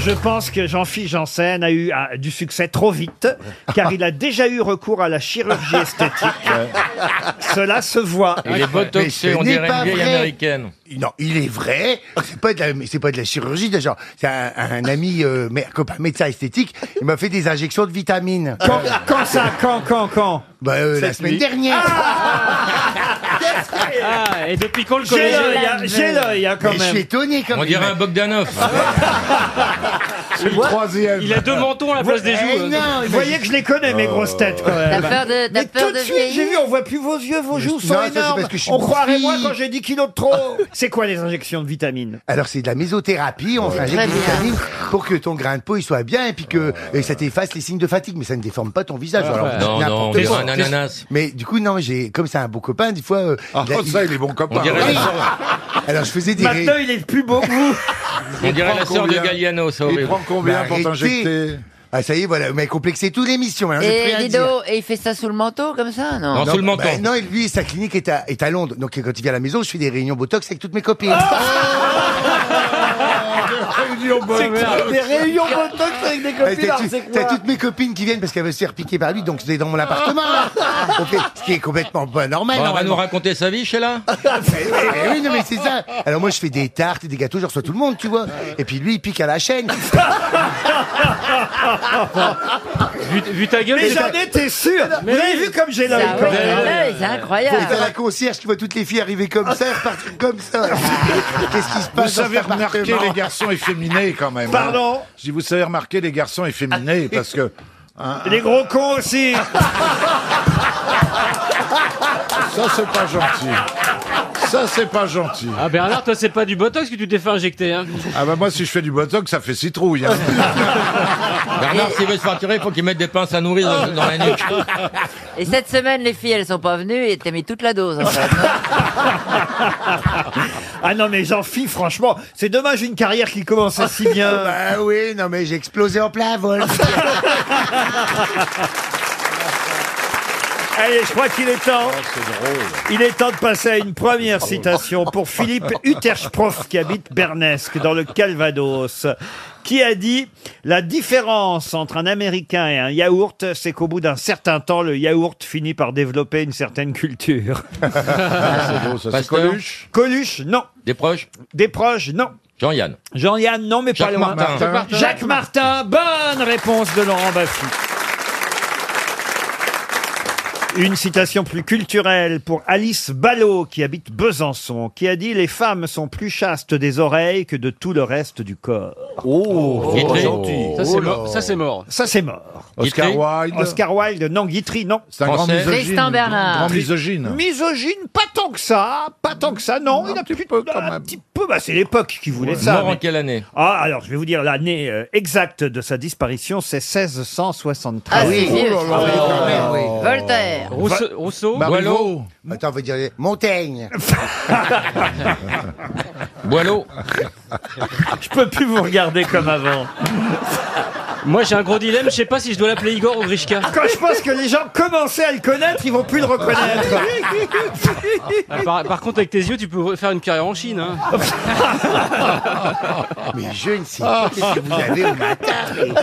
Je pense que Jean-Philippe Janssen a eu ah, du succès trop vite, car il a déjà eu recours à la chirurgie esthétique. Cela se voit. Il est botoxé, ce on n'est dirait pas une vieille vrai. américaine. Non, il est vrai. C'est pas de la, mais c'est pas de la chirurgie déjà. C'est un, un ami, euh, mé- copain médecin esthétique. Il m'a fait des injections de vitamines. Quand, quand ça Quand, quand, quand Bah, euh, la Cette semaine nuit. dernière. Ah, et depuis quand le J'ai collège l'œil, hein, j'ai l'œil hein, quand Mais je suis même. étonné quand On même. dirait un Bogdanov. C'est le troisième. Il a deux mentons à la place des Eh joues. hein. non, Vous voyez que je les connais, mes Oh. grosses têtes, quand T'as même. peur de, t'as Mais peur tout de de suite, j'ai vieillir vu, on voit plus vos yeux, vos joues je- sont non, ça, c'est énormes. parce que je suis on une croirait moi fille. quand j'ai 10 kilos de trop. C'est quoi les injections de vitamines Alors c'est de la mésothérapie, on s'injecte Très des bien. vitamines pour que ton grain de peau il soit bien et puis que et ça t'efface les signes de fatigue, mais ça ne déforme pas ton visage. Ah Alors, Non, n'importe non, on quoi. dirait un ananas. Mais du coup non, j'ai comme c'est un beau copain, des fois. euh, Ah, il a- ça, il- il est bon copain. On dirait, Oui. la, Alors je faisais des. ré- Maintenant, il est plus beau que vous. on dirait la prend sœur de combien Galliano, ça Il horrible. prend combien Mais pour arrêtez. t'injecter Eh, Ah ça y est, voilà, vous m'avez complexé toute l'émission. hein, maintenant, j'ai plus Et rien à Eh, dis dire. donc, et il fait ça sous le manteau comme ça, non Non, sous le bah, menton. non, et lui, sa clinique est à, est à Londres. Donc, quand il vient à la maison, je fais des réunions Botox avec toutes mes copines. Des rayons botox avec des Euh, copines, T'as alors tu- c'est t'as quoi toutes mes copines qui viennent parce qu'elles veulent se faire piquer par lui, donc c'est dans mon appartement. là. On fait- ce qui est complètement pas normal. Bon, elle va nous normalement. raconter sa vie, Sheila Eh, eh, oui, non, mais c'est ça. Alors moi, je fais des tartes et des gâteaux, je reçois tout le monde, tu vois. Et puis lui, il pique à la chaîne. Vu, vu ta gueule, Mais c'est- j'en étais sûr. Vous avez vu comme j'ai Ça, l'œil ouais, quand t'as même. l'œil, c'est Et t'as incroyable. la concierge qui voit toutes les filles arriver comme ça, repartir comme ça. Qu'est-ce qui se Vous passe dans savez cet appartement remarquer les garçons efféminés quand même. hein. Pardon Je dis, vous savez remarquer les garçons efféminés parce que. Les gros cons aussi. Ça, c'est pas gentil. Ça, c'est pas gentil. Ah Bernard, toi c'est pas du botox que tu t'es fait injecter. Hein. Ah bah moi, si je fais du botox, ça fait citrouille. hein. Bernard, s'il veut se faire tirer, il faut qu'il mette des pinces à nourrir dans, dans la nuque. Et cette semaine, les filles, elles sont pas venues et t'as mis toute la dose. En fait. Ah non, mais Jean-Phi, franchement, c'est dommage une carrière qui commençait si bien. Bah oui, non mais j'ai explosé en plein vol. Allez, je crois qu'il est temps. Il est temps de passer à une première citation pour Philippe Utersprof qui habite Bernesque dans le Calvados, qui a dit La différence entre un Américain et un yaourt, c'est qu'au bout d'un certain temps, le yaourt finit par développer une certaine culture. Ah, C'est beau, ça. C'est Pasteur. Coluche. Coluche, non. Des proches Des proches, non. Jean-Yann. Jean-Yann, non, mais pas Jacques loin. Martin. Jacques Martin, bonne réponse de Laurent Baffy. Une citation plus culturelle pour Alice Ballot, qui habite Besançon, qui a dit Les femmes sont plus chastes des oreilles que de tout le reste du corps. Oh, Guitry. gentil. Ça c'est mort. Ça c'est mort. Ça, c'est mort. Oscar Guitry. Wilde. Oscar Wilde, non, Guitry, non. C'est un grand Français. misogyne. Tristan Bernard. Grand misogyne. Misogyne, pas tant que ça, pas tant que ça, non. il a plus peu, quand un même. petit peu, bah, c'est l'époque qui voulait ça. Mort mais- en quelle année Ah, alors, je vais vous dire l'année euh, exacte de sa disparition, c'est 1673. Ah oui, vieux. Ah Oh oui, quand même, oui. Oh. Voltaire. Rousseau. Rousseau. Bah, Boileau. Attends, on va dire Montaigne. Boileau. Je peux plus vous regarder comme avant. Moi j'ai un gros dilemme. Je sais pas si je dois l'appeler Igor ou Grishka. Ah, Quand je pense que les gens commençaient à le connaître, ils vont plus le reconnaître. Ah, Par, par contre, avec tes yeux, tu peux faire une carrière en Chine. Hein. Mais je ne sais pas qu'est-ce que vous avez au matin.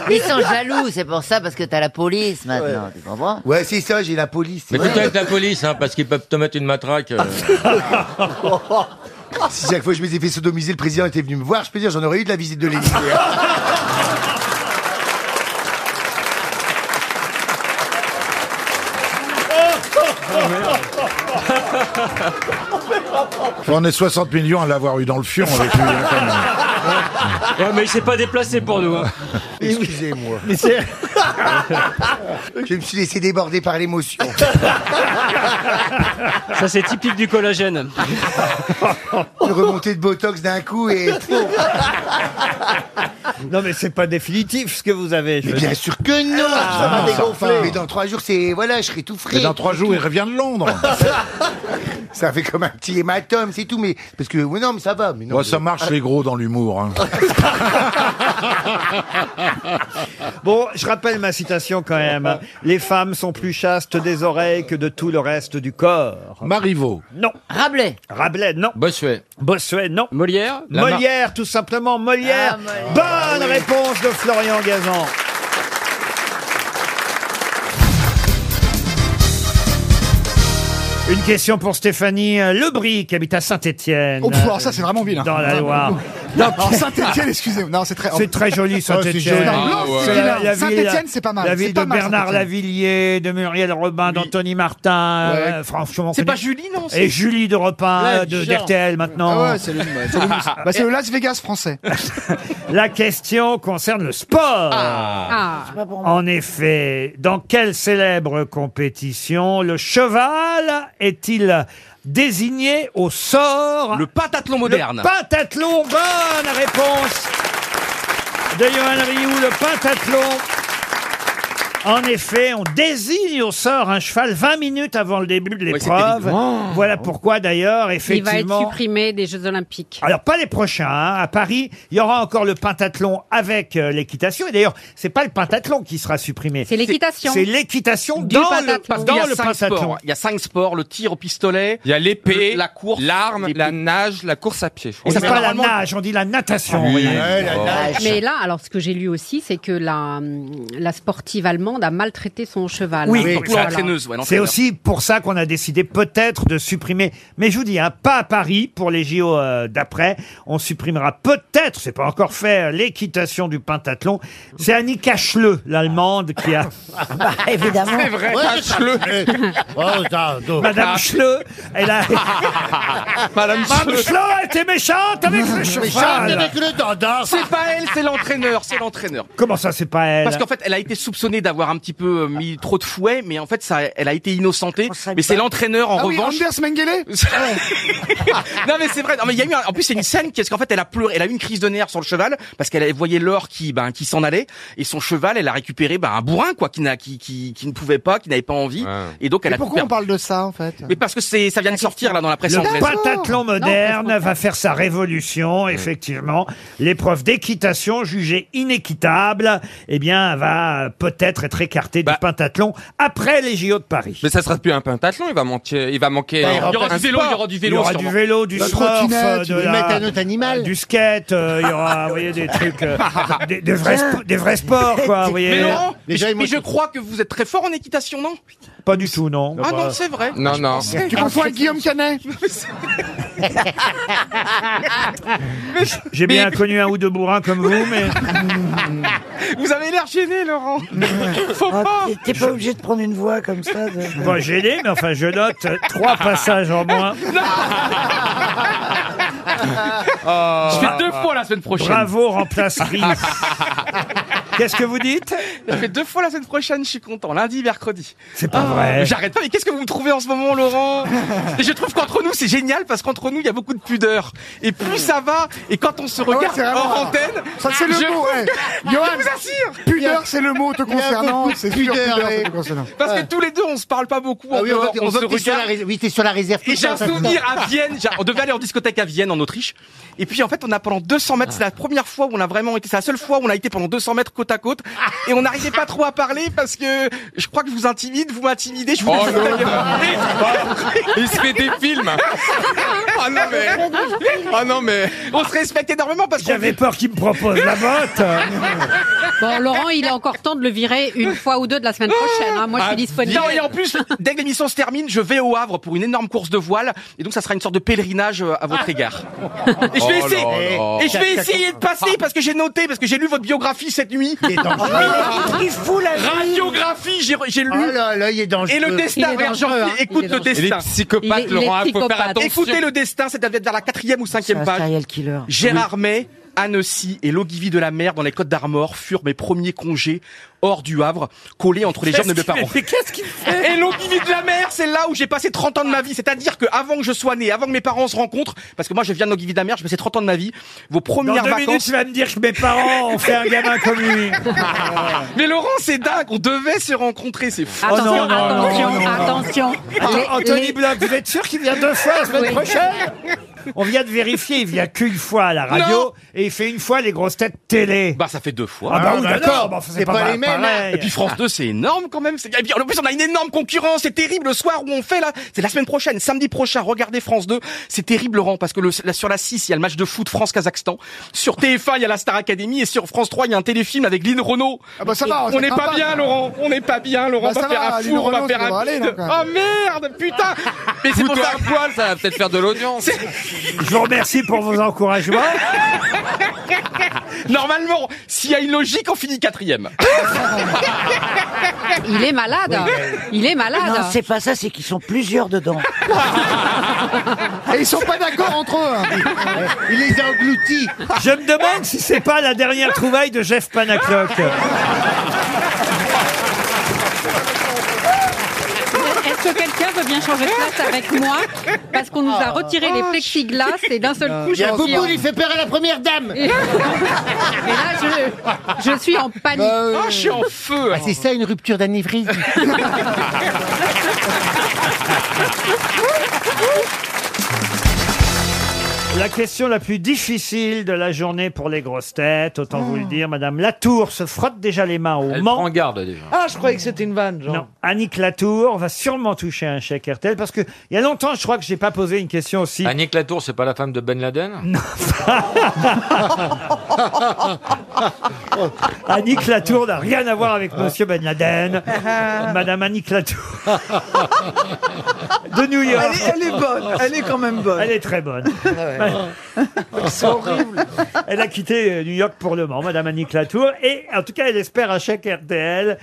Ils sont jaloux, c'est pour ça, parce que t'as la police maintenant, tu comprends Ouais, c'est ça, j'ai la police. Mais plutôt avec la police, hein, parce qu'ils peuvent te mettre une matraque. euh. Si chaque fois je me suis fait sodomiser, le président était venu me voir, je peux dire, j'en aurais eu de la visite de l'Élysée. hein. On est 60 millions à l'avoir eu dans le fion avec lui. hein, quand même. Ouais, mais il s'est pas déplacé pour nous. hein. Excusez-moi. Mais c'est- Je me suis laissé déborder par l'émotion. Ça c'est typique du collagène. Une remontée de Botox d'un coup et... non, mais c'est pas définitif ce que vous avez. je Mais veux bien dire. Ah, sûr que non Ah, Ça va dégonfler. Mais dans trois jours, c'est... Voilà, je serai tout Mais frais. dans trois jours, il revient de Londres. Ça fait comme un petit hématome, c'est tout. Mais parce que oui, non, mais ça va. Mais non, Moi, mais- ça marche les gros dans l'humour. hein. Bon, je rappelle ma citation quand même. Les femmes sont plus chastes des oreilles que de tout le reste du corps. Marivaux. Non. Rabelais. Rabelais, non. Bossuet. Bossuet, non. Molière Lamarck. Molière, tout simplement, Ah, Molière. Molière. Bonne réponse de Florian Gazan. Une question pour Stéphanie euh, Lebris, qui habite à Saint-Étienne. Oh, pff, alors ça, c'est vraiment vilain. Dans la Loire. Non, alors Saint-Étienne, excusez-moi. Non, c'est très. C'est très joli, Saint-Étienne. Non, non, Ah, c'est C'est vilain. la- la ville- Saint-Étienne, c'est pas mal. La C'est ville pas de mal, Bernard Saint-Étienne. Lavillier, de Muriel Robin, d'Anthony Martin, Ouais. euh, franchement. C'est on connaît- pas Julie, non Et Julie de Repin, Ouais, de du genre. d'RTL maintenant. Ah c'est le, bah, c'est le Las Vegas français. La question concerne le sport. Ah. En effet, dans quelle célèbre compétition le cheval est-il désigné au sort Le pentathlon moderne. Le pentathlon, bonne réponse de Johan Rioux, le pentathlon. En effet, on désigne au sort un cheval 20 minutes avant le début de l'épreuve. voilà pourquoi d'ailleurs, Il va être effectivement... supprimé des Jeux Ah, Olympiques. Alors pas les prochains. hein. À Paris, il y aura encore le pentathlon avec euh, l'équitation. Et d'ailleurs, c'est pas le pentathlon qui sera supprimé. C'est l'équitation. C'est l'équitation Du dans pentathlon. le Parce dans Il y a le cinq pentathlon. sports. Il y a cinq sports le tir au pistolet, Il y a l'épée, la course, l'arme, la nage, la course à pied. je crois. On dit Mais pas la normalement- nage, on dit la natation. Ah Oui. voyez. Ouais, la- la- Mais là, alors ce que j'ai lu aussi, c'est que la, hum, la sportive allemande a maltraité son cheval. Oui, Hein. oui, Ou ça- Voilà. l'entraîneuse, ouais, C'est l'entraîneur. aussi pour ça qu'on a décidé peut-être de supprimer. Mais je vous dis, hein, pas à Paris pour les JO euh, d'après. On supprimera peut-être, c'est pas encore fait, euh, l'équitation du pentathlon. C'est Annie Cacheleux, l'allemande, qui a Bah, Ah, C'est vrai, sache-le. Oh, ça, donc. Madame Cheleux, elle a. Ah. Madame Madame Schleu. Cheleux était méchante avec le Charles cheval. avec le dada. C'est pas elle, c'est l'entraîneur, c'est l'entraîneur. Comment ça, c'est pas elle Parce qu'en fait, elle a été soupçonnée d'avoir un petit peu euh, mis trop de fouet, mais en fait, ça, elle a été innocentée. Oh, Mais c'est l'entraîneur, en ah revanche. oui, Anders Mengele non mais c'est vrai. Non mais il y a eu un- en plus c'est une scène qui est qu'en fait elle a pleuré, elle a eu une crise de nerfs sur le cheval parce qu'elle voyait l'or qui ben qui s'en allait et son cheval elle a récupéré ben un bourrin quoi qui n'a qui, qui qui ne pouvait pas, qui n'avait pas envie et donc elle Mais a pourquoi tout on perdu. parle de ça, en fait Mais parce que c'est ça vient de sortir là dans la presse Le anglaise. pentathlon moderne Non, va faire sa révolution, effectivement. L'épreuve d'équitation, jugée inéquitable, eh bien, va peut-être être écartée Bah. du pentathlon après les JO de Paris. Mais ça sera plus un pentathlon, il va manquer, Bah, il va Bah, manquer. Ouais, un il y aura sport. du Il y aura du vélo, du La surf, euh, trottinette, de ils la- mettent un autre animal. euh, du skate, euh, il y aura, vous voyez, des trucs, euh, des, des vrais spo- des vrais sports, quoi, vous voyez. Mais Laurent, mais, Déjà, je- ils mais m'ont- je crois que vous êtes très fort en équitation, non Pas du tout, non. Ah non, c'est vrai. Non, non. bah, Ah, Tu confonds avec Guillaume Canet J'ai bien connu un ou deux bourrins comme vous, mais. Vous avez l'air gêné, Laurent. Faut pas. Ah, T'es pas obligé de prendre une voix comme ça. de- Pas gêné, mais enfin, je note euh, trois passages en moins. Je fais deux fois la semaine prochaine. Bravo, remplacerie. Qu'est-ce que vous dites Je fais deux fois la semaine prochaine, je suis content. Lundi, mercredi. C'est pas Ah, vrai. J'arrête pas, mais qu'est-ce que vous me trouvez en ce moment, Laurent Et je trouve qu'entre nous, c'est génial parce qu'entre nous, il y a beaucoup de pudeur. Et plus ça va, et quand on se Ah ouais, regarde c'est vraiment hors rare. antenne, Ça, c'est le je- mot, ouais. je vous Johan, assure pudeur, c'est le mot te y a beaucoup concernant. de C'est sûr, pudeur, pudeur, ouais. te concernant. Parce que tous les deux, on se parle pas beaucoup. en Ah oui, on, dehors, va- on se va- t'es sur la, regarde. rés- oui, t'es sur la réserve. Et tout j'ai un ça, ça- souvenir à Vienne. j'ai- On devait aller en discothèque à Vienne, en Autriche. Et puis, en fait, on a pendant 200 Ah. mètres, c'est la première fois où on a vraiment été, c'est la seule fois où on a été pendant 200 mètres côte à côte. Ah. Et on n'arrivait pas trop à parler parce que je crois que je vous intimide, vous m'intimidez, je vous Oh laisse non. la gueule. Il se fait des films. Ah non mais, ah non mais. Et On se respecte énormément parce qu'on J'avais peur qu'il me propose la botte. Bon, Laurent, il est encore temps de le virer une fois ou deux de la semaine prochaine. hein. Moi, je suis disponible. Ah, Non, et en plus, dès que l'émission se termine, je vais au Havre pour une énorme course de voile. Et donc, ça sera une sorte de pèlerinage euh, à votre Ah. égard. Et je vais Oh essayer, là là. et je vais essayer de passer parce que j'ai noté, parce que j'ai lu votre biographie cette nuit. Il est dangereux. Il fout la Radiographie, j'ai j'ai lu. Oh là là, il est dangereux. Et le destin, Il est vers dangereux, Jean- hein. Il écoute est le dangereux. Et les destin. psychopathes, Il est- il est Laurent, il faut faire psychopathe. attention. Écoutez le destin, c'est vers la quatrième ou C'est cinquième un page. serial killer. Gérard May, Annecy et l'Ogivie de la mer dans les Côtes d'Armor furent mes premiers congés hors du Havre, collés entre les jambes de mes parents. Qu'est-ce qu'il Et l'Ogivie de la mer, c'est là où j'ai passé 30 ans de ma vie. C'est-à-dire que avant que je sois né, avant que mes parents se rencontrent, parce que moi je viens de l'Ogivie de la mer, je passé 30 ans de ma vie. Vos Dans premières deux vacances. minutes, tu vas me dire que mes parents ont fait un gamin comme lui. Mais Laurent, c'est dingue, on devait se rencontrer, c'est fou. Oh non, non, non, non, non. Attends, Les- Anthony les- Bloch, vous êtes sûr qu'il vient deux fois la semaine Oui. prochaine On vient de vérifier, il vient qu'une fois à la radio Non. et il fait une fois les grosses têtes télé. Bah ça fait deux fois. Ah bah Ah, oui, bah d'accord, non, bah, c'est pas, mal pareil. Ah. Et puis France 2, c'est énorme quand même. c'est- Et puis en plus, on a une énorme concurrence. C'est terrible le soir où on fait là. C'est la semaine prochaine, samedi prochain. Regardez France 2. C'est terrible, Laurent, parce que le, la- sur la 6, il y a le match de foot France-Kazakhstan. Sur TF1, il y a la Star Academy. Et sur France 3, il y a un téléfilm avec Lynn Renault. Ah bah ça va, on n'est pas, sympa. bien, Laurent. On n'est pas bien, Laurent. Bah on ça va faire va, un Lynn four, on va Renault, faire ça un doit aller, là, pute. quand même. Oh euh. merde, putain. Mais c'est pour ça. poil, ça va peut-être faire de l'audience. Je vous remercie pour vos encouragements. Normalement, s'il y a une logique, on finit quatrième. Il est malade. Il est malade. Non, c'est pas ça, c'est qu'ils sont plusieurs dedans. Et ils sont pas d'accord entre eux. hein. Il les a engloutis. Oh, Je me demande si c'est pas la dernière trouvaille de Jeff Panaclock. Est-ce que quelqu'un veut bien changer de place avec moi Parce qu'on nous Oh. a retiré les plexiglas et d'un Ah. seul Bah, coup, je suis en... il fait peur à la première dame. Et là, je, je suis en panique. Bah Ah, je suis en feu. c'est ça une rupture d'anévrisme. La question la plus difficile de la journée pour les grosses têtes, autant vous Ah. le dire, Madame Latour se frotte déjà les mains au Mans. garde déjà. Ah, je croyais que c'était une vanne, genre. Non, Annick Latour va sûrement toucher un chèque RTL parce que il y a longtemps, je crois que j'ai pas posé une question aussi. Annick Latour, c'est pas la femme de Ben Laden Annick Latour n'a rien à voir Ah. avec Monsieur Ben Laden. Ah. Madame Annick Latour. De New York. Elle, est- elle est bonne, elle est quand même bonne. Ah Oh, Elle est très bonne. C'est horrible. Elle a quitté euh, New York pour le Mans, Madame Annick Latour. Et en tout cas, elle espère un chèque RTL.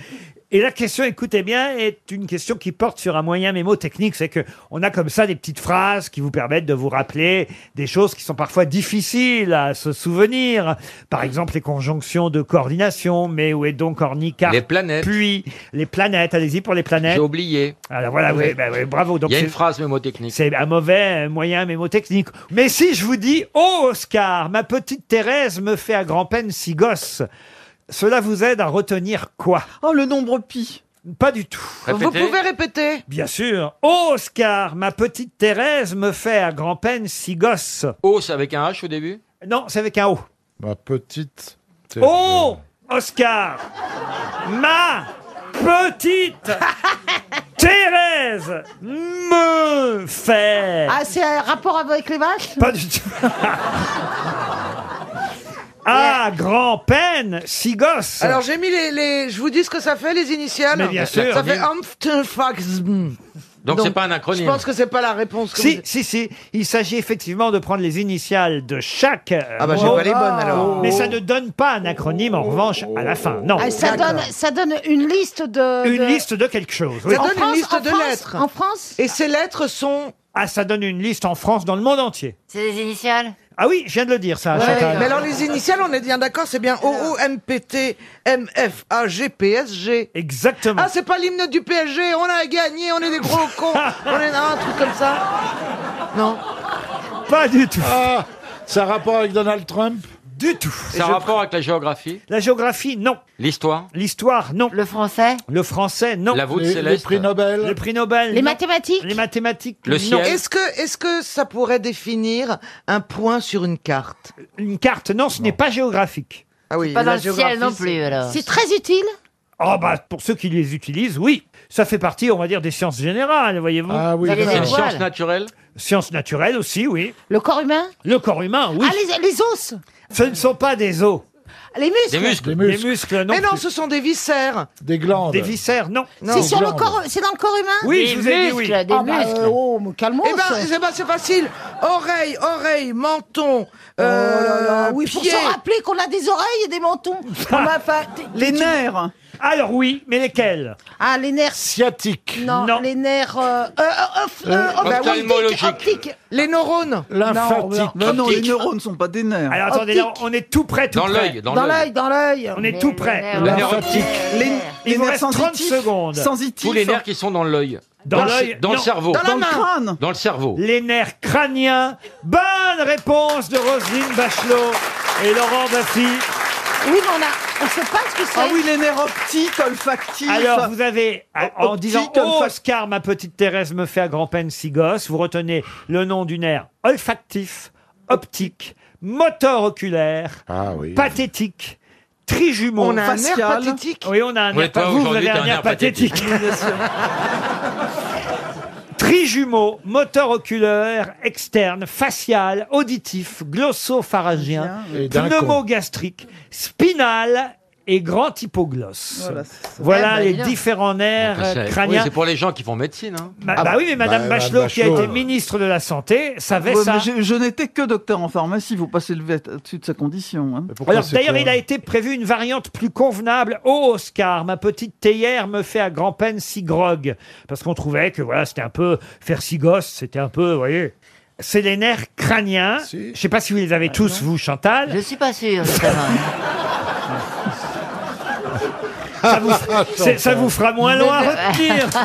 Et la question, écoutez bien, est une question qui porte sur un moyen mémotechnique. C'est que on a comme ça des petites phrases qui vous permettent de vous rappeler des choses qui sont parfois difficiles à se souvenir. Par exemple, les conjonctions de coordination. Mais où est donc Ornica Les planètes. Puis, les planètes. Allez-y pour les J'ai planètes. oublié. Alors voilà, vous Oui. avez- bah ouais, bravo. Donc Il y a une c'est- phrase mémotechnique. c'est un mauvais euh, moyen mémotechnique. Mais si je vous dis, oh Oscar, ma petite Thérèse me fait à grand-peine six gosses, cela vous aide à retenir quoi Oh, le nombre pi. Pas du tout. Vous Répétez. pouvez répéter Bien sûr. Oh Oscar, ma petite Thérèse me fait à grand-peine six gosses. Hausse avec un H au début Non, c'est avec un O. Ma petite. Thérèse. Oh Oscar, ma petite Thérèse me fait. Ah, c'est un rapport avec les vaches Pas du tout. ah, grand-peine, six gosses. Alors j'ai mis les, les- Je vous dis ce que ça fait, les initiales Mais bien sûr. Ça fait Amftfaxm. Donc c'est pas un acronyme. Je pense que c'est pas la réponse. que si, vous- si, si, il s'agit effectivement de prendre les initiales de chaque. euh, Ah bah j'ai mot, Oh. pas les bonnes alors. Oh. Mais ça ne donne pas un acronyme en revanche à la fin. Non. Ah, ça, donne, ça donne une liste de. Une de- liste de quelque chose. oui. Ça donne une France, liste en de France, lettres. En France Et ces lettres sont. Ah, ça donne une liste en France, dans le monde entier. C'est des initiales Ah oui, je viens de le dire ça, Chantal. Mais alors les initiales, on est bien d'accord, c'est bien O O M P T M F A G P S G. Exactement. Ah, c'est pas l'hymne du PSG, on a gagné, on est des gros cons, on est un truc comme ça. Non. pas du tout. Ah, ça a rapport avec Donald Trump Du tout. C'est un rapport avec la géographie, La géographie, non. l'histoire, L'histoire, non. Le français Le français, non. la voûte les, les céleste. prix Nobel Le prix Nobel. Les non. mathématiques Les mathématiques. Le non. ciel. Est-ce que, est-ce que ça pourrait définir un point sur une carte Euh, Une carte, non, ce n'est pas géographique. Ah oui, Pas la dans le géographie, ciel non c'est- plus, alors. C'est très utile. Ah bah, pour ceux qui les utilisent, oui. Ça fait partie, on va dire, des sciences générales, voyez-vous. Ah oui, Ça les d'accord. C'est une étoiles. science naturelle. Sciences naturelles aussi, oui. Le corps humain Le corps humain, oui. Ah, les, les os Ce ne sont pas des os. Les muscles Des muscles. des Des muscles, muscles, non. Mais non, plus. ce sont des viscères. des glandes. Des viscères, non. C'est sur le glandes. corps, c'est dans le corps humain Oui, des je vous ai dit muscles, oui. Ah, bah, des muscles. oh, calmons Eh ben, c'est, ben, c'est facile. Oreille, oreille, menton, Oh euh, oui, pour pied, Ah, se rappeler qu'on a des oreilles et des mentons. les nerfs. Alors oui, mais lesquels Ah, les nerfs. Sciatiques. Non, les nerfs. Euh, euh, euh, euh, Euh, optiques, ophtalmologiques. optiques. Les neurones. Lymphatique. Non, non, les neurones ne sont pas des nerfs. Alors attendez, là, on est tout près, tout Dans près. l'œil, dans Dans l'œil. l'œil, dans l'œil. On est tout près. La nerf optique. Les, les Il vous nerfs reste 30 sensitifs. secondes. Sensitifs. Tous les nerfs qui sont dans l'œil. Dans le- l'œil, Dans le non. cerveau. Dans la le main. crâne. Dans le cerveau. Les nerfs crâniens. Bonne réponse de Roselyne Bachelot et Laurent Baffy. Oui, mais on a, on sait pas ce que c'est. Ah oui, les nerfs optiques, olfactifs. Alors, vous avez, en- en Optique, disant olfac- oh, Oscar, ma petite Thérèse me fait à grand-peine six gosses, vous retenez le nom du nerf olfactif, optique, moteur oculaire, Ah pathétique, trijumeau. On a un nerf facial. pathétique Oui, on a un Ouais, nerf toi, pathétique. Vous, vous aujourd'hui, avez t'as un nerf pathétique. Trijumeau, moteur oculaire, externe, facial, auditif, glossopharyngien, Et d'un con. pneumogastrique, spinal et grand hypogloss. Voilà, Ah, bah, Eh les ben, dis donc. différents nerfs Enfin, euh, Ah, bah, c'est- crâniens. oui, c'est pour les gens qui font médecine. Hein. Bah, bah oui, mais Madame Bachelot, qui a été ministre de la Santé, savait Ouais, ça. mais Je, je n'étais que docteur en pharmacie, vous passez le vet- au-dessus de sa condition. hein. Alors, d'ailleurs, il a été prévu une variante plus convenable. Oh, Oscar, ma petite théière me fait à grand-peine si grog. Parce qu'on trouvait que, voilà, c'était un peu, faire si gosse, c'était un peu, vous voyez. C'est les nerfs crâniens. Je sais pas si vous les avez tous, vous, Chantal. Je suis pas sûr, ça, vous, c'est- ça vous fera moins loin à retenir.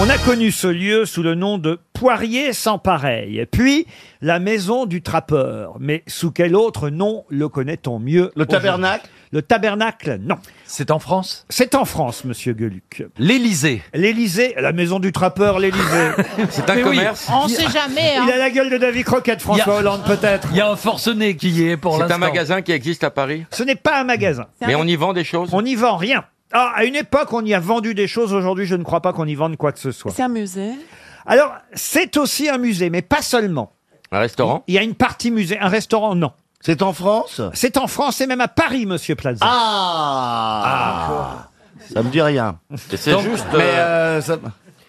On a connu ce lieu sous le nom de Poirier sans pareil, puis la maison du trappeur. Mais sous quel autre nom le connaît-on mieux Le tabernacle Le tabernacle, non. C'est en France C'est en France, monsieur Gueluc. L'Élysée. L'Élysée, la maison du trappeur, l'Élysée. C'est un commerce. On sait jamais, hein. Il a la gueule de David Croquette, François Hollande, peut-être. Il y a un forcené qui y est pour C'est un l'instant. magasin qui existe à Paris. Ce n'est pas un magasin. Mais on y vend des choses. On n'y vend rien. Ah, à une époque, on y a vendu des choses. Aujourd'hui, je ne crois pas qu'on y vende quoi que ce soit. C'est un musée. Alors, c'est aussi un musée, mais pas seulement. Un restaurant. Il y a une partie musée. Un restaurant, non. C'est en France C'est en France et même à Paris, monsieur Plaza. Ah, Ça me dit rien. C'est Donc, juste. mais, euh,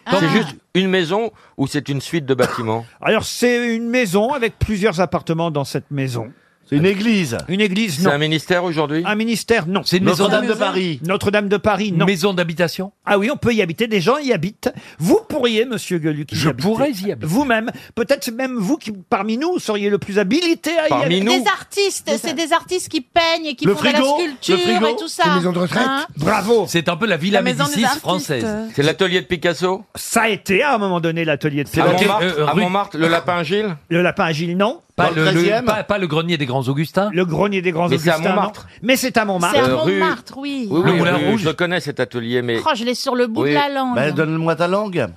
Ah. C'est juste une maison ou c'est une suite de bâtiments. Alors, c'est une maison avec plusieurs appartements dans cette maison. C'est une église Une église, C'est non. un ministère aujourd'hui. Un ministère, non. C'est une maison Notre-Dame de musée Paris. Notre-Dame de Paris, non. Maison d'habitation Ah oui, on peut y habiter. Des gens y habitent. Vous pourriez, monsieur Gueluc, Je pourrais y habiter. Vous-même. Peut-être même vous qui, parmi nous, seriez le plus habilité à y habiter. Des artistes, c'est des artistes qui peignent et qui font de la sculpture et tout ça. Hein Bravo. C'est un peu la La maison des Médicis artistes. française. C'est l'atelier de Picasso. Ça a été à un moment donné l'atelier de C'est Picasso. à Montmartre, à Montmartre, le lapin Gilles. Le lapin agile, Euh, non. Pas Dans le le- le- 13e? pas- grenier des grands Augustins. Le grenier des grands Mais c'est à Augustins. non. Montmartre. Mais c'est à Montmartre. C'est à Montmartre, oui. Oui, oui, oui, Rouge. Je connais cet atelier, mais. Oh, je l'ai sur le bout de la langue. Ben, donne-moi ta langue.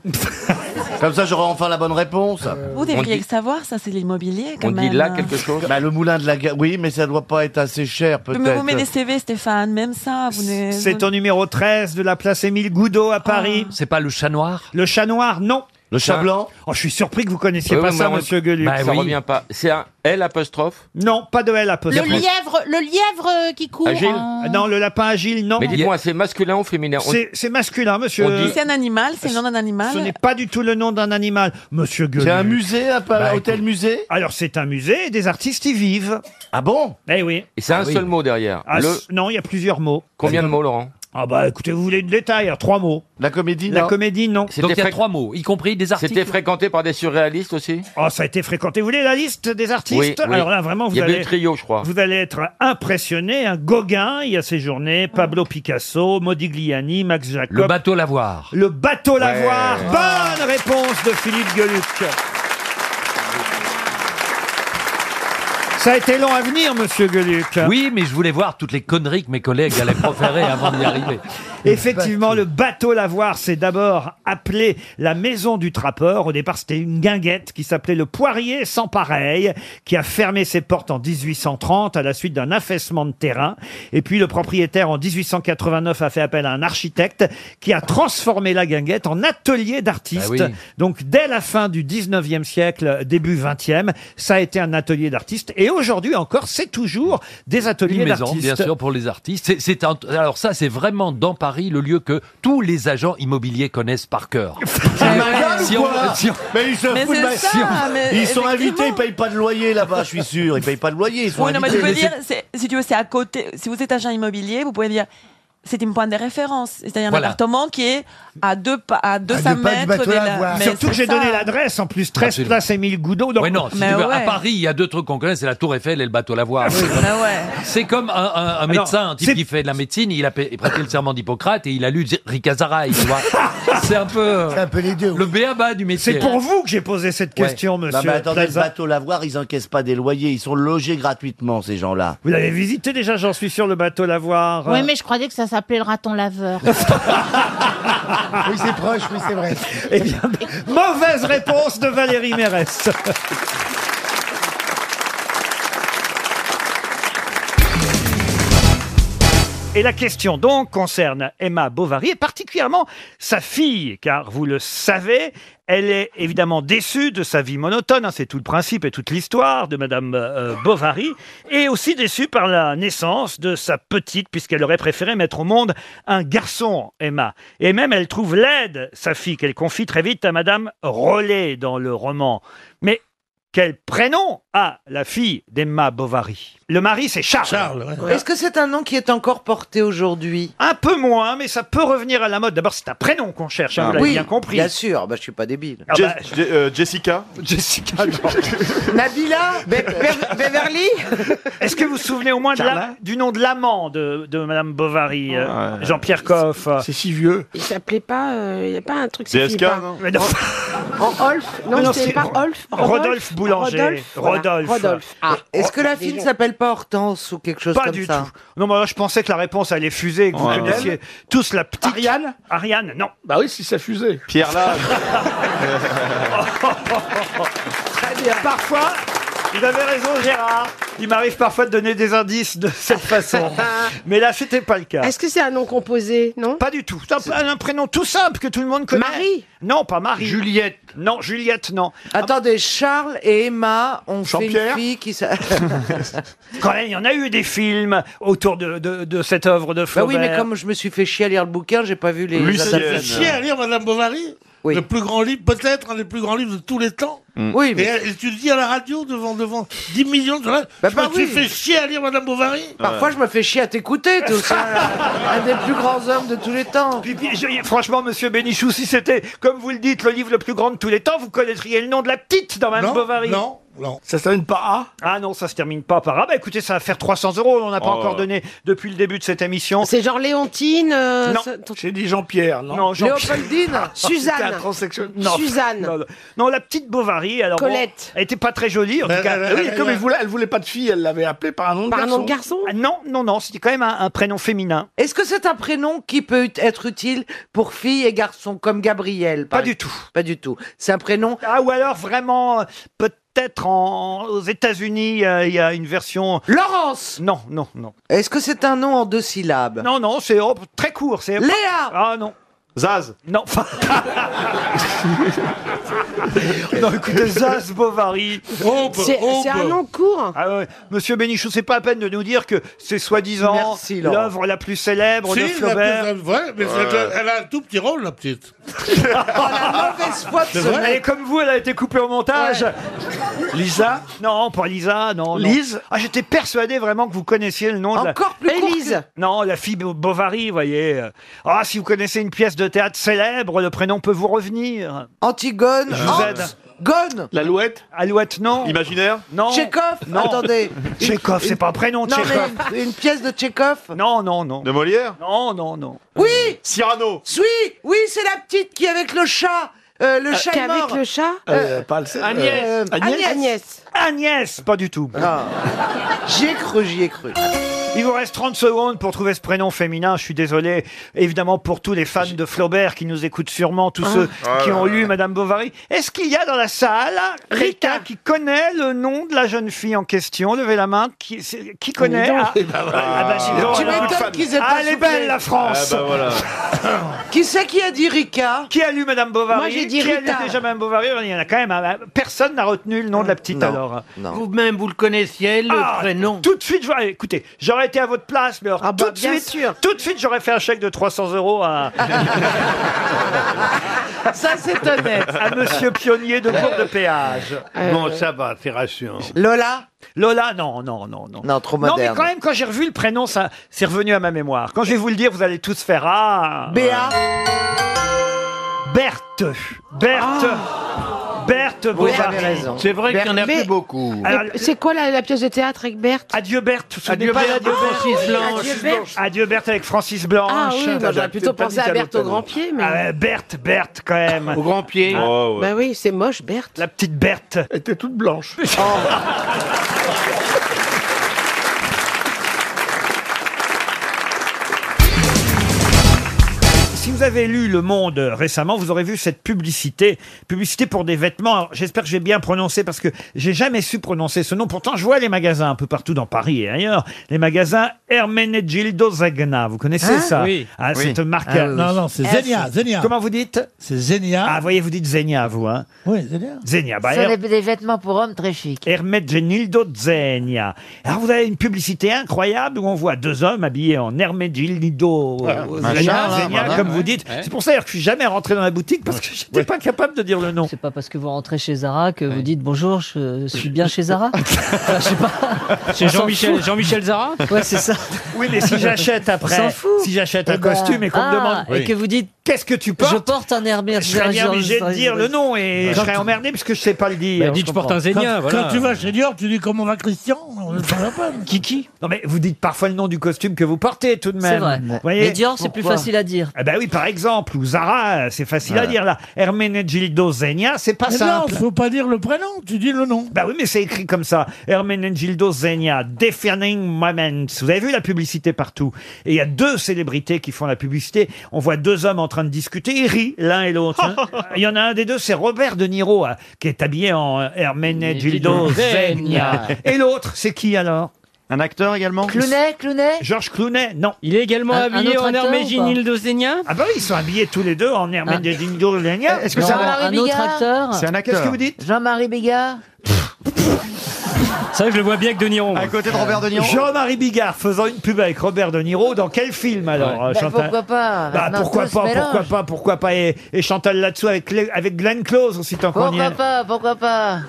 Comme ça, j'aurai enfin la bonne réponse. Euh, Vous devriez le savoir, ça c'est l'immobilier quand même. chose Le moulin de la gare, oui, mais ça doit pas être assez cher, peut-être. Mais vous mettez CV, Stéphane, même ça. Vous ne- C'est vous- au numéro 13 de la place Émile Goudot à Paris. Ah. C'est pas le chat noir Le chat noir, non. Le chat blanc oh, Je suis surpris que vous connaissiez Oui, pas oui, ça, mais on- Bah, monsieur Gueluc. Bah ça revient pas. C'est un L apostrophe. Non, pas de L apostrophe. Le lièvre, le lièvre euh, qui court. Agile en- Non, le lapin agile, non. Mais dites-moi, c'est masculin ou féminin On- C'est c'est masculin, monsieur. On dit- C'est un animal, Ah, c'est non un animal. Ce n'est pas du tout le nom d'un animal, monsieur Gueluc. C'est un musée, un Bah, hôtel musée Alors c'est un musée et des artistes y vivent. Ah bon Eh oui. Et c'est un seul mot derrière. Ah, Le- s- Non, il y a plusieurs mots. Combien de mots, Laurent Ah bah écoutez, vous voulez de détails, alors, trois mots. La comédie La non. comédie, non. C'était fréqu- C'était fréquenté par des surréalistes aussi Oh, ça a été fréquenté. Vous voulez la liste des artistes Oui, oui. Alors là, vraiment, vous Il y allez... avait le trio, je crois. Vous allez être impressionné. Un Gauguin, il y a séjourné. Pablo Picasso, Modigliani, Max Jacob. Le bateau Lavoir. Le bateau Lavoir. Bonne réponse de Philippe Gueluc. Ça a été long à venir, monsieur Gueluc. Oui, mais je voulais voir toutes les conneries que mes collègues allaient proférer avant d'y arriver. Effectivement, le bateau Lavoir s'est d'abord appelé la maison du trappeur. Au départ, c'était une guinguette qui s'appelait le Poirier sans pareil, qui a fermé ses portes en 1830 à la suite d'un affaissement de terrain. Et puis, le propriétaire, en 1889, a fait appel à un architecte qui a transformé la guinguette en atelier d'artistes. Ah oui. Donc, dès la fin du 19e siècle, début 20e, ça a été un atelier d'artistes. Et aujourd'hui encore, c'est toujours des ateliers Une maison, d'artistes. bien sûr, pour les artistes. C'est- c'est un- alors ça, c'est vraiment dans Paris le lieu que tous les agents immobiliers connaissent par cœur. Si on- si on- Mais ils se Mais foutent c'est de ma- ça, si on- mais Ils sont effectivement. invités, ils payent pas de loyer là-bas, je suis sûr. Ils payent pas de loyer, ils sont Oui, non, mais invités. tu peux Mais dire, c'est- c'est- si tu veux, c'est à côté. Si vous êtes agent immobilier, vous pouvez dire. C'est une point de référence, c'est-à-dire Voilà. un appartement qui est à deux pa- à 200 deux pas du mètres Ah, de bateau à la. voir. mais Surtout que c'est j'ai donné ça. l'adresse en plus, 13 Absolument. place Émile Goudot. donc- Ah, Ouais, non, si Mais tu veux, à ouais. bah Paris, il y a deux trucs qu'on connaît, c'est la Tour Eiffel et le bateau Lavoir. C'est comme un, un- un médecin, un type qui fait de la médecine, il a pa- il a prêté le serment d'Hippocrate et il a lu Ricazaray, tu vois. C'est un peu. C'est un peu les deux. Le béaba du métier. C'est pour vous que j'ai posé cette Ouais. question, Bah, Non, monsieur. mais attendez, Plaza. le bateau Lavoir, ils encaissent pas des loyers, ils sont logés gratuitement, ces gens-là. Vous l'avez visité déjà, j'en suis sûr, le bateau Lavoir. Oui, mais je croyais que ça s'appelait le raton laveur. Oui, c'est proche, oui, c'est vrai. Eh bien, mauvaise réponse de Valérie Mérès. Et la question donc concerne Emma Bovary et particulièrement sa fille, car vous le savez, elle est évidemment déçue de sa vie monotone, hein, c'est tout le principe et toute l'histoire de Madame euh, Bovary, et aussi déçue par la naissance de sa petite, puisqu'elle aurait préféré mettre au monde un garçon, Emma. Et même elle trouve laide sa fille, qu'elle confie très vite à Madame Rollet dans le roman. Mais quel prénom a la fille d'Emma Bovary Le mari, c'est Charles. Est-ce que c'est un nom qui est encore porté aujourd'hui Un peu moins, mais ça peut revenir à la mode. D'abord, c'est un prénom qu'on cherche, hein, vous l'avez Ah oui, bien compris. Bien sûr, bah, je suis pas débile. Ah bah, Jessica Jessica, Nabila Be- Be- Beverly Est-ce que vous vous souvenez au moins de la- Carla du nom de l'amant de, de Madame Bovary, euh, Jean-Pierre Coff C'est si vieux. Il s'appelait pas. Il euh, n'y a pas un truc. DSK, s'appelait pas- non Mais non. En en Olf Non, Ah Mais non, c'était c'est pas Olf. Rodolphe, Rodolphe Boulanger. Rodolphe. voilà, Rodolphe. Rodolphe. Ah. Est-ce que la fille ne s'appelle pas Hortense ou quelque chose Pas comme du ça tout. Non, mais alors, je pensais que la réponse allait fuser, et que vous Ouais. connaissiez tous la petite. Ariane Ariane, non. Bah oui, si ça fusait. Pierre là. Très bien. Parfois, vous avez raison, Gérard. Il m'arrive parfois de donner des indices de cette façon. Mais là, c'était pas le cas. Est-ce que c'est un nom composé Non Pas du tout. C'est un, un prénom tout simple que tout le monde connaît. Marie Non, pas Marie. Juliette Non, Juliette, non. Attendez, Charles et Emma ont fait une Jean-Pierre fille qui s'a- Quand même, il y en a eu des films autour de, de- de cette œuvre de Bah oui, Flaubert. mais comme je me suis fait chier à lire le bouquin, j'ai pas vu les. Lucienne. les adaptations. Chier à lire Madame Bovary Le plus grand livre, peut-être un des plus grands livres de tous les temps. Mm. Oui, mais- et, et tu le dis à la radio devant devant 10 millions de gens. Bah, je bah me suis oui. fait chier à lire Madame Bovary. Parfois, je me fais chier à t'écouter, tout ça. un des plus grands hommes de tous les temps. Puis, puis, je- franchement, monsieur Bénichou, si c'était, comme vous le dites, le livre le plus grand de tous les temps, vous connaîtriez le nom de la petite dans Madame Non, Bovary. non, non. Euh, Ça se termine par A Ah non, ça se termine pas par A. Bah écoutez, ça va faire 300 euros, on n'en a pas Oh. encore donné depuis le début de cette émission. C'est genre Léontine euh, Non, ça- j'ai dit Jean-Pierre, non Non, Jean-Pierre. Léopoldine C'était un Suzanne transsexuel. Non. Suzanne Non, non. Non, la petite Bovary, alors. bon, Colette. elle était pas très jolie, en tout cas. Ah oui, comme elle voulait, elle voulait pas de fille, elle l'avait appelée par un nom de Par un garçon. nom de garçon. Ah, Non, non, non, c'était quand même un, un prénom féminin. Est-ce que c'est un prénom qui peut ut- être utile pour filles et garçons, comme Gabriel Pas du tout. Pas du tout. C'est un prénom. Ah, ou alors vraiment, euh, peut-être en- aux États-Unis, euh, il y a une version. Laurence Non, non, non. Est-ce que c'est un nom en deux syllabes Non, non, c'est oh, très court. C'est Léa Ah non. Zaz Non. non, écoutez, Zaz Bovary. C'est c'est un nom court Ah ouais. Monsieur Bénichou, c'est pas à peine de nous dire que c'est soi-disant Merci, Laurent. l'œuvre la plus célèbre de Si, la Flaubert. petite- ouais, mais c'est- Ouais. elle a un tout petit rôle, la petite. la mauvaise foi de C'est ce vrai. mec. Et comme vous, elle a été coupée au montage. Lisa Non, pas Lisa, non. non. Lise Ah, j'étais persuadé vraiment que vous connaissiez le nom de la... Encore plus court Élise. Non, la fille Bo- Bovary, vous voyez. Ah, si vous connaissez une pièce de théâtre célèbre, le prénom peut vous revenir. Antigone. Je vous Hans, aide. Gone. L'alouette Alouette, non. Imaginaire Non. Tchekhov Non. Attendez. Tchekhov, c'est pas un prénom, Non, Tchekhov. mais une, une pièce de Tchekhov Non, non, non. De Molière Non, non, non. Oui Cyrano Oui, oui, c'est la petite qui est avec le chat. Euh, le Euh, chat qui est est avec mort. le chat Euh, pas le seul. Euh, Agnès. Agnès. Ah. Agnès, pas du tout. J'y ai cru, j'y ai cru. Il vous reste 30 secondes pour trouver ce prénom féminin. Je suis désolé, évidemment, pour tous les fans de Flaubert qui nous écoutent sûrement, tous ceux Ah. qui Ah ont là lu Madame Bovary. Est-ce qu'il y a dans la salle Rita qui connaît le nom de la jeune fille en question Levez la main. Qui, c'est- qui connaît non. Ah, Eh ben voilà. ah bah, dis donc, Tu alors. m'étonnes qu'ils aient pas Ah, elle est soufflé. belle, la France Ah bah voilà. Qui c'est qui a dit Rika Qui a lu Madame Bovary Moi, j'ai dit Qui a Rita. lu déjà Madame Bovary Il y en a quand même. un- Personne n'a retenu le nom de la petite alors. Vous-même, vous le connaissiez, le Ah, prénom Tout de suite, j'aurais- écoutez, j'aurais été à votre place, mais alors, tout, de Ah bah, bien suite, tout de suite, j'aurais fait un chèque de 300 euros à. Ça, c'est honnête. Euh, À Monsieur Pionnier de Cour de Péage. Euh, Bon, ça va, c'est rassurant. Lola Lola, non, non, non, non. Non, trop Non, mais moderne. quand même, quand j'ai revu le prénom, ça, c'est revenu à ma mémoire. Quand je vais vous le dire, vous allez tous faire Ah Béa Berthe Berthe Ah. Berthe Bovary. C'est vrai qu'il y en a plus beaucoup. Alors, C'est quoi la, la pièce de théâtre avec Berthe Adieu Berthe, ce n'est Adieu pas Berthe, l'adieu ah Berthe. oui, Francis Blanche. Adieu Berthe. Adieu Berthe avec Francis Blanche. Ah oui, moi, j'aurais plutôt pensé à Berthe au Grand-Pied, mais- Ah ouais, Berthe, Berthe quand même. Au grand pied. Bah oui, c'est moche, Berthe. La petite Berthe. Ah, Elle était toute blanche. Si vous avez lu Le Monde récemment, vous aurez vu cette publicité, publicité pour des vêtements. Alors, J'espère que j'ai bien prononcé parce que j'ai jamais su prononcer ce nom. Pourtant, je vois les magasins un peu partout dans Paris et ailleurs. Les magasins Hermenegildo Zegna. Vous connaissez Hein ça Oui. Ah, Oui. cette marque. Ah oui. Non, non, c'est Zegna, Ah, c'est- Zegna. Comment vous dites C'est Zegna. Ah, voyez, vous dites Zegna, vous. Hein Oui, c'est bien. Zegna. Bah, Ce sont Her- des, des vêtements pour hommes très chics. Hermet Genildo Zegna. Alors vous avez une publicité incroyable où on voit deux hommes habillés en Hermet Genildo Ah, euh, machin, Zegna, là, Zegna, voilà, comme ouais. vous dites. Ouais. C'est pour ça d'ailleurs, que je suis jamais rentré dans la boutique parce que j'étais pas capable de dire le nom. C'est pas parce que vous rentrez chez Zara que vous dites bonjour, je suis bien chez Zara. Enfin, je sais pas. Chez On s'en Jean-Michel- fout. Jean-Michel Zara Ouais, c'est ça. Oui, mais si j'achète On après, s'en fout. si j'achète un Eh ben, costume et qu'on me ah, demande, Et que vous dites qu'est-ce que tu portes Je porte un Hermès. je serais bien obligé de dire le nom et je serais emmerdé parce que je sais pas le dire. Bah, dites, je porte un Zegna, Quand- voilà. quand Quand tu vas chez Dior, tu dis comment va Christian On ne parle pas. Kiki Non mais vous dites parfois le nom du costume que vous portez tout de même. C'est vrai. Vous voyez Mais Dior, c'est plus Pourquoi facile à dire. Ah bah oui, par exemple, ou Zara, euh, c'est facile à Ouais. dire là. Hermenegildo Zegna, c'est pas Mais non, simple. faut pas dire le prénom, tu dis le nom. Bah oui, mais c'est écrit comme ça. Hermenegildo Zegna, Defining Moments. Vous avez vu la publicité partout. Et il y a deux célébrités qui font la publicité. On voit deux hommes en train de discuter. Ils rient l'un et l'autre. hein. Il y en a un des deux, c'est Robert De Niro, hein, qui est habillé en euh, Hermenegildo Zegna. Et l'autre, c'est qui alors un acteur également Clounet, Clounet Georges Clounet, non. Il est également Un- un habillé autre en acteur ou Herméginildo Zegna Ah bah oui, ils sont habillés tous les deux en Herméginildo Zegna. Est-ce que c'est un- Jean-Marie un autre Bigard acteur C'est un acteur. Qu'est-ce que vous dites Jean-Marie Bigard C'est vrai que je le vois bien avec De Niro. À côté de Robert De Niro Jean-Marie Bigard faisant une pub avec Robert De Niro, dans quel film alors, euh, Bah, Chantal Pourquoi pas Bah, Maintenant, pourquoi tout se pas, pourquoi mélange. pas, pourquoi pas, et, et Chantal là-dessous avec, Clé- avec Glenn Close aussi tant qu'on y Pourquoi est. pas Pourquoi pas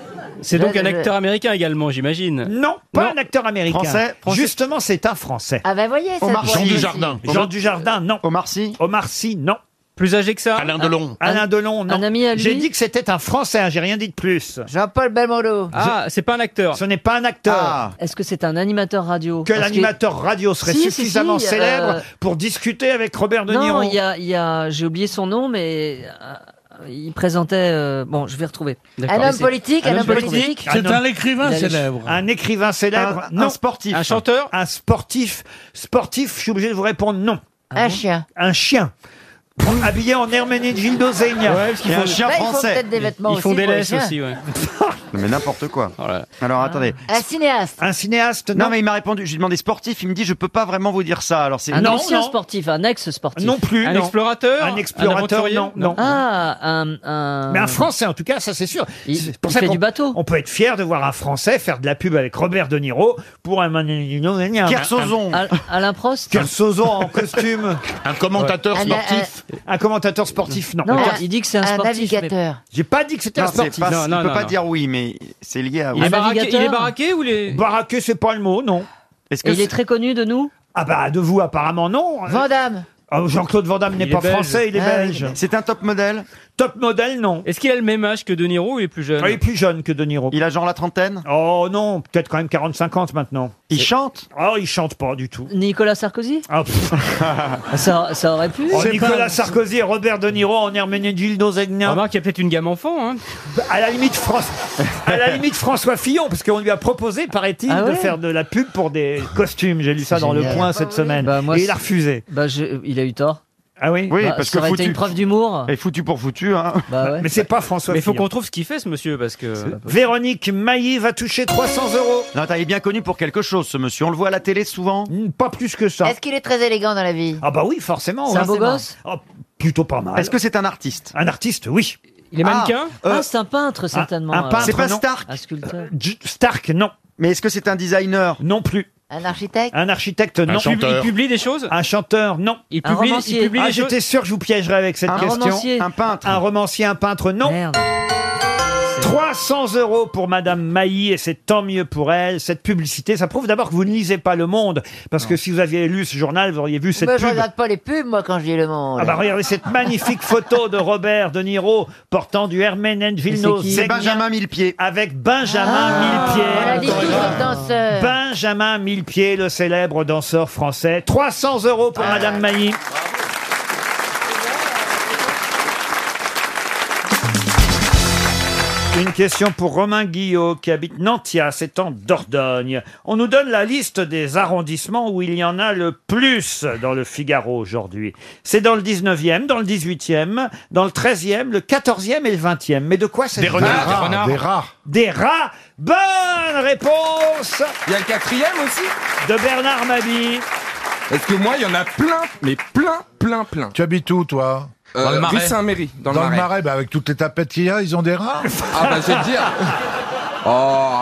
C'est donc un acteur américain américain également, j'imagine. Non, pas un acteur américain. Français, français. Justement, c'est un français. Ah bah voyez, ça Omar pourrait Sy. être- Jean Dujardin, non. Omar Sy. Omar Sy, non. Plus âgé que ça Alain Delon. Alain Delon, non. Un ami à lui J'ai dit que c'était un français, hein, j'ai rien dit de plus. Jean-Paul Belmondo. Ah, c'est pas un acteur. Ce n'est pas un acteur. Est-ce que c'est un animateur radio Ah. Que Parce l'animateur radio serait Si, si, suffisamment si, euh, célèbre pour discuter avec Robert De Non, Niro. il y a, il y a- j'ai oublié son nom, mais euh, il présentait. euh, bon, je vais retrouver. Un homme politique, un homme politique. Ah non. Il a les- Un écrivain célèbre. Un- un non. sportif. Un chanteur. Un sportif. Sportif, je suis obligé de vous répondre non. Un chien. Un Ah chien. Habillé en Herménegildo Zegna. Ouais, parce qu'ils Et font- un chien Bah, ils font peut-être des vêtements aussi. pour les chiens. Mais n'importe quoi. Alors Ah. attendez. Un cinéaste. Un cinéaste Non, mais il m'a répondu. Je lui ai demandé sportif. Il me dit je peux pas vraiment vous dire ça. Alors c'est Un ancien sportif, un ex-sportif. Non plus, Un non. explorateur Un explorateur, aventurier non, non. Ah, un, un- Mais un Français, en tout cas, ça c'est sûr. C'est il fait qu'on- du bateau. On peut être fier de voir un Français faire de la pub avec Robert De Niro pour un Herménegildo Zegna. Al- Alain Prost. Kersozon en costume. Un commentateur Un- sportif. Un commentateur sportif, non. Non, il dit que c'est un sportif, navigateur. J'ai pas dit que c'était un sportif. Pas, il peut pas dire oui, mais c'est lié à. Il est baraqué- il est baraqué ou les Baraqué, c'est pas le mot, non. Est-ce que Et il est c'est- très connu de nous Ah bah de vous apparemment non. Vandame. Oh, Jean-Claude Van Damme n'est Il est pas belge. français, il est Ah oui. belge. C'est un top modèle Top modèle, non. Est-ce qu'il a le même âge que De Niro ou il est plus jeune Il est plus jeune que De Niro. Il a genre la trentaine Oh non, peut-être quand même 40-50 maintenant. Il chante Oh, il chante pas du tout. Nicolas Sarkozy Ah, pff. ça, ça aurait pu. Ah. Oh, Nicolas Sarkozy et Robert De Niro en Hermenegildo Zegna. Bah, Remarque, Ah, il y a peut-être une gamme enfant. Hein. À la limite, France... à la limite François Fillon, parce qu'on lui a proposé, paraît-il, Ah de ouais faire de la pub pour des costumes. J'ai lu ça dans Le Génial. Point cette semaine. Bah, moi, et il a c'est- refusé. Bah, je- il a eu tort. Ah oui Bah, ça aurait été une preuve d'humour. Bah Et foutu pour foutu, hein. Mais c'est pas François Mais il faut Fillon. qu'on trouve ce qu'il fait, ce monsieur, parce que. Véronique Mailly va toucher 300 euros. Non, attends, il est bien connu pour quelque chose, ce monsieur. On le voit à la télé souvent. Pas plus que ça. Est-ce qu'il est très élégant dans la vie Ah bah oui, forcément. C'est un oui. beau gosse Oh, Plutôt pas mal. Est-ce que c'est un artiste Un artiste, oui. Il est mannequin Ah, c'est un peintre, certainement. un euh, peintre, C'est pas non. Euh, Stark Un sculpteur. J- Stark, non. Mais est-ce que c'est un designer Non plus. Un architecte Un architecte, non. Il publie des choses Un chanteur, non. Il Un publie- il romancier. publie ah, des j'étais sûr que je vous piégerais avec cette Un question. romancier. Un peintre. Un romancier, un peintre, non. 300 euros pour Madame Mailly et c'est tant mieux pour elle. Cette publicité, ça prouve d'abord que vous ne lisez pas Le Monde. Parce que si vous aviez lu ce journal, vous auriez vu cette Moi, Eh ben, je pub. regarde pas les pubs, moi, quand je lis le monde. Ah bah regardez cette magnifique photo de Robert De Niro portant du Hermenegildo Mais c'est qui C'est Benjamin Ah. Millepied. Avec Benjamin Voilà, Millepied. les autres danseurs. Benjamin Millepied, le célèbre danseur français. 300 euros pour Madame Mailly. Une question pour Romain Guillot qui habite Nantia, c'est en Dordogne. On nous donne la liste des arrondissements où il y en a le plus dans le Figaro aujourd'hui. C'est dans le 19e, dans le 18e, dans le 13e, le 14e et le 20e. Mais de quoi s'agit-il Des rares. Des rats. Bonne réponse Il y a le quatrième aussi De Bernard Mabie. Est-ce que moi, il y en a plein, mais plein, plein, plein. Tu habites où, toi Euh, Dans le Marais. rue Saint-Méry, dans le Marais. bah, avec toutes les tapettes qu'il y a, ils ont des rats. Ah bah, je vais te dire. Oh,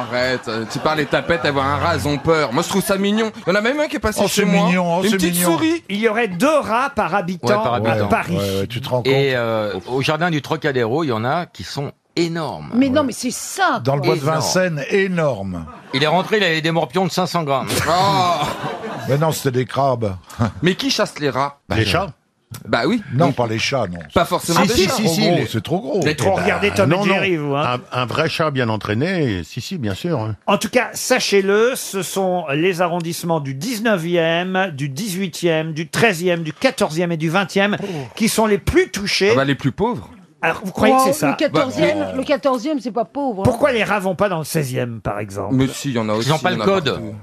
arrête. euh, Tu parles des tapettes, avoir un rat, elles ont peur. Moi, je trouve ça mignon. Il y en a même un qui est Ah, passé Oh, chez c'est moi. mignon, oh, Une c'est petite mignon. souris. Il y aurait deux rats par habitant, Ouais, par habitant. à Paris. Ouais, ouais, tu te rends compte. Et euh, au jardin du Trocadéro, il y en a qui sont énormes. Mais non, mais c'est ça. Dans le quoi. bois de Vincennes, énorme. Il est rentré, il avait des morpions de 500 grammes. Mais non, c'était des crabes. Oh. Mais qui chasse les rats les chats Bah oui. Non, pas les chats, non. Pas forcément Si, des si, chats. si, si, les- c'est trop gros. Les trop Eh ben, regardez Tom non, et Jerry, non. vous. hein. Un, un vrai chat bien entraîné, si, si, bien sûr. hein. En tout cas, sachez-le, ce sont les arrondissements du 19e, du 18e, du 13e, du 14e et du 20e qui sont les plus touchés. Ah bah, les plus pauvres. Alors, vous croyez que c'est ça Oh, Bah, Le 14e, le 14e, c'est pas pauvre. hein. Pourquoi les rats vont pas dans le 16e, par exemple Mais si, il y en a aussi. Ils n'ont pas il y le en a code. partout.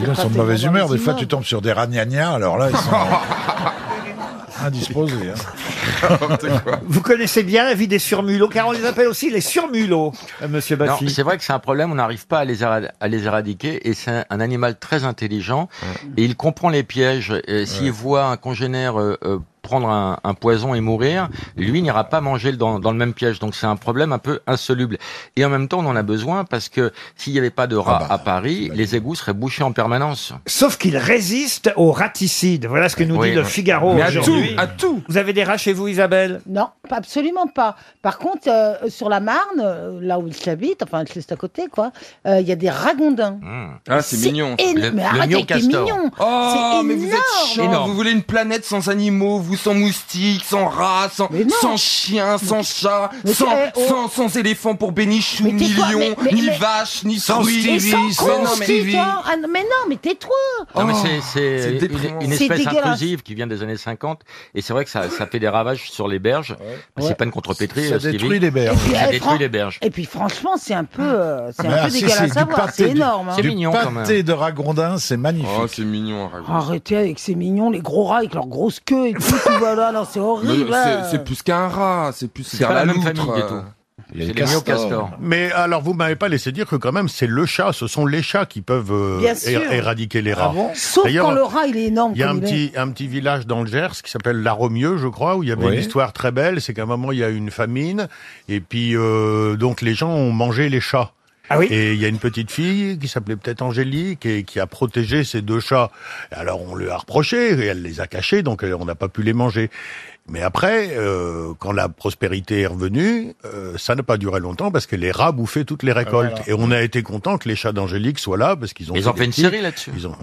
Ils Bah, sont de mauvaise humeur. Des fois, tu tombes sur des ragnagnas, alors là, ils sont indisposés. hein. Vous connaissez bien la vie des surmulots, car on les appelle aussi les surmulots, euh, monsieur Non, Baffi. c'est vrai que c'est un problème, on n'arrive pas à les, éra- à les éradiquer et c'est un, un animal très intelligent et il comprend les pièges. Et S'il voit un congénère euh, euh, prendre un, un poison et mourir, lui il n'ira pas manger dans, dans le même piège. Donc c'est un problème un peu insoluble. Et en même temps, on en a besoin parce que s'il n'y avait pas de rats à Paris, les égouts seraient bouchés en permanence. Sauf qu'ils résistent aux raticides. Voilà ce que nous Oui, dit le oui. Figaro Mais à aujourd'hui. tout, à tout. Vous avez des rats chez vous, Isabelle Non, pas- absolument pas. Par contre, euh, sur la Marne, euh, là où j'habite, enfin juste à côté, quoi, euh, il y a des ragondins. Hmm. Ah, c'est mignon. éno- Le- mais le arrête mion avec tes castor. mignons. Oh, C'est mais vous êtes énorme. chiant. Énorme. Vous voulez une planète sans animaux, vous sans moustiques, sans rats, sans, sans chiens, sans chats, Mais sans, t'es- oh. sans, sans éléphants pour bénichou, Mais ni tais-toi, lion, mais- mais- ni mais- vache, ni Sans souris. Mais sans Mais non, mais- Stevie. toi. Ah, non, mais non, mais tais-toi. Non, mais Oh, c'est- c'est c'est déprimant. une, une C'est espèce dégueulasse. intrusive qui vient des années 50 et c'est vrai que ça, ça fait des ravages sur les berges. Mais Ouais. C'est pas une contrepétrie. Ça euh, Stevie. détruit les berges. Et puis, Ça eh, détruit Fran- les berges. Et puis franchement, c'est un peu, euh, c'est Mais un ah, peu si, dégueulasse du à voir. pâté, C'est du- énorme. hein. du mignon, quand même. pâté de ragondin, c'est magnifique. Oh, c'est mignon, arrête. Arrêtez avec ces mignons, les gros rats avec leurs grosses queues et tout. tout, voilà, non, c'est horrible. Mais hein. c'est- C'est plus qu'un rat, c'est plus C'est vers pas la même loutre, famille du euh. tout. y a C'est les les mieux castors. castors. Mais alors, vous m'avez pas laissé dire que quand même, c'est le chat, ce sont les chats qui peuvent euh, Bien é- sûr. Ah éradiquer les rats. Sauf D'ailleurs, quand le rat, il est énorme. Il y a un comme petit, un petit village dans le Gers qui s'appelle La Romieux, je crois, où il y avait Oui. une histoire très belle. C'est qu'à un moment, il y a eu une famine. Et puis, euh, donc, les gens ont mangé les chats. Ah oui et il y a une petite fille qui s'appelait peut-être Angélique et qui a protégé ces deux chats. Alors on lui a reproché et elle les a cachés, donc euh, on n'a pas pu les manger. Mais après, euh, quand la prospérité est revenue, euh, ça n'a pas duré longtemps parce que les rats bouffaient toutes les récoltes. Et on a été content que les chats d'Angélique soient là parce qu'ils ont. Ils fait ont des fait une petits. série là-dessus. Ils ont.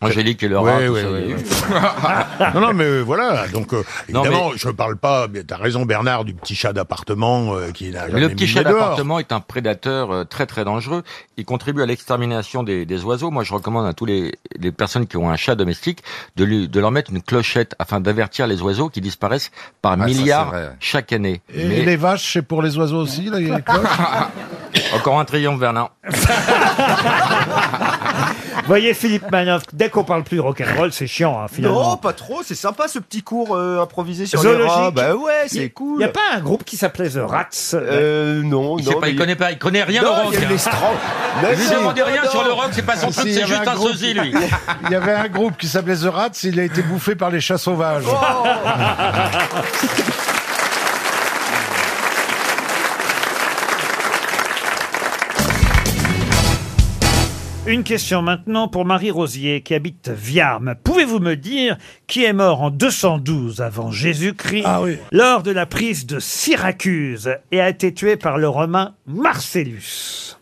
Angélique et Laura. Ouais, tout ouais, ça, ouais, oui. ouais. non, non, mais euh, voilà. Donc, euh, Non, évidemment, mais- je parle pas. mais T'as raison, Bernard, du petit chat d'appartement euh, qui Ah, n'a jamais Le petit mis chat le nez dehors. d'appartement est un prédateur euh, très très dangereux. Il contribue à l'extermination des, des oiseaux. Moi, je recommande à tous les, les personnes qui ont un chat domestique de, lui, de leur mettre une clochette afin d'avertir les oiseaux qui disparaissent par ça, milliards c'est vrai. chaque année. Et Mais les vaches, c'est pour les oiseaux aussi, là, il y a les cloches encore un triomphe, Bernard. Vous voyez, Philippe Manoff, dès qu'on parle plus rock'n'roll, c'est chiant, hein, Non, finalement. pas trop, c'est sympa ce petit cours euh, improvisé sur les Zoologique. rats. Bah ouais, c'est Y- cool. Y a pas un groupe qui s'appelait The Rats Euh, non, Il sait non, pas, mais il connaît pas, il connaît rien Non, au rock. il y a eu hein. les Oh, Strokes. Mais Lui si. demandez rien Non. sur le rock, c'est pas son Ah, truc, si, il y c'est avait juste un groupe- sosie, lui. Il y avait un groupe qui s'appelait The Rats, il a été bouffé par les chats sauvages. Oh. Une question maintenant pour Marie Rosier qui habite Viarme. Pouvez-vous me dire qui est mort en 212 avant Jésus-Christ lors de la prise de Syracuse et a été tué par le Romain Marcellus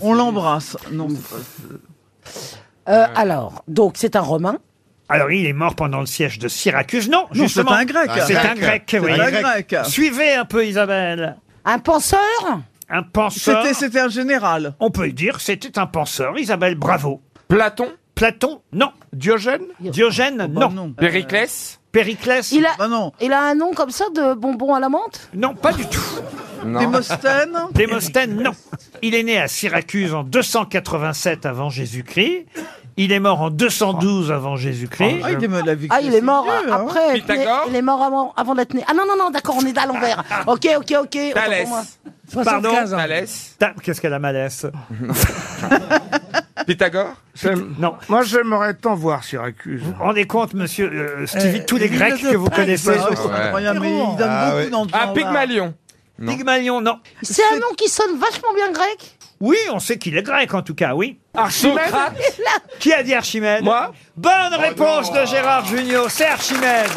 On l'embrasse. Non, c'est pas... Euh, alors, donc c'est un Romain. Alors il est mort pendant le siège de Syracuse. Non, Non, justement. c'est un Grec. C'est Un un Grec. grec. oui. C'est un Grec. Suivez un peu Isabelle. Un penseur Un penseur. C'était- un général. On peut le dire, c'était un penseur. Isabelle, bravo. Platon Platon, non. Diogène Diogène, non. Périclès Périclès Ah Il a, il a un nom comme ça de bonbon à la menthe Non, pas du tout. Démosthène Démosthène, non. Il est né à Syracuse en 287 avant Jésus-Christ. Il est mort en 212 avant Jésus-Christ. Ah, il est mort de la vie Ah, il est mort Jésus, hein. après. Il est, Pythagore il est mort avant, avant d'être né. Ah non, non, non, d'accord, on est à l'envers. Ok, ok, ok. autant pour Thalès. moi. Pardon 75 ans. Ta- Qu'est-ce qu'elle a malaise Pythagore Non. Moi, j'aimerais tant voir Syracuse. Vous vous rendez compte, monsieur euh, Stevie, Eh, tous les Grecs que vous connaissez hein, hein. Ah, ouais. Ah, Pygmalion. Non. Pygmalion, non. C'est un nom qui sonne vachement bien grec. Oui, on sait qu'il est grec en tout cas, oui. Archimède Socrate Qui a dit Archimède Moi Bonne réponse de Gérard Junior, c'est Archimède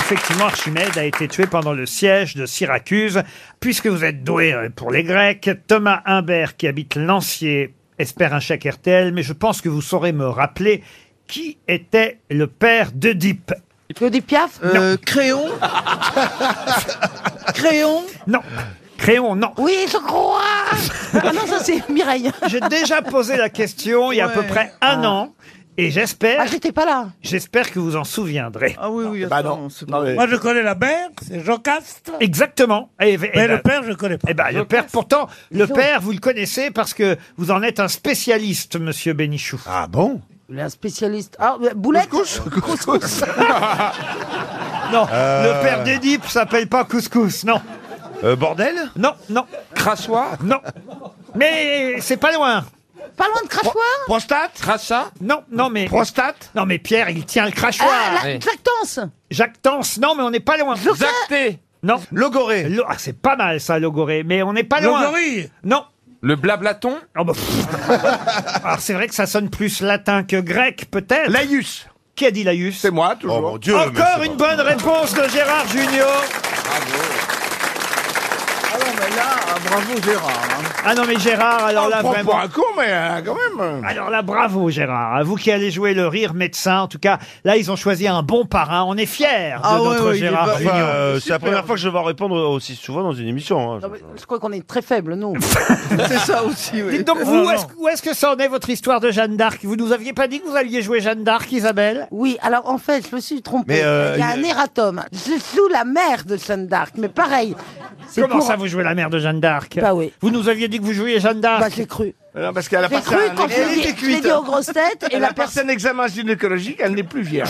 Effectivement, Archimède a été tué pendant le siège de Syracuse. Puisque vous êtes doué euh, pour les Grecs, Thomas Humbert, qui habite Lancier, espère un chèque RTL, mais je pense que vous saurez me rappeler qui était le père d'Oedipe. Oedipe Piaf Créon Créon Non. Créon, non. Oui, je crois Ah non, ça c'est Mireille. J'ai déjà posé la question il y a à peu Ouais. près un Ah. an. Et j'espère. Ah, j'étais pas là. J'espère que vous en souviendrez. Ah oui, oui, Bah attends, non. c'est Non, pas- mais- Moi, je connais la mère, c'est Jocaste. Exactement. Et, mais le père, je connais pas. Eh ben, le père, pourtant, le père, vous le connaissez parce que vous en êtes un spécialiste, monsieur Bénichou. Ah bon Il est un spécialiste. Ah, euh, boulette Couscous. Non, Euh. le père d'Édipe s'appelle pas Couscous, non. bordel Non, non. Crassoir Non. Mais c'est pas loin. Pas loin de crachoir Prostate Crachat Non, non mais... Prostate Non mais Pierre, il tient le crachoir. Ah, la lactance Jactance, non, mais on n'est pas loin. Jacté. Non. Logoré. ah, c'est pas mal ça, Logoré, mais on n'est pas loin. Logoré. Non. Le blablaton Oh, bah, pff. Alors c'est vrai que ça sonne plus latin que grec, peut-être. Laïus. Qui a dit Laïus C'est moi, toujours. Oh, mon Dieu, mais Encore c'est une bonne réponse de Gérard Junior. Ah non, mais là, ah, bravo Gérard. hein. Ah non, mais Gérard, alors là, vraiment. pour un con, mais euh, quand même. Alors là, bravo Gérard, à vous qui allez jouer le rire médecin. En tout cas, là, ils ont choisi un bon parrain. On est fiers de Ah notre Gérard Enfin, Junior. euh, c'est la Super. première fois que je vais en répondre aussi souvent dans une émission. hein. Non, mais Je crois qu'on est très faible, nous. C'est ça aussi, oui. Dites donc, Non, vous, non. est-ce, où est-ce que ça en est votre histoire de Jeanne d'Arc Vous nous aviez pas dit que vous alliez jouer Jeanne d'Arc, Isabelle Oui, alors en fait, je me suis trompée. Mais, euh, il y a un il- erratum. Je joue la mère de Jeanne d'Arc, mais pareil. C'est Comment pour- ça, vous jouez la mère de Jeanne d'Arc Bah oui. Vous nous aviez dit que vous jouiez Jeanne d'Arc Bah j'ai cru. Non, parce qu'elle a J'ai passé cru un quand je examen- l'ai dit- je l'ai dit hein. aux grosses têtes et Elle la a passé un examen gynécologique, elle n'est plus vierge.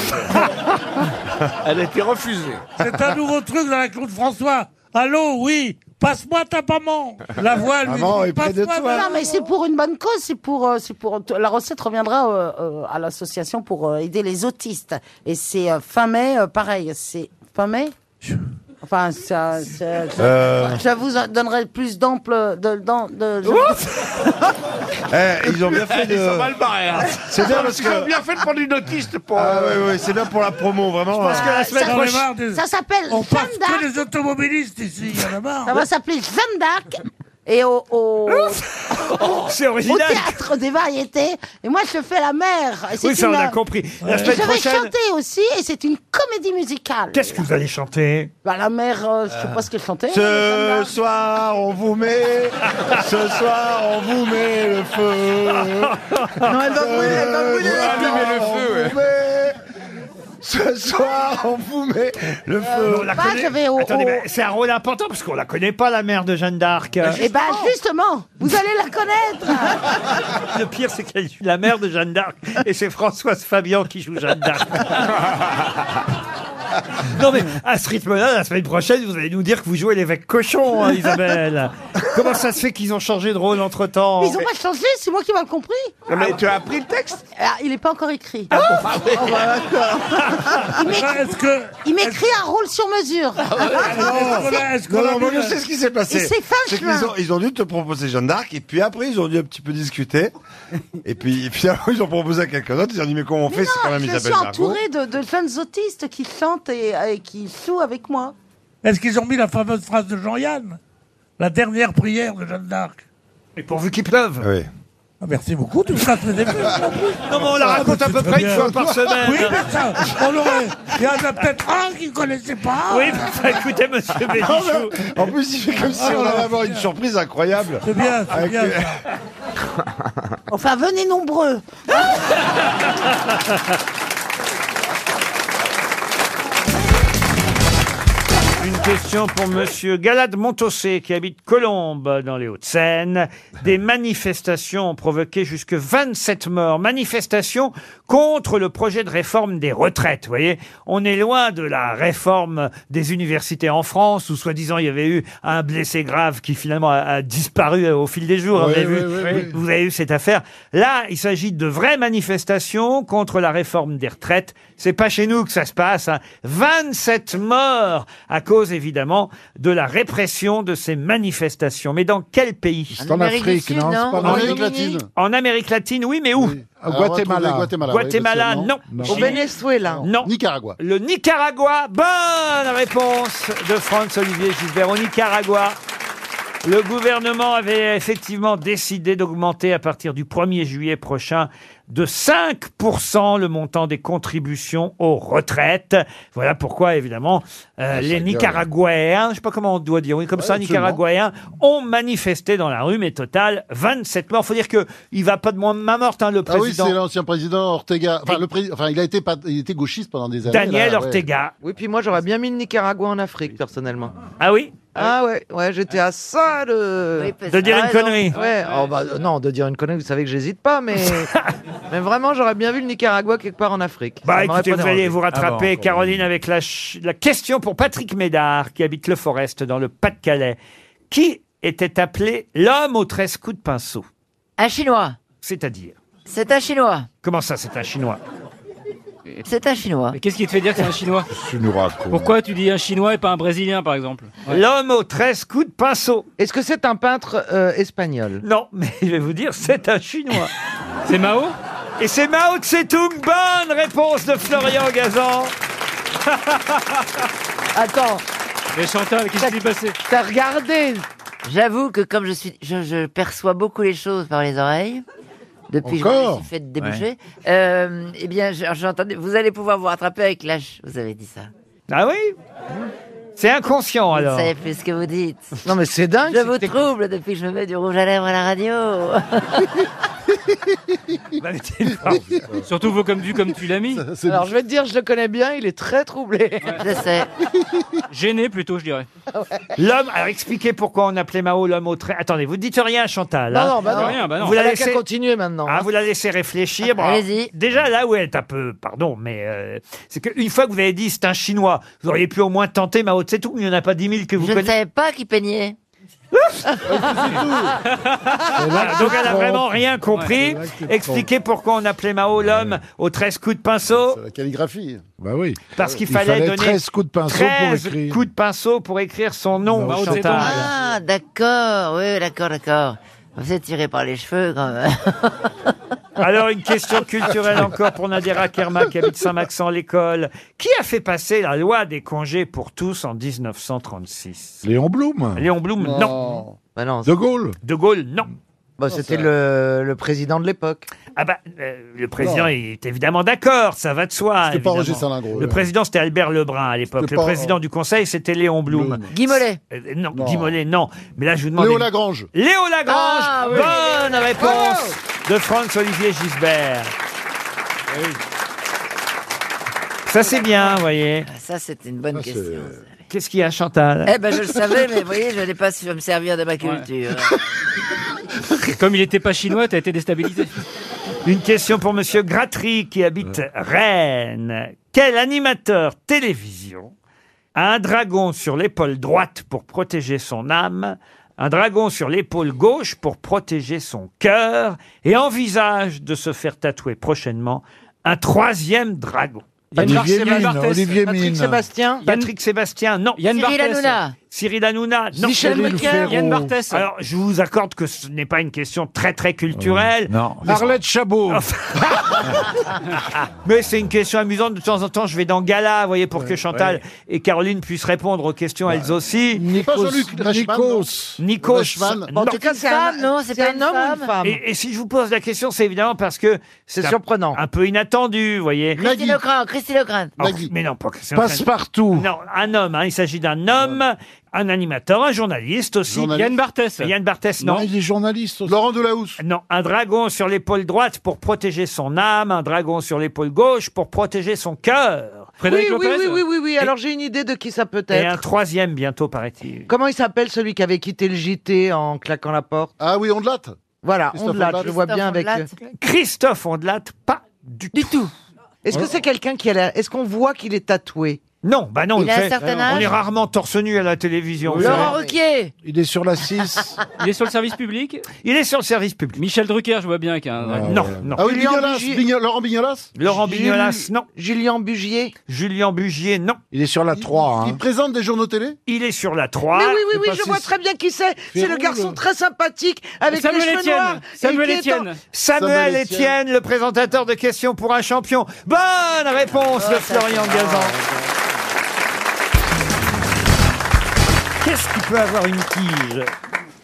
elle a été refusée. C'est un nouveau truc dans la Claude François. Allô, oui, passe-moi ta maman. La voix, lui, dit, passe-moi ta Non, mais c'est pour une bonne cause. C'est pour, euh, c'est pour. La recette reviendra euh, euh, à l'association pour euh, aider les autistes. Et c'est euh, fin mai, euh, pareil. C'est fin mai. Enfin, ça, ça- ça- Euh. je vous donnerai plus d'ample de, d'am- de, de- Eh, ils ont bien fait de. Ils sont mal barrés. hein. C'est bien parce Ils ont que. bien fait de prendre une autiste pour. euh, Ah ouais, ouais, c'est bien pour la promo, vraiment. hein. pense que la semaine J'en ai prochaine- marre des- Ça s'appelle On Jeanne passe d'Arc. que les automobilistes ici, il y en a marre. Ça va s'appeler Jeanne d'Arc. et au, au- Oh, Oh, C'est original. au théâtre des variétés. Et moi, je fais la mère. Et c'est Oui, ça, une- on a compris. La Je semaine vais prochaine- chanter aussi, et c'est une comédie musicale. Qu'est-ce que vous allez chanter Bah, la mère, euh, je sais pas ce qu'elle chantait. hein, Ce soir, on vous met. Ce soir, on vous met le feu. Non, elle va brûler, elle va brûler. Allumez le feu, On Ce soir, on vous met le feu. moi, je vais Bah, au- Attendez, au- mais c'est un rôle important parce qu'on la connaît pas, la mère de Jeanne d'Arc. Et ben justement, vous allez la connaître. Le pire, c'est qu'elle joue la mère de Jeanne d'Arc et c'est Françoise Fabian qui joue Jeanne d'Arc. Non mais à ce rythme-là, la semaine prochaine, vous allez nous dire que vous jouez l'évêque cochon, hein, Isabelle. Comment ça se fait qu'ils ont changé de rôle entre-temps Mais ils ont pas changé, c'est moi qui mal compris. Non, mais tu as appris le texte Il n'est pas encore écrit. Ah oui. Oh, bah, d'accord. Il Ah, m'écrit- Il m'écrit un rôle sur mesure. Ah, Non, non, moi, je sais ce qui s'est Et passé. c'est fin, C'est qu'ils ont, ils ont dû te proposer Jeanne d'Arc, et puis après, ils ont dû un petit peu discuter. Et puis, et puis, ils ont proposé à quelqu'un d'autre, ils ont dit, mais comment on fait, c'est quand même je Isabelle suis Margot. entourée de, de jeunes autistes qui chantent et, et qui jouent avec moi. Est-ce qu'ils ont mis la fameuse phrase de Jean-Yann La dernière prière de Jeanne d'Arc. Ah, Et pourvu qu'il pleuve. Oui. merci beaucoup, tu me seras très ému. Non, mais on la raconte à peu près une fois par semaine. Oui, mais ça, on l'aurait. Il y en a peut-être un qui ne connaissait pas. Oui, bah, écoutez, monsieur Ah, Bénichou. Ah, En plus, il fait comme si on allait avoir une surprise incroyable. Ah, C'est bien, c'est Avec- bien. Ah Enfin, venez nombreux. Une question pour Monsieur Galad Montossé qui habite Colombes dans les Hauts-de-Seine. Des manifestations ont provoqué jusque 27 morts. Manifestations contre le projet de réforme des retraites. Vous voyez, on est loin de la réforme des universités en France où soi-disant il y avait eu un blessé grave qui finalement a, a disparu au fil des jours. Oui, vous, avez oui, vu, oui, oui. vous avez eu cette affaire. Là, il s'agit de vraies manifestations contre la réforme des retraites. C'est pas chez nous que ça se passe. hein. 27 morts à cause évidemment de la répression de ces manifestations. Mais dans quel pays C'est en En Amérique Afrique, du Sud, non C'est pas non en Amérique latine Ah, En Amérique latine, oui, mais où Au Alors, Guatemala. retrouver Guatemala, oui, Guatemala, bien sûr, non. non. Chili. Au Venezuela. Non. Nicaragua. Le Nicaragua. Bonne réponse de Franz-Olivier Gisbert au Nicaragua. Le gouvernement avait effectivement décidé d'augmenter à partir du 1er juillet prochain de 5% le montant des contributions aux retraites. Voilà pourquoi, évidemment, Ah, euh, les hein. gueule. Nicaraguayens, je ne sais pas comment on doit dire, oui, comme Ouais, ça, absolument. Nicaraguayens, ont manifesté dans la rue, mais total, 27 morts. faut dire qu'il ne va pas de moins de main morte, hein, le Ah oui, président. c'est l'ancien président Ortega. Enfin, le pré- enfin, il a été pas- il était gauchiste pendant des années. Daniel là, ouais. Ortega. Oui, puis moi j'aurais bien mis le Nicaragua en Afrique, personnellement. Ah oui Ah ouais, ouais, j'étais à ça de... parce- De dire une non. connerie. Ouais, oh, bah, euh, non, de dire une connerie, vous savez que j'hésite pas, mais... mais vraiment, j'aurais bien vu le Nicaragua quelque part en Afrique. Bah Ça m'aurait écoutez, pas vous allez dérangé. Ah vous rattraper, Caroline, avec la, ch- la question pour Patrick Médard, qui habite Le Forest, dans le Pas-de-Calais. Qui était appelé l'homme aux 13 coups de pinceau Un Chinois. C'est-à-dire C'est un Chinois. Comment ça, c'est un Chinois C'est un Chinois. Mais qu'est-ce qui te fait dire que c'est un Chinois Pourquoi tu dis un Chinois et pas un Brésilien, par exemple L'homme aux 13 coups de pinceau. Est-ce que c'est un peintre euh, espagnol Non, mais je vais vous dire, c'est un Chinois. c'est Mao Et c'est Mao Tse-Tung. Bonne réponse de Florian Gazan. Attends. Mais Chantal, qu'est-ce qui s'est passé T'as regardé J'avoue que comme je suis, je, je perçois beaucoup les choses par les oreilles. Depuis que je me Encore suis fait déboucher, euh, eh bien, j'ai j'ai entendu. Vous allez pouvoir vous rattraper avec l'âge. Vous avez dit ça. Ah oui C'est inconscient Vous ne alors. savez plus ce que vous dites. Non mais c'est dingue. Je vous trouble depuis que je mets du rouge à lèvres à la radio. Bah, Surtout vous comme du comme tu l'as mis. Alors je vais te dire, je le connais bien, il est très troublé. Je sais. Gêné plutôt, je dirais. L'homme, alors expliquez pourquoi on appelait Mao l'homme au trait. Attendez, vous dites rien, Chantal. hein Non, non, bah Ah, non. Rien, bah non. Vous la Elle a qu'à laissez continuer maintenant. Ah, vous la laissez réfléchir. Bon, alors, Allez-y. Déjà, là où elle est un peu, pardon, mais euh, c'est qu'une fois que vous avez dit c'est un chinois, vous auriez pu au moins tenter Mao Tse Tung. Il n'y en a pas 10 000 que vous Je ne connaissez. savais pas qui peignait. Ah, donc elle a vraiment rien compris. Ouais, c'est là que- Expliquez pourquoi on appelait Mao l'homme aux 13 coups de pinceau. La calligraphie. Bah oui. Parce qu'il Il fallait, fallait donner 13 coups de pinceau pour 13 écrire. coups de pinceau pour écrire son nom, Mao Bah, Chantal. Tse-Tung. Ah, d'accord. Oui, d'accord, d'accord. Vous êtes tiré par les cheveux quand même. Alors, une question culturelle encore pour Nadira Kerma, qui habite Saint-Maxent, l'école. Qui a fait passer la loi des congés pour tous en 1936 Léon Blum. Hein. Léon Blum, non. De Gaulle De Gaulle, non. Bah, c'était le, le président de l'époque. Ah bah, Le président est évidemment d'accord, ça va de soi. C'était pas évidemment. Roger Salingro, Le ouais. président, c'était Albert Lebrun à l'époque. C'était Le pas- président du conseil, c'était Léon Blum. Guy Mollet. Euh, Non, Guy Mollet, non. Mais là, je vous demande. Léo Lagrange. Léo Lagrange Ah, oui. Bonne réponse de Franz-Olivier Gisbert. Eh Ça, c'est bien, vous voyez. Ça, c'était une Ah, bonne question. Qu'est-ce qu'il y a, Chantal Eh ben, je le savais, mais vous voyez, je n'allais pas su- me servir de ma culture. Comme il n'était pas chinois, t'as été déstabilisé. Une question pour Monsieur Gratry qui habite Rennes. Quel animateur télévision a un dragon sur l'épaule droite pour protéger son âme, un dragon sur l'épaule gauche pour protéger son cœur et envisage de se faire tatouer prochainement un troisième dragon Olivier Mine, Olivier Mine. Patrick Sébastien, non. Yann Cyril Barthès. Hanouna. Cyril Hanouna, non. Michel Cyril Becker. Ferraud. Yann Barthès. Alors, je vous accorde que ce n'est pas une question très, très culturelle. non. Arlette Chabot. Mais c'est une question amusante. De temps en temps, je vais dans Gala, vous voyez, pour que Chantal et Caroline puissent répondre aux questions, elles aussi. Pas Jean-Luc Reichmann, non Bah, Nikos. Reichmann. Non. En tout cas, c'est un- Femme, non, c'est c'est pas un une homme ou une femme femme Et, et si je vous pose la question, c'est évidemment parce que c'est surprenant. Un peu inattendu, vous voyez. Christine O'Crane, Christine O'Crane. Oh, mais non, pas Christine O'Crane. Passepartout. Non, un homme. hein, il s'agit d'un homme, un animateur, un journaliste aussi. Journaliste. Yann Barthès. Yann Barthès, non. Non, il est journaliste aussi. Laurent Delahousse. Non, un dragon sur l'épaule droite pour protéger son âme, un dragon sur l'épaule gauche pour protéger son cœur. Oui, oui, oui, oui, oui, oui. Alors j'ai une idée de qui ça peut Et un être. troisième bientôt, paraît-il. Comment il s'appelle celui qui avait quitté le JT en claquant la porte Ah oui, Ondelat. Voilà, Christophe Ondelat, Ondelat. je le vois bien avec. Christophe euh, Christophe Ondelat, pas du, tout. Est-ce que Oh. c'est quelqu'un qui a l'air Est-ce qu'on voit qu'il est tatoué Non, bah non, Il a vous un savez, certain on âge est rarement torse nu à la télévision. vous savez. Ruquier Il est sur la 6. Il est sur le service public Il est sur le service public. Michel Drucker, je vois bien qu'il y a un dragon. Non, non. Ah oui, Bignolas, Bigno- Laurent Bignolas Laurent Jules- Bignolas, non. Julien Bugier Julien Bugier, non. Il est sur la 3. Il présente des journaux télé Il est sur la 3. Mais oui, oui, oui, je vois très bien qui c'est. C'est le Féroule. garçon très sympathique avec Samuel les cheveux Etienne. noirs. et Samuel qui est Etienne. en- Samuel Etienne, le présentateur de questions pour un champion. Bonne réponse Ah, de Florian Gazan. Ah, Qu'est-ce qui peut avoir une tige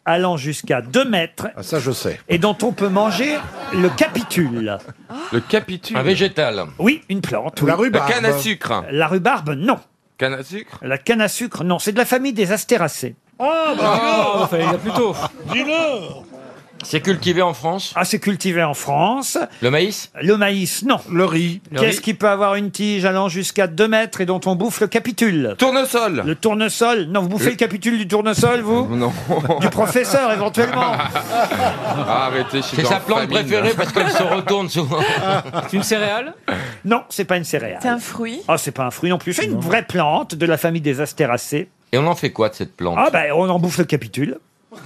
allant jusqu'à 2 mètres Ça, je sais. et dont on peut manger le capitule Le capitule. Un végétal. Oui, une plante. oui. La rhubarbe. La canne à sucre. La rhubarbe, non. Canne à sucre. La canne à sucre, non. C'est de la famille des astéracées. Oh, bah, fallait dire plus tôt. Ah dis-le C'est cultivé en France Ah, c'est cultivé en France. Le maïs Le maïs, non. Le riz. Le Qu'est-ce riz. qui peut avoir une tige allant jusqu'à 2 mètres et dont on bouffe le capitule Tournesol. Le tournesol Non, vous bouffez le, Le- capitule du tournesol, vous Non. Du professeur, éventuellement. Ah, Arrêtez, je suis C'est dans sa la plante famine. préférée parce qu'elle se retourne souvent. C'est une céréale Non, c'est pas une céréale. C'est un fruit Ah, c'est pas un fruit non plus. C'est une vraie plante de la famille des astéracées. Et on en fait quoi de cette plante Ah, ben, on en bouffe le capitule.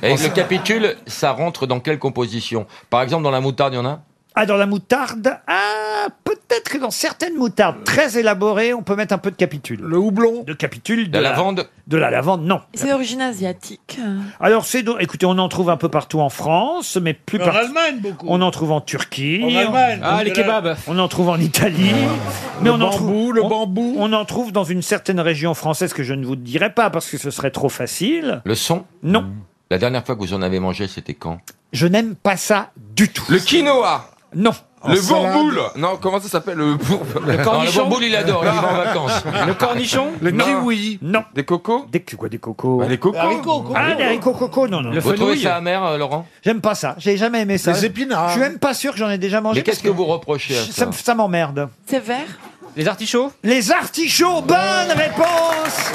Et le capitule, ça rentre dans quelle composition Par exemple, dans la moutarde, il y en a Ah, dans la moutarde Ah, peut-être que dans certaines Euh. moutardes très élaborées, on peut mettre un peu de capitule. Le houblon De capitule. De La lavande De la lavande, non. C'est d'origine asiatique. Alors, c'est donc- écoutez, on en trouve un peu partout en France, mais plus En par- Allemagne, beaucoup. On en trouve en Turquie. En Allemagne. Ah, les kebabs. On en trouve en Italie. Ah. mais Le on en trouve- bambou, le on- On en trouve dans une certaine région française que je ne vous dirai pas parce que ce serait trop facile. Le son Non. La dernière fois que vous en avez mangé, c'était quand Je n'aime pas ça du tout. Le quinoa. Non. Ah, Ah, le bourboule. Non, comment ça s'appelle le bourboule Le cornichon Non, le bourboule, il adore, il y va en vacances. Le cornichon Le kiwi. Non. Des cocos Des quoi des cocos bah, Les cocos. Ah, les haricots coco, non, non. vous trouvez ça amer, euh, Laurent J'aime pas ça. J'ai jamais aimé ça. Les épinards. Je suis même pas sûr que j'en ai déjà mangé. Mais qu'est-ce parce que vous reprochez à Ça, me- ça ça m'emmerde. C'est vert Les artichauts Les artichauts, bonne réponse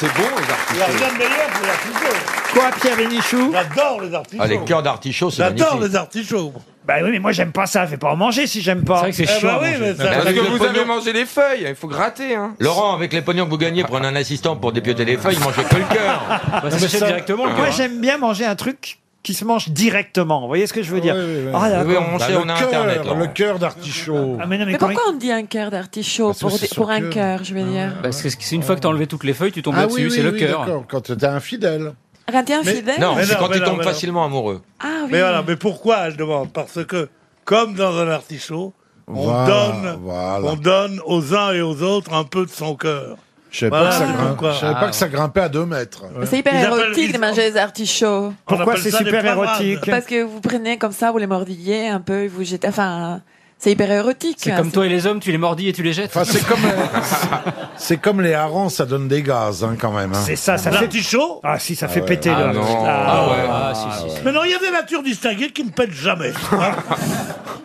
C'est bon, les Il n'y a artichauts. rien de meilleur que les artichauts. Quoi, Pierre Bénichou J'adore les artichauts. Ah, les cœurs d'artichaut, c'est J'adore magnifique. les artichauts. Bah oui, mais moi j'aime pas ça. Fais pas en manger si j'aime pas. C'est vrai que c'est Eh chiant bah à oui, manger. mais ça- Parce Avec que le vous pognon- avez mangé les feuilles, il faut gratter, hein. Laurent, avec les pognons que vous gagnez, prenez un assistant pour dépioter les feuilles, il mange que le cœur. Non, mais ça- Moi j'aime bien manger un truc qui se mange directement. Vous voyez ce que je veux dire Ah, là, Oui, quoi. on sait, on a Internet. Le cœur d'artichaut. Ah, mais non, mais Mais quand pourquoi on dit un cœur d'artichaut Parce que pour, c'est des- son pour un cœur. cœur, je veux dire Bah, c'est c'est une fois que t'as enlevé toutes les feuilles, tu tombes Ah là-dessus, oui, c'est oui, le oui, cœur. d'accord, Quand t'es infidèle. Quand t'es Mais- infidèle Non, Mais c'est non, quand mais tu non, tombes mais non. facilement amoureux. Ah oui. Mais voilà, mais pourquoi Ah, je demande Parce que, comme dans un artichaut, on, Voilà, donne, voilà. on donne aux uns et aux autres un peu de son cœur. Je savais Voilà, pas, que ça, c'est grim- pourquoi. je savais Ah, pas que ça grimpait à 2 mètres. C'est hyper Ils appellent- érotique de manger des artichauts. Pourquoi appelle c'est ça des super poivrades. érotique Parce que vous prenez comme ça, vous les mordillez un peu, et vous jetez. Enfin, c'est hyper érotique. hein, C'est comme toi et les hommes, tu les mordis et tu les jettes. Enfin, c'est comme, C'est comme les harengs, ça donne des gaz hein, quand même. hein. C'est ça, ça fait. chaud Ah si, ça fait ouais. péter Ah le. non. Ah ouais. si, si, si. Mais non, il y a des natures distinguées qui ne pètent jamais. hein.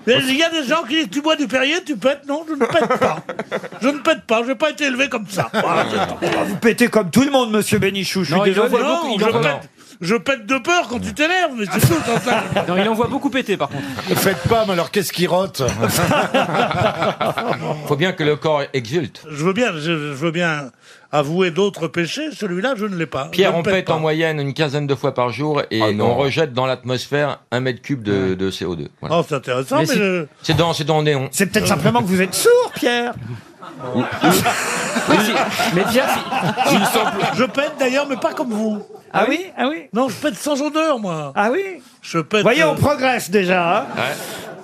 Mais Il y a des gens qui disent Tu bois du Perrier, tu pètes Non, je ne pète pas. Je ne pète pas, je n'ai pas été élevé comme ça. Ah, Voilà, c'est tout. Vous pétez comme tout le monde, monsieur Bénichou. Je suis Non, il désolé. en voit beaucoup, il en voit- Je pète de peur quand tu t'énerves, mais c'est tout. sans ça. Non, il en voit beaucoup péter par contre. Ne faites pas, mais alors qu'est-ce qui rote Faut bien que le corps exulte. Je veux bien, je, je veux bien avouer d'autres péchés. Celui-là, je ne l'ai pas. Pierre, Je ne on pète pas. en moyenne une quinzaine de fois par jour et Ah non. on rejette dans l'atmosphère un mètre cube de, de CO2. Voilà. Oh, c'est intéressant, mais, c'est- je- C'est dans, c'est dans le néon. C'est peut-être simplement que vous êtes sourd, Pierre. Mais bien, je pète d'ailleurs, mais pas comme vous. Ah oui Ah oui Non, je pète sans odeur, moi. Ah oui Je pète. Voyez, euh, on progresse déjà. hein.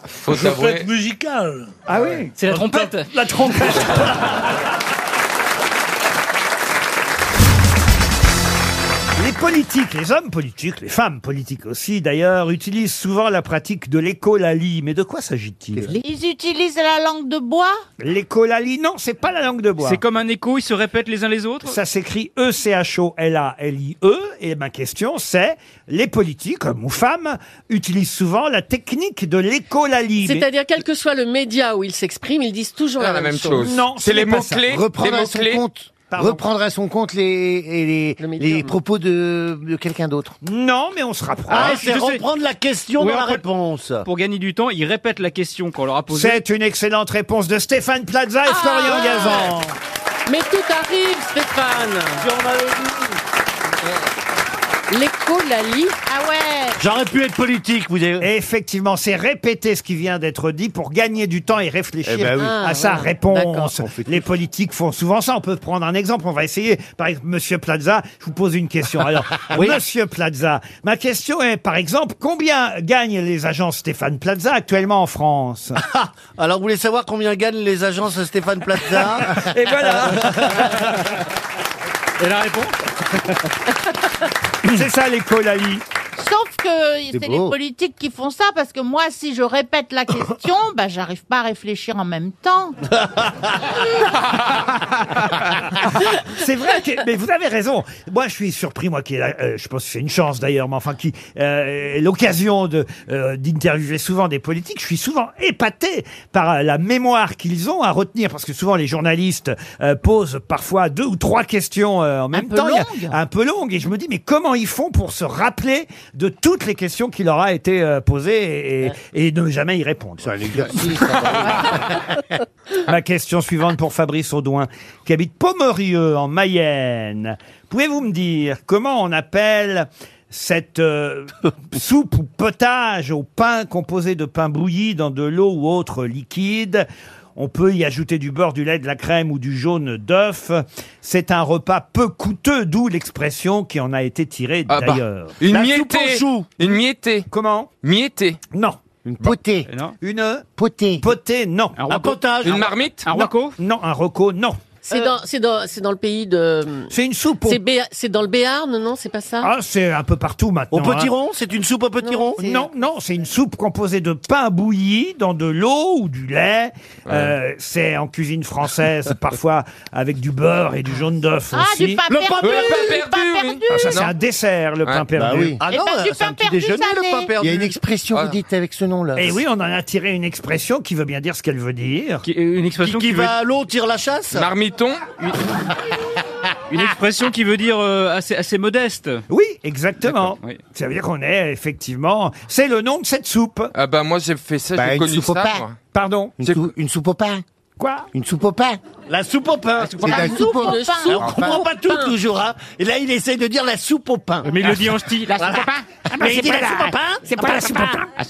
Faut je t'avouer. pète musical. ah oui C'est la trompette La trompette Les politiques, les hommes politiques, les femmes politiques aussi d'ailleurs, utilisent souvent la pratique de l'écolalie. Mais de quoi s'agit-il Ils utilisent la langue de bois L'écolalie, non, c'est pas la langue de bois. C'est comme un écho, ils se répètent les uns les autres. Ça s'écrit E E-C-H-O-L-A-L-I-E. E Et ma question, c'est les politiques, hommes ou femmes, utilisent souvent la technique de l'écolalie. Mais- C'est-à-dire, quel que soit le média où ils s'expriment, ils disent toujours la, même chose. Non, ce n'est pas ça. Reprendre à son compte. Pardon. Reprendre à son compte les, et les, les propos de, de quelqu'un d'autre. Non, mais on se rapproche. Ah, Ah, c'est je sais. reprendre la question Oui, dans la après- réponse. Pour gagner du temps, ils répètent la question qu'on leur a posée. C'est une excellente réponse de Stéphane Plaza et Ah, Florian ouais. Gazan. Mais tout arrive, Stéphane L'écolalie Ah ouais J'aurais pu être politique, vous avez. Effectivement, c'est répéter ce qui vient d'être dit pour gagner du temps et réfléchir Eh ben oui. à Ah, sa voilà. réponse. Les politiques font souvent ça. On peut prendre un exemple. On va essayer. Par exemple, Monsieur Plaza, je vous pose une question. Alors, Monsieur Plaza, ma question est, par exemple, combien gagnent les agences Stéphane Plaza actuellement en France Ah, Alors, vous voulez savoir combien gagnent les agences Stéphane Plaza Et voilà. Et la réponse C'est ça l'écolalie. Sauf que c'est les beau. politiques qui font ça, parce que moi, si je répète la question, bah, j'arrive pas à réfléchir en même temps. C'est vrai que, mais vous avez raison. Moi, je suis surpris, moi, qui, euh, je pense que c'est une chance d'ailleurs, mais enfin, qui, euh, l'occasion de, euh, d'interviewer souvent des politiques, je suis souvent épaté par euh, la mémoire qu'ils ont à retenir, parce que souvent les journalistes euh, posent parfois deux ou trois questions euh, en même peu temps, Il y longues. a- un peu longues, et je me dis, mais comment ils font pour se rappeler de toutes les questions qui leur a été euh, posées et, et ne jamais y répondre C'est un exercice. Ma question suivante pour Fabrice Audouin, qui habite Pomerieux, en Mayenne. Pouvez-vous me dire comment on appelle cette euh, soupe ou potage au pain composé de pain bouilli dans de l'eau ou autre liquide on peut y ajouter du beurre, du lait, de la crème ou du jaune d'œuf. C'est un repas peu coûteux, d'où l'expression qui en a été tirée Ah bah. d'ailleurs. Une La soupe miettée. aux choux. Une miettée. Comment Miettée. Non. Une potée. Une potée. Potée, non. Un, roco. potage. Une marmite Un roco Non, un roco, non. C'est Euh, dans, c'est dans, c'est dans le pays de. C'est une soupe. C'est, Bé- c'est dans le Béarn, non C'est pas ça Ah, c'est un peu partout maintenant. Au potiron hein. C'est une soupe au potiron c'est- Non, non, c'est une soupe composée de pain bouilli dans de l'eau ou du lait. Euh, c'est en cuisine française, parfois avec du beurre et du jaune d'œuf Ah, aussi. du pain Le pain perdu, perdu, le pain oui. perdu. Ah, ça, c'est Non. un dessert, le pain perdu. Ah non, du pain perdu salé. Il y a une expression, vous dites, avec ce nom-là. Et Eh oui, on en a tiré une expression qui veut bien dire ce qu'elle veut dire. une expression qui, veut- l'eau, tire la chasse Marmiton Une expression qui veut dire euh, assez, assez modeste. Oui, exactement. oui. Ça veut dire qu'on est effectivement. C'est le nom de cette soupe. Ah bah moi j'ai fait ça, Bah, j'ai une connu soupe au ça. pain. moi. Pardon une, sou- une soupe au pain. Quoi Une soupe au pain. La soupe au pain. C'est la soupe au pain. Alors, on comprend pas tout toujours. Hein. Et là, il essaye de dire la soupe au pain. Mais il le dit en ch'ti. La Voilà. soupe au pain. Mais il dit la soupe au pain. C'est pas la soupe au Ah,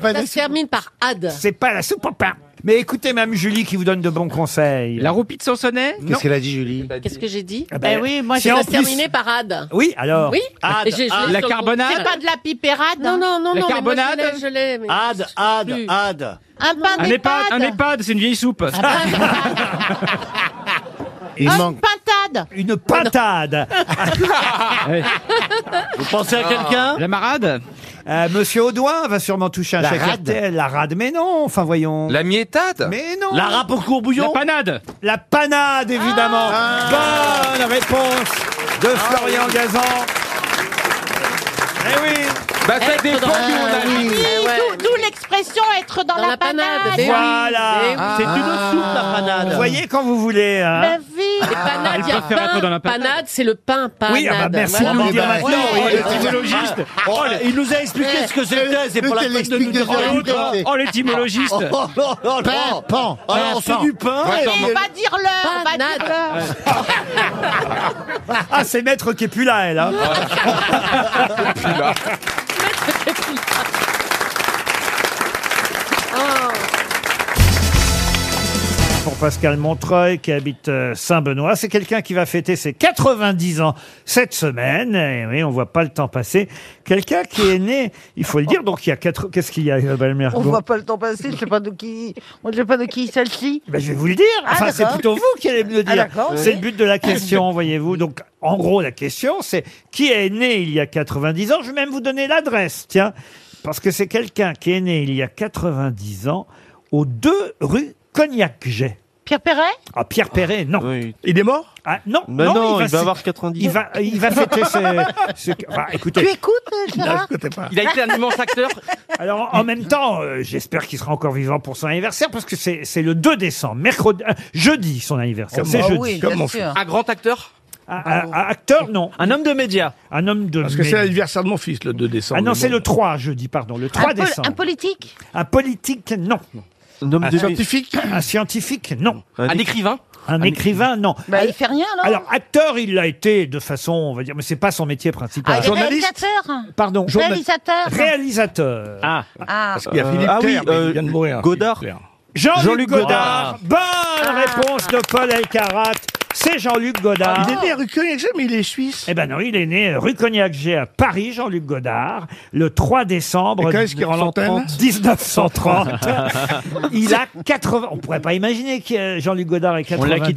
pain Ça se termine par ad. C'est pas la soupe au pain. Mais écoutez, même Julie qui vous donne de bons conseils. La roupie de Sansonnet Qu'est-ce qu'elle a dit, Julie Qu'est-ce que j'ai dit Ah ben, Eh c'est ça en se plus- terminait par ad. Oui, alors. Ah, Oui. Ad, Et j'ai- je ad. l'ai La sur le- carbonade C'est pas de la pipérade. hein Non, non, non, La non. mais moi, je carbonade l'ai, je l'ai, mais- Ah. Ad, ad, ad. Un pain Un EHPAD, d'épade. Ah, bah. un EHPAD, c'est une vieille soupe. Une patate. pintade Une pintade Vous pensez à quelqu'un La marade Euh, Monsieur Audouin va sûrement toucher un La chèque rade RTL. La rade, mais non, enfin voyons. La miétade Mais non La râpe au courbouillon La panade La panade, évidemment Ah. Bonne réponse de Ah Florian Gazan Eh oui Bah ça Eh, dépend Ah, oui, d'où- D'où l'expression être dans, la, panade. Voilà C'est une soupe, la panade Vous voyez quand vous voulez hein. La vie Les panades, il y a pain, panade, c'est le pain, panade. Oui, ah bah, merci de nous le dire maintenant. Ouais, Oh, ouais, le ouais. typologiste. Oh, le- il nous a expliqué ce que c'était, c'est Le pour la peine de nous téléexplique dire de l'autre. Jean-Luc. Oh, l'étymologiste. Oh, oh, oh, Pain, pan. Alors, c'est du pain. Ouais, et- on va dire l'heure, on va dire l'heure. Ah, c'est Maître qui est plus là, elle. hein. Pour Pascal Montreuil, qui habite euh, Saint-Benoît, c'est quelqu'un qui va fêter ses 90 ans cette semaine. Et oui, on voit pas le temps passer. Quelqu'un qui est né, il faut le dire, donc il y a quatre... Qu'est-ce qu'il y a, Isabelle On Mergo voit pas le temps passer, je sais pas de qui, je sais pas de qui il s'agit. Ben, je vais vous le dire. Ah, Enfin, c'est d'accord. plutôt vous qui allez me le Ah, dire. d'accord, c'est oui. le but de la question, voyez-vous. Donc, en gros, la question, c'est qui est né il y a 90 ans Je vais même vous donner l'adresse, tiens. Parce que c'est quelqu'un qui est né il y a 90 ans aux 2 rue Cognac-Jet. Pierre Perret Ah, Pierre Perret, non. Il est mort Ah, non. Mais Ben non, il se- va avoir 90 Il ans. va, il va fêter ses... ses- enfin, écoutez. Tu écoutes, euh, Non, Gérard je écoutais pas. Il a été un immense acteur. Alors, en même temps, euh, j'espère qu'il sera encore vivant pour son anniversaire parce que c'est c'est le 2 décembre, mercredi, euh, jeudi son anniversaire. Oh, c'est bah jeudi. oui, bien sûr. Un grand acteur Un- un acteur, non. Un homme de médias Un homme de Parce que c'est médias. l'anniversaire de mon fils, le 2 décembre. Ah non, c'est le 3 jeudi, pardon, le 3 Un pol- décembre. Un politique Un politique, non. Un, homme de- scientifique Un scientifique, non. Un écrivain Un écrivain, non. Bah, il fait rien, là. Alors, acteur, il l'a été de façon, on va dire, mais c'est pas son métier principal. Ah, il est réalisateur Pardon. Réalisateur Réalisateur. Ah. Ah. Parce qu'il y a Philippe Clair, mais il vient de mourir, Godard. Jean-Luc Jean-Luc Godard. Bonne réponse de Paul Elkarat. C'est Jean-Luc Godard. Il est né à rue Cognac-Jay, mais il est suisse. Eh ben non, il est né rue Cognac-J à Paris, Jean-Luc Godard, le 3 décembre Et quand est-ce qu'il rend l'antenne 1930. il a 80... On pourrait pas imaginer que euh, Jean-Luc Godard ait 90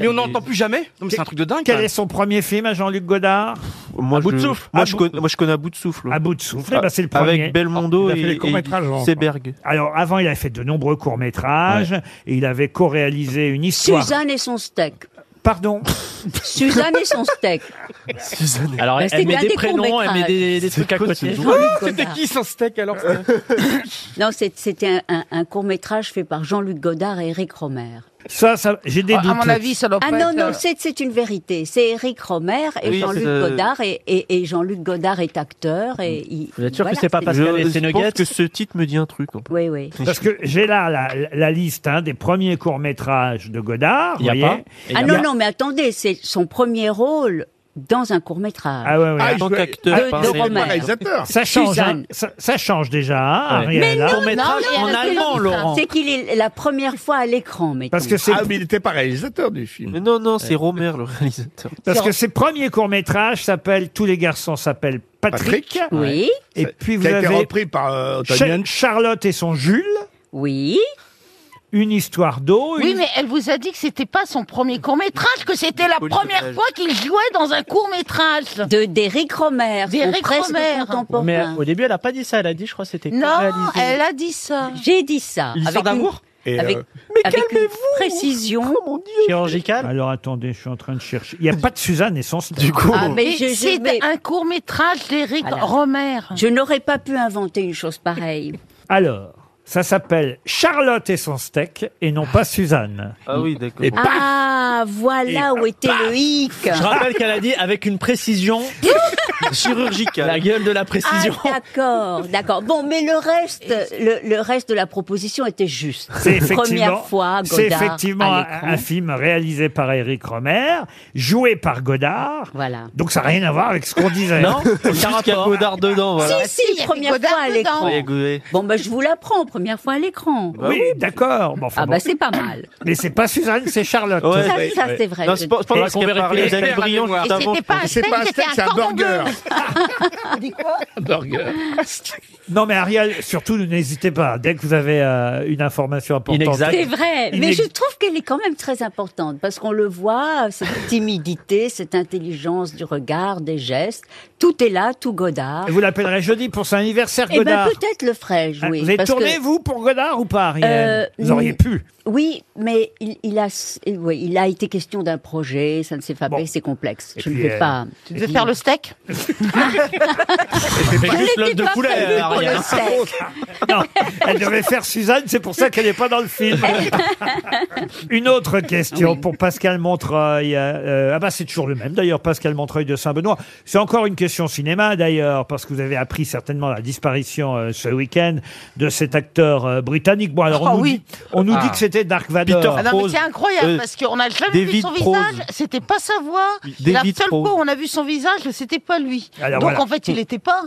Mais on n'entend plus jamais Non, mais c'est un truc de dingue. Quel est son premier film à Jean-Luc Godard Moi, bout de je- souffle. Moi, À je bout- connais, moi, je connais à bout de souffle. À bout de souffle, eh ben, c'est le premier. Ah, Avec Belmondo Il a fait les et, courts-métrages, et encore. Seberg. Alors, avant, il avait fait de nombreux courts-métrages. Et il avait co-réalisé une histoire. Suzanne et son steak. Pardon Suzanne et son steak. Alors, Bah, elle, c'était met un des des prénoms, elle met courts-métrages. des, des trucs à côté. C'était qui son steak alors Non, c'est- c'était un, un- un court-métrage fait par Jean-Luc Godard et Eric Romer. Ça, ça j'ai des Ah, à doutes. mon là-dessus. Ah non, non, c'est c'est une vérité. C'est Eric Romer et Oui, Jean-Luc c'est, euh, Godard. Et, et- et Jean-Luc Godard est acteur. Et il- voilà, je, Je pense que ce titre me dit un truc. en fait. Oui, oui. Parce que j'ai là la, la liste hein, des premiers courts-métrages de Godard. Il y a voyez. pas Ah non, non, mais attendez, c'est son premier rôle dans un court-métrage. Ah ouais, ouais. Ah, En tant il jouait- qu'acteur, de, pas de un Romer. réalisateur. Ça change, hein. Suzanne. ça, ça change déjà. hein, Ouais. Ariel, Mais hein. non, non, non, non, C'est qu'il est la première fois à l'écran, mais Parce que c'est Ah, mais il n'était pas réalisateur du film. Mais non, non, c'est Romer le réalisateur. Parce que ses premiers courts-métrages s'appellent Tous les garçons s'appellent Patrick. Patrick, oui. Et Ça- puis qui vous a avez été repris par euh, Charlotte et son Jules. Oui. Une histoire d'eau. Oui, une- mais elle vous a dit que c'était pas son premier court métrage, que c'était la Police première belge. fois qu'il jouait dans un court métrage. De d'Éric Romer, D'Éric presque Romer. contemporain. Mais euh, au début, elle a pas dit ça. Elle a dit, je crois, que c'était Non, co-réalisé. elle a dit ça. J'ai dit ça. L'histoire avec une- d'amour Et, avec, euh, avec une précision. Chirurgical Oh, Alors attendez, je suis en train de chercher. Il n'y a pas de Suzanne et son Du coup- Ah, mais Et je- je c'est vais- un court métrage d'Éric Romer. Je n'aurais pas pu inventer une chose pareille. Alors, ça s'appelle Charlotte et son steak et non pas Suzanne. Ah oui, d'accord. ah, voilà Et où était le hic. Je rappelle qu'elle a dit avec une précision chirurgicale. La gueule de la précision. Ah, d'accord, d'accord. Bon, mais le reste, le, le reste de la proposition était juste. C'est effectivement, Ah, Première fois, Godard. c'est effectivement à un, l'écran. un film réalisé par Eric Romer, joué par Godard. Voilà. Donc ça n'a rien à voir avec ce qu'on disait. Non, juste qu'il y a Godard dedans, voilà. Si, si, première fois à l'écran. Ouais, Gouet. Bon, bah, je vous l'apprends, première fois à l'écran. bah Bah oui, d'accord. mais enfin Ah, bon. bah, c'est pas mal. Mais c'est pas Suzanne, c'est Charlotte. Ouais, Ça, ouais, ça, ouais. c'est vrai. Non, c'est pas- c'est pas parce qu'elle parlait, elle est brillante, Et c'était pas un steak, c'était un cordon bleu. Burger. Non, mais Ariel, surtout, n'hésitez pas. Dès que vous avez euh, une information importante. C'est vrai, mais Inex- je trouve qu'elle est quand même très importante parce qu'on le voit, cette timidité, cette intelligence du regard, des gestes, tout est là, tout Godard. Vous l'appellerez jeudi pour son anniversaire, Eh ben Godard. peut-être le ferai-je, Ah, oui. vous avez parce Euh, tourné, vous, pour Godard ou pas, Ariel Vous auriez pu. Oui, mais il, il a, s- eh oui, il a été question d'un projet, ça ne s'est pas fait, c'est complexe. je puis, ne peux euh, pas. Eh Tu devais faire le steak pas juste l'œuf de poulet, Ah Ariel. le steak. Non, elle devait faire Suzanne, c'est pour ça qu'elle n'est pas dans le film. Une autre question pour Pascal Montreuil. Euh, ah bah c'est toujours le même d'ailleurs, Pascal Montreuil de Saint-Benoît. C'est encore une question cinéma d'ailleurs, parce que vous avez appris certainement la disparition euh, ce week-end de cet acteur euh, britannique. Bon alors on Oh, Ah nous, oui. dit, on nous Ah. dit que c'était Dark Vador. Ah non, mais c'est Euh, incroyable parce qu'on n'a jamais vu Euh, David son Prose. visage. C'était pas sa voix. Oui. Et la David seule Prose. fois où on a vu son visage, c'était pas lui. Alors, Donc voilà. en fait, il n'était pas.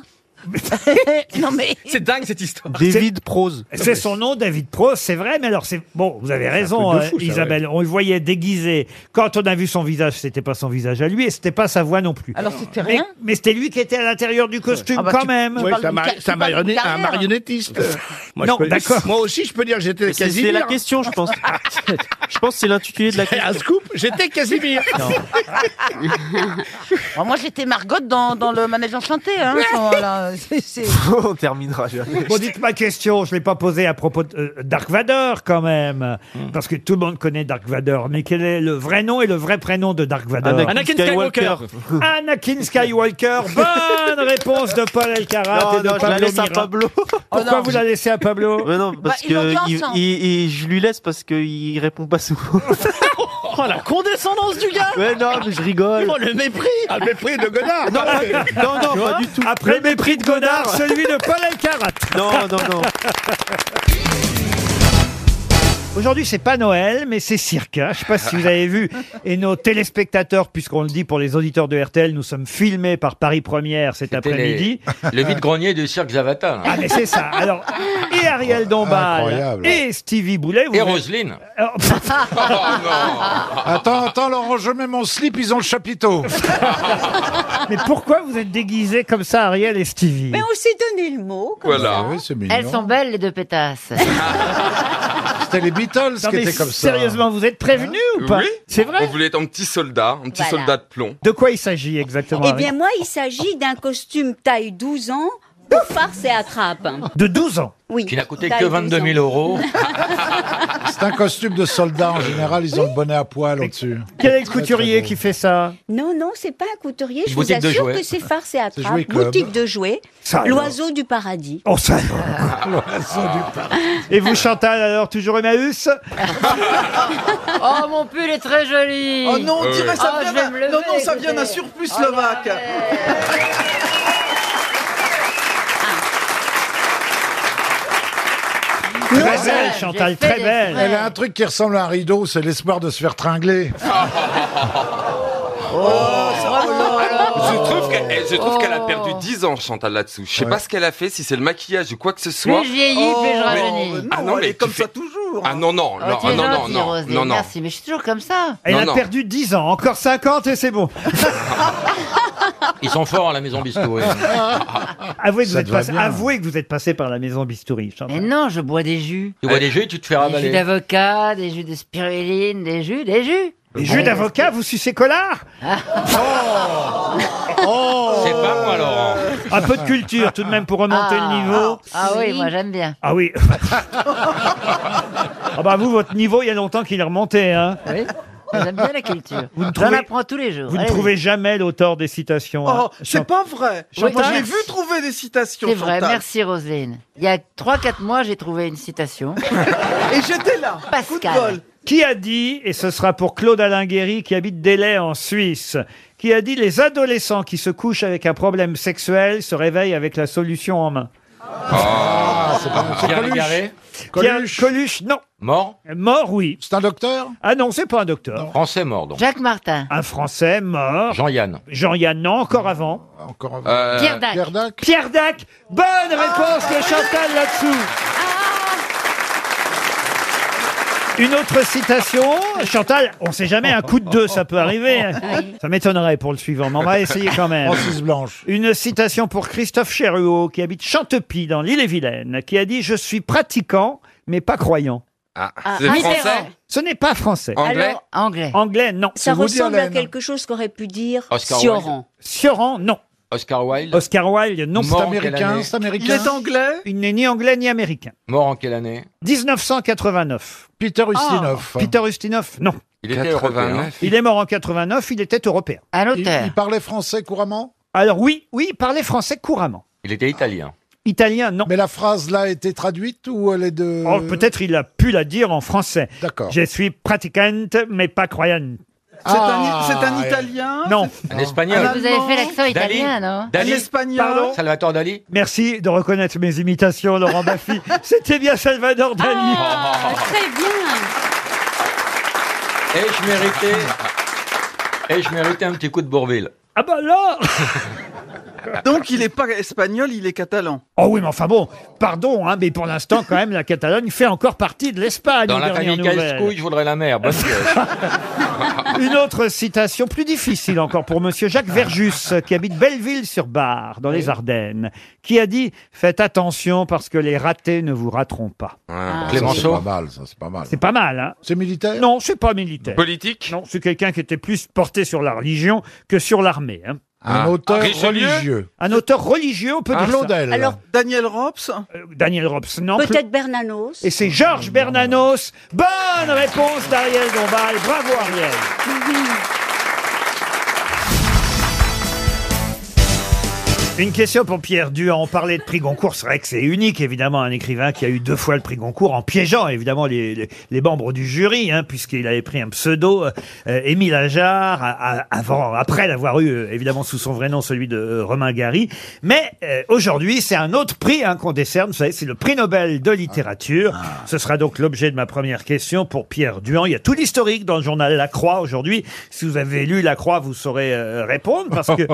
non mais. C'est dingue cette histoire. David Prose. C'est son nom, David Prose, c'est vrai, mais alors c'est. Bon, vous avez C'est un raison, truc de euh, fou, ça, Isabelle. On le voyait déguisé. Quand on a vu son visage, c'était pas son visage à lui et c'était pas sa voix non plus. Alors c'était Mais- rien. Mais c'était lui qui était à l'intérieur du costume Ah bah, quand tu- même. tu Ouais, parles c'est un d'une mari- ca- c'est un tu parles d'une marionnette- un carrière. marionnettiste. Moi, non, je peux- d'accord. Moi aussi, je peux dire que j'étais C'est Casimir. c'est la question, je pense. je pense que c'est l'intitulé de la question. Un scoop J'étais Casimir. Bon, moi, j'étais Margot dans, dans le manager chanté. Hein, Enfin, voilà, c'est- c'est- On terminera. Bon, dites ma question, je ne l'ai pas posée à propos de euh, Dark Vador quand même. Hmm. Parce que tout le monde connaît Dark Vador. Mais quel est le vrai nom et le vrai prénom de Dark Vador Anakin Anakin Skywalker. Skywalker. Anakin Skywalker. Bonne réponse de Paul Elkarat Non, et Ah, non, je de la Pablo laisse à Mira. Pablo. Oh Oh, Pourquoi vous la laissez à Pablo Mais non, Bah, parce ils l'ont que dit il- hein. ensemble. il- il- je lui laisse parce qu'il répond pas souvent. Oh la condescendance du gars Ouais, non, mais je rigole. Oh le mépris Ah, le mépris de Godard. Non, non, non, Tu pas vois du tout. Après le mépris de Godard, celui de Paul Elkarat. Non, non, non. Aujourd'hui, c'est pas Noël, mais c'est cirque. hein. Je sais pas si vous avez vu. Et nos téléspectateurs, puisqu'on le dit pour les auditeurs de RTL, nous sommes filmés par Paris Première cet C'était les- après-midi. Le vide-grenier du cirque Zavata. Ah, mais c'est ça. Alors, et Ariel Dombal, Incroyable. et Stevie Boulet. vous- Et Roselyne. Attends, attends, Laurent, je mets mon slip, ils ont le chapiteau. Mais pourquoi vous êtes déguisés comme ça, Ariel et Stevie Mais on s'est donné le mot. comme Voilà. ça. Ah Oui, c'est mignon. Elles sont belles, les deux pétasses. C'était les Beatles Non, qui mais étaient comme ça. Sérieusement, vous êtes prévenus Hein ou pas Oui C'est vrai On voulait être un petit soldat, un petit Voilà. soldat de plomb. De quoi il s'agit exactement Eh Ariel bien, moi, il s'agit d'un costume taille 12 ans pour farce et attrape. De 12 ans. Oui. Qui n'a coûté Taille que 22 000 euros. C'est un costume de soldat en général, ils ont le bonnet à poil au-dessus. Quel est le couturier qui fait ça Non, non, c'est pas un couturier. Je vous Boutique de assure jouets. que c'est farce et C'est jouet attrape. club. Boutique de jouets. Ça alors. L'oiseau du paradis. Oh, ça Et vous, Chantal, alors, toujours Emmaüs oh, mon pull est très joli. Oh non, on dirait ça Oh, vient je vais d'un- me lever, non, non, ça vient écoutez. d'un surplus slovaque. Très J'ai belle, fait Chantal, des très belle. frères. Elle a un truc qui ressemble à un rideau, c'est l'espoir de se faire tringler. Ah. Oh, Je trouve qu'elle eh, je trouve qu'elle a perdu Oh. 10 ans, Chantal, là-dessous. Je sais pas ce qu'elle a fait, si c'est le maquillage ou quoi que ce soit. Plus je vieillis, plus je rajeunis. Ah non, mais comme ça toujours. Ah non, non, Oh, non, tu es ah, non, non, gentille, non, Roselyne, non, non. Merci, mais je suis toujours comme ça. Elle Non, a non. perdu 10 ans, encore 50 et c'est bon. Ils sont forts à la maison Bistouri. Ah. Avouez que, vous Ça êtes te va passé, bien. avouez que vous êtes passé par la maison Bistouri. Chantal. Mais non, je bois des jus. Tu vois des jeux, tu te fais Des Ah, jus ravaler. d'avocat, des jus de spiruline, des jus, des jus. Les jus d'avocat, vous sucez collard Ah. Oh. C'est pas moi, Laurent. Un peu de culture tout de même pour remonter le niveau. Ah oui, moi j'aime bien. Ah oui. ah bah vous, votre niveau, il y a longtemps qu'il est remonté. Hein. Oui, j'aime bien la culture. Vous ne J'en trouvez- apprends tous les jours. Vous ne Allez-y. trouvez jamais l'auteur des citations. hein. Oh, c'est Chantal. pas vrai. Chantal. Moi, je l'ai vu trouver des citations. C'est vrai, Chantal. merci Roselyne. Il y a 3-4 mois, j'ai trouvé une citation. Et j'étais là. Coup de Pascal. bol. Qui a dit, et ce sera pour Claude Alain Guéry qui habite Délai en Suisse, qui a dit les adolescents qui se couchent avec un problème sexuel se réveillent avec la solution en main Ah, c'est pas c'est Pierre Coluche. Légaré Coluche. Coluche, non. Euh, Mort Mort, oui. C'est un docteur Ah non, c'est pas un docteur. Français mort, donc. Jacques Martin. Un Français mort. Jean-Yann. Jean-Yann, non, encore avant. Encore avant. Euh, Pierre Dac. Pierre Dac. Bonne réponse de Chantal là-dessous. Une autre citation, Chantal, on sait jamais, un coup de deux, ça peut arriver. hein. Ça m'étonnerait pour le suivant, mais on va essayer quand même. Francis Blanche. Une citation pour Christophe Cheruot, qui habite Chantepie, dans l'île-et-Vilaine, qui a dit « Je suis pratiquant, mais pas croyant ». Ah, c'est Mitterrand. français Ce n'est pas français. Anglais Alors, Anglais. Anglais, non. Ça ressemble à quelque chose qu'aurait pu dire Oscar Sioran. Sioran, non. Oscar Wilde Oscar Wilde, non. Mort en quelle Américain, année c'est américain. Il est anglais Il n'est ni anglais ni américain. Mort en quelle année 1989. Peter Ustinov. Peter Ustinov, non. Il était 89. européen. Il est mort en 89, il était européen. Un auteur. Il- il parlait français couramment Alors oui, oui, il parlait français couramment. Il était italien. Italien, non. Mais la phrase là a été traduite ou elle est de. Oh, peut-être il a pu la dire en français. D'accord. Je suis pratiquante, mais pas croyante. Ah, c'est un ouais. Italien Non. Un Ah, espagnol. Un Ah. Vous avez fait l'accent Dali italien, non Dali Pardon Salvatore Dali Merci de reconnaître mes imitations, Laurent Baffy. C'était bien Salvador Dali. Ah, Très bien Et Eh, je méritais. Et je méritais un petit coup de Bourville. Ah bah là Donc il est pas espagnol, il est catalan. Oh oui, mais enfin bon, pardon, hein, mais pour l'instant, quand même, la Catalogne fait encore partie de Ah, l'Espagne. Dans aux la dernières famille nouvelles. Caïscouille, je voudrais la mer. Bonne pièce. Une autre citation plus difficile encore pour Monsieur Jacques Verjus, qui habite Belleville-sur-Bar, dans les Ardennes, qui a dit « Faites attention parce que les ratés ne vous rateront pas Ah, ça, Clémenceau. C'est pas mal, ça, c'est pas mal. C'est pas mal, hein C'est militaire Non, c'est pas militaire. Politique Non, c'est quelqu'un qui était plus porté sur la religion que sur l'armée. hein. Un Ah, auteur Richelieu religieux. Un auteur religieux, on peut dire ça. Euh, Alors Daniel Robs Daniel Robs, non. plus- Peut-être Bernanos. Et c'est Georges Bernanos. Bonne réponse d'Ariel Dombal. Bravo Ariel. Une question pour Pierre Dur. On parlait de prix Goncourt. C'est vrai que c'est unique, évidemment, un écrivain qui a eu deux fois le prix Goncourt en piégeant, évidemment, les, les- les membres du jury, hein, puisqu'il avait pris un pseudo, euh, euh, Émile Ajar, à- à- avant, après l'avoir eu, euh, évidemment, sous son vrai nom, celui de euh, Romain Gary. Mais euh, aujourd'hui, c'est un autre prix hein, qu'on décerne. Vous savez, c'est le prix Nobel de littérature. Ce sera donc l'objet de ma première question pour Pierre Duhan. Il y a tout l'historique dans le journal La Croix aujourd'hui. Si vous avez lu La Croix, vous saurez euh, répondre, parce que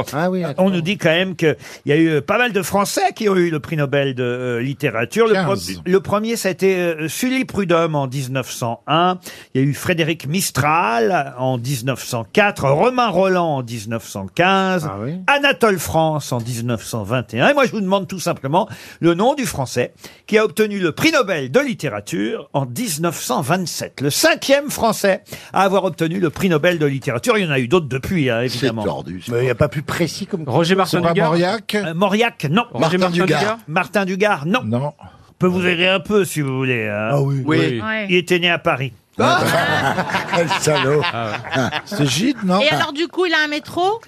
on nous dit quand même qu'il y a eu pas mal de Français qui ont eu le prix Nobel de euh, littérature. Le, pro- 15. le premier, ça a été euh, Sully Prudhomme en 1901. Il y a eu Frédéric Mistral en 1904, Romain Roland en 1915, Anatole France en 1921. Et moi, je vous demande tout simplement le nom du Français qui a obtenu le prix Nobel de littérature en 1927. Le cinquième Français à avoir obtenu le prix Nobel de littérature. Il y en a eu d'autres depuis, hein, évidemment. Mais il n'y a pas plus précis comme. Roger Martin C'est pas Dugard Mauriac Euh, Mauriac, non. Roger Martin Martin Dugard Dugard Martin Dugard, non. Non. peut vous aider un peu si vous voulez. Ah oui. Oui. Ah. Ouais. Il était né à Paris. Quel salaud Ah, C'est Gide, non Et alors, du coup, il a un métro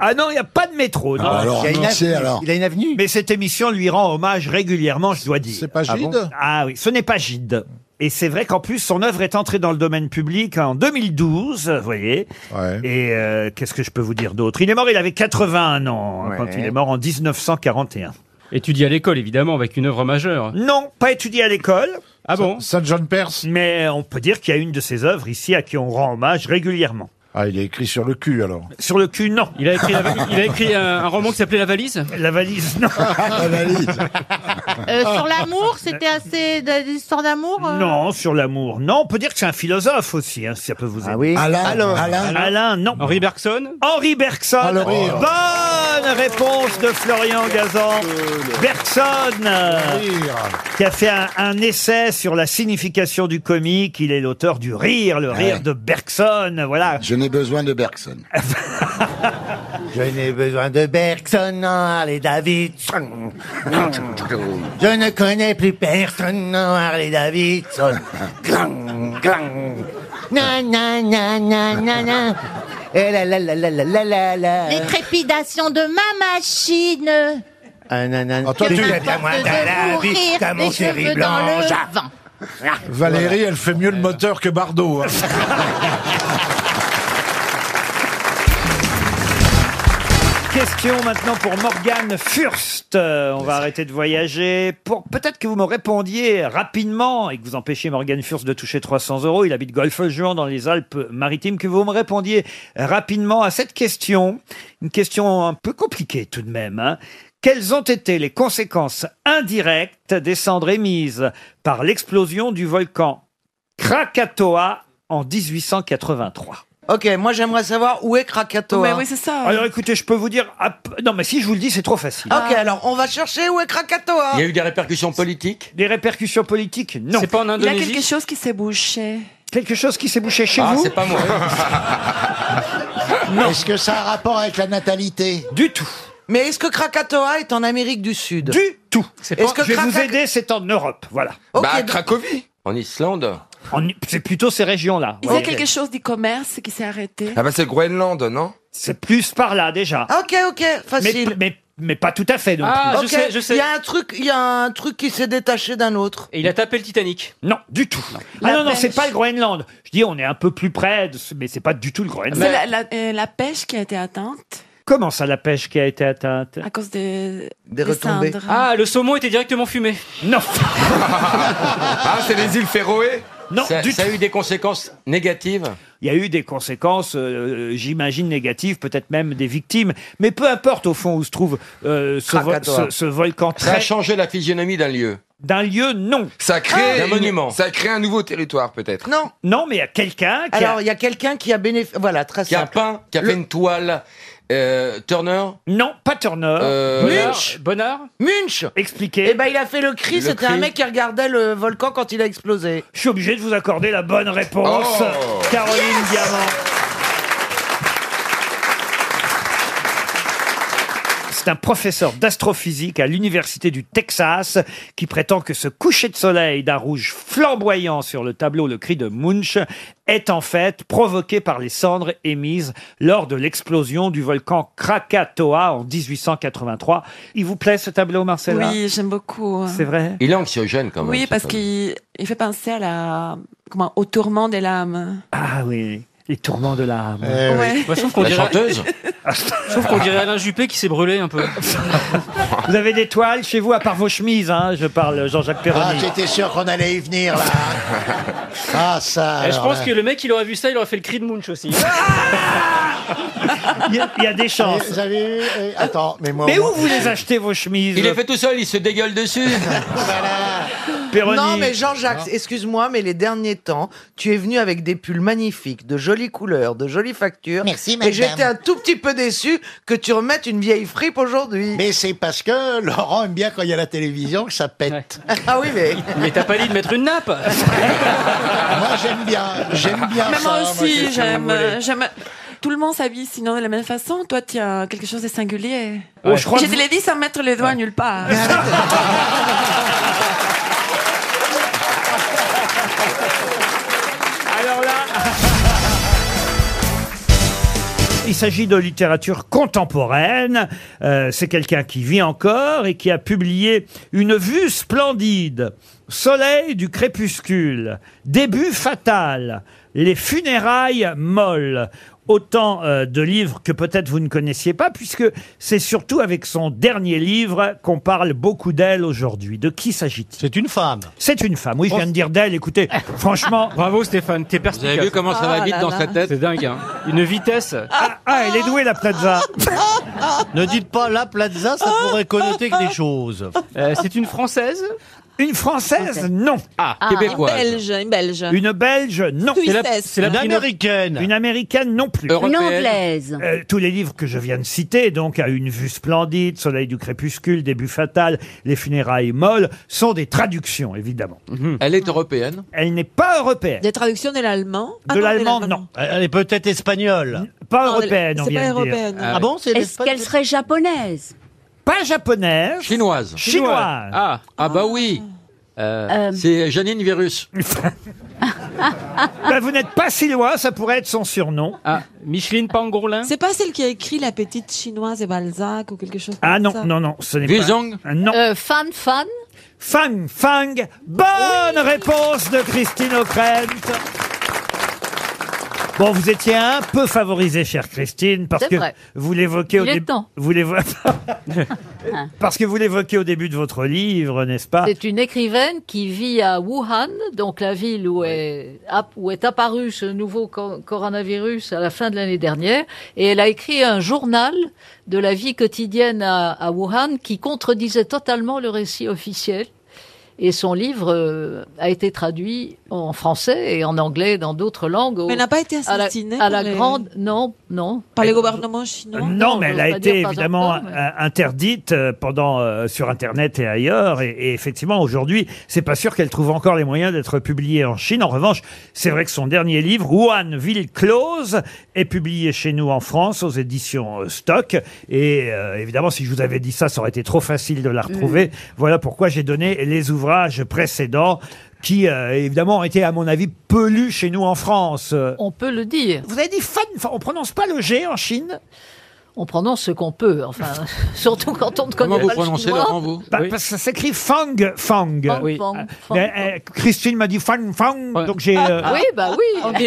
Ah non, il n'y a pas de métro. non. Ah, alors, Il y a une non, c'est avenue. alors. Il a une avenue. Mais cette émission lui rend hommage régulièrement, je dois dire. C'est pas Gide Ah, oui, ce n'est pas Gide. Et c'est vrai qu'en plus, son œuvre est entrée dans le domaine public en 2012, vous voyez. Et euh, qu'est-ce que je peux vous dire d'autre Il est mort, il avait 81 ans hein, Ouais. quand il est mort en 1941. Étudié à l'école, évidemment, avec une œuvre majeure. Non, pas étudié à l'école. Ah bon Saint John Perse. Mais on peut dire qu'il y a une de ses œuvres ici à qui on rend hommage régulièrement. Ah, il a écrit sur le cul, alors. Sur le cul, non. Il a écrit, la- il a écrit euh, un, un roman qui s'appelait La valise La valise, non. La valise. Euh, Sur l'amour, c'était assez d- des histoires d'amour euh Non, sur l'amour, non. On peut dire que c'est un philosophe aussi, hein, si ça peut vous aider. Ah oui Alain, Alain. non. Henri Bergson Henri Bergson. Ah, le rire. Bonne réponse de Florian Gazan. Euh, Bergson, euh, qui a fait un, un essai sur la signification du comique. Il est l'auteur du rire, Ah le rire Ouais. de Bergson, voilà. Je n'ai besoin de Bergson. Je n'ai besoin de hein. personne, Harley Davidson. Je ne connais plus personne, Harley Davidson. Glang, glang. Na, na, na, na, na, na. Eh la, la, la, la, la, la, la, la. Les trépidations de ma machine Ah, na, na, na. toi, Tu tu- jettes la moindre à la mourir vie, des comme mon cheveux chéri dans le blanc. vent. Valérie, elle fait mieux le moteur que Bardot. hein. Question maintenant pour Morgane Furst. Euh, on va arrêter de voyager. Pour peut-être que vous me répondiez rapidement et que vous empêchiez Morgane Furst de toucher 300 euros. Il habite Golfe-Juan dans les Alpes-Maritimes. Que vous me répondiez rapidement à cette question. Une question un peu compliquée tout de même. hein. Quelles ont été les conséquences indirectes des cendres émises par l'explosion du volcan Krakatoa en 1883. Ok, moi j'aimerais savoir où est Krakatoa. Alors écoutez, je peux vous dire. à p- Non, mais si je vous le dis, c'est trop facile. Ok, alors on va chercher où est Krakatoa. Il y a eu des répercussions politiques Des répercussions politiques Non. C'est pas en Il y a quelque chose qui s'est bouché. Quelque chose qui s'est bouché chez Ah, vous c'est pas moi. Est-ce que ça a un rapport avec la natalité Du tout. Mais est-ce que Krakatoa est en Amérique du Sud Du tout. Est-ce pas- que Je vais vous Krakatoa- aider, c'est en Europe, voilà. Ok, Bah, à donc- Cracovie En Islande En- C'est plutôt ces régions-là. Il y a quelque chose du commerce qui s'est arrêté. Ah bah c'est le Groenland, non C'est plus par là déjà. Ok, ok, Ah, facile. Ah, Mais, mais, mais pas tout à fait non plus. Ok, Il y a un truc, il y a un truc qui s'est détaché d'un autre. Et il a tapé le Titanic Non, du tout. Ah non, non, c'est pas le Groenland. Je dis, on est un peu plus près, de ce- mais c'est pas du tout le Groenland. C'est la, la- euh, la pêche qui a été atteinte Comment ça, la pêche qui a été atteinte à cause des, Des retombées. cendres. Ah, le saumon était directement fumé. Non. Ah, c'est les îles Féroé Non, ça, du ça a eu des conséquences négatives Il y a eu des conséquences, euh, j'imagine, négatives, peut-être même des victimes. Mais peu importe, au fond, où se trouve euh, ce, vo- Krakatoa. ce- ce volcan Ça a très... changé la physionomie d'un lieu D'un lieu, non. Ça a créé Ah, D'un une- monument. Ça a créé un nouveau territoire peut-être. Non. Non, mais il y a quelqu'un qui a- Alors, il y a quelqu'un qui a bénéficié. Voilà, très Qui a simple. peint, qui a fait une toile. euh, Turner Euh, Non, pas Turner. Munch Bonnard Munch Expliquez. Eh ben, il a fait le cri, Le c'était un cri. mec qui regardait le volcan quand il a explosé. Je suis obligé de vous accorder la bonne réponse, Oh. Caroline Yes. Diamant. C'est un professeur d'astrophysique à l'université du Texas qui prétend que ce coucher de soleil d'un rouge flamboyant sur le tableau Le cri de Munch est en fait provoqué par les cendres émises lors de l'explosion du volcan Krakatoa en 1883. Il vous plaît ce tableau, Marcella Oui, j'aime beaucoup. hein. C'est vrai Il est anxiogène quand même. Oui, ce parce tableau. qu'il il fait penser à la, comment, au tourment des lames. Ah oui, les tourments de l'âme. Eh oui. Ouais. Moi, je trouve Bah, qu'on La dirait... chanteuse Je trouve qu'on dirait Alain Juppé qui s'est brûlé un peu. Vous avez des toiles chez vous, à part vos chemises, hein, je parle Jean-Jacques Ah, Perroni. j'étais sûr qu'on allait y venir, là. Ah, ça. Et je alors, pense là. Ah que le mec, il aurait vu ça, il aurait fait le cri de Munch aussi. Il y, a- il y a des chances. Vous avez eu- euh, Attends, mais moi. Mais au où moins- vous les achetez, vos chemises Il est fait tout seul, il se dégueule dessus. Péroni. Non, mais Jean-Jacques, Non. excuse-moi, mais les derniers temps, tu es venu avec des pulls magnifiques, de jolies couleurs, de jolies factures. Merci, Et madame. j'étais un tout petit peu déçu que tu remettes une vieille fripe aujourd'hui. Mais c'est parce que Laurent aime bien quand il y a la télévision que ça pète. Ah oui, mais. Mais t'as pas dit de mettre une nappe moi j'aime bien, j'aime bien Mais ça. Ah, moi c'est aussi, ce que j'aime. vous voulez. j'aime- Tout le monde s'habille sinon de la même façon. Toi, tu as quelque chose de singulier. Oh, je crois je que te vous- l'ai dit sans mettre les doigts nulle part. Alors là. Il s'agit de littérature contemporaine. Euh, c'est quelqu'un qui vit encore et qui a publié une vue splendide. Soleil du crépuscule. Début fatal. Les funérailles molles. Autant euh, de livres que peut-être vous ne connaissiez pas, puisque c'est surtout avec son dernier livre qu'on parle beaucoup d'elle aujourd'hui. De qui s'agit-il C'est une femme. Oh. C'est une femme. Oui, je viens de dire d'elle. Écoutez, franchement, Bravo Stéphane, t'es perspicace. avez vu comment ça va Ah vite là dans là. sa tête C'est dingue, hein. Une vitesse. Ah, ah, elle est douée, la Plaza. Ne dites pas la plaza, ça pourrait connoter que des choses. Euh, c'est une Française Une Française, non. Ah, Une belge, une belge. Une Belge, non. Suissesse. C'est la- c'est la Une primo- Américaine. Une Américaine, non plus. Européenne. Une Anglaise. Euh, tous les livres que je viens de citer, donc à une vue splendide, Soleil du crépuscule, Début fatal, Les funérailles molles, sont des traductions, évidemment. Mhm. Elle est européenne Elle n'est pas européenne. Des traductions de l'allemand Ah de non, l'allemand, non. Elle est peut-être espagnole. Pas Non, européenne, c'est on pas vient de dire. européenne. Ah bon, c'est Est-ce qu'elle serait japonaise Pas japonaise. Chinoise. Chinoise. Ah, ah bah oui. Euh, C'est Janine Virus. Ben, vous n'êtes pas si loin, ça pourrait être son surnom. Ah, Micheline Pangolin C'est pas celle qui a écrit La petite chinoise et Balzac ou quelque chose comme Ah non, ça Euh, non, non, ce n'est pas... Vizong Non. fan, fan. Fang Fang. Bonne réponse de Christine O'Krent. Bon, vous étiez un peu favorisée, chère Christine, parce C'est que vrai. vous l'évoquez au Il est début. temps. Vous l'évo- parce que vous l'évoquez au début de votre livre, n'est-ce pas C'est une écrivaine qui vit à Wuhan, donc la ville où, est, app- où est apparu ce nouveau co- coronavirus à la fin de l'année dernière. Et elle a écrit un journal de la vie quotidienne à, à Wuhan qui contredisait totalement le récit officiel. Et son livre euh, a été traduit en français et en anglais dans d'autres langues. au- Mais elle n'a pas été à la- assassinée à la, par les- grande. Non, non. Par les Elle- gouvernements chinois Non, Non, mais elle on a va été dire pas évidemment encore, mais- euh, interdite euh, pendant euh, sur Internet et ailleurs. Et, et effectivement, aujourd'hui, c'est pas sûr qu'elle trouve encore les moyens d'être publiée en Chine. En revanche, c'est vrai que son dernier livre, Wuhan, ville close, est publié chez nous en France aux éditions euh, Stock. Et euh, évidemment, si je vous avais dit ça, ça aurait été trop facile de la retrouver. Mm. Voilà pourquoi j'ai donné les ouvrages précédents qui, euh, évidemment, ont été, à mon avis, peu lus chez nous en France. Euh, On peut le dire. Vous avez dit fan, on prononce pas le G en Chine On prononce ce qu'on peut, enfin, surtout quand on ne connaît pas le chinois. Bah, Parce que ça s'écrit Fang Fang. Oui. Fang, Fang, Mais, euh, Christine m'a dit Fang Fang, donc j'ai. euh, Oui, bah oui. Ah, On dit,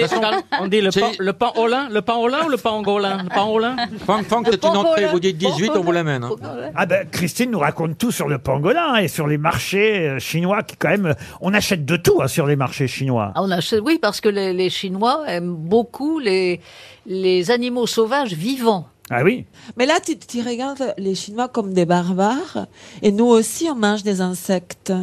on dit le, pan, le pan olin, le pan olin ou le pan angolin Le pan olin Fang Fang, c'est une entrée, vous dites 18, on vous l'amène. hein. Ah ben, Christine nous raconte tout sur le pangolin hein, et sur les marchés euh, chinois qui quand même, euh, on achète de tout hein, sur les marchés chinois. Ah, on achète- oui, parce que les, les Chinois aiment beaucoup les, les animaux sauvages vivants. Ah oui. Mais là, tu, tu regardes les Chinois comme des barbares, et nous aussi, on mange des insectes.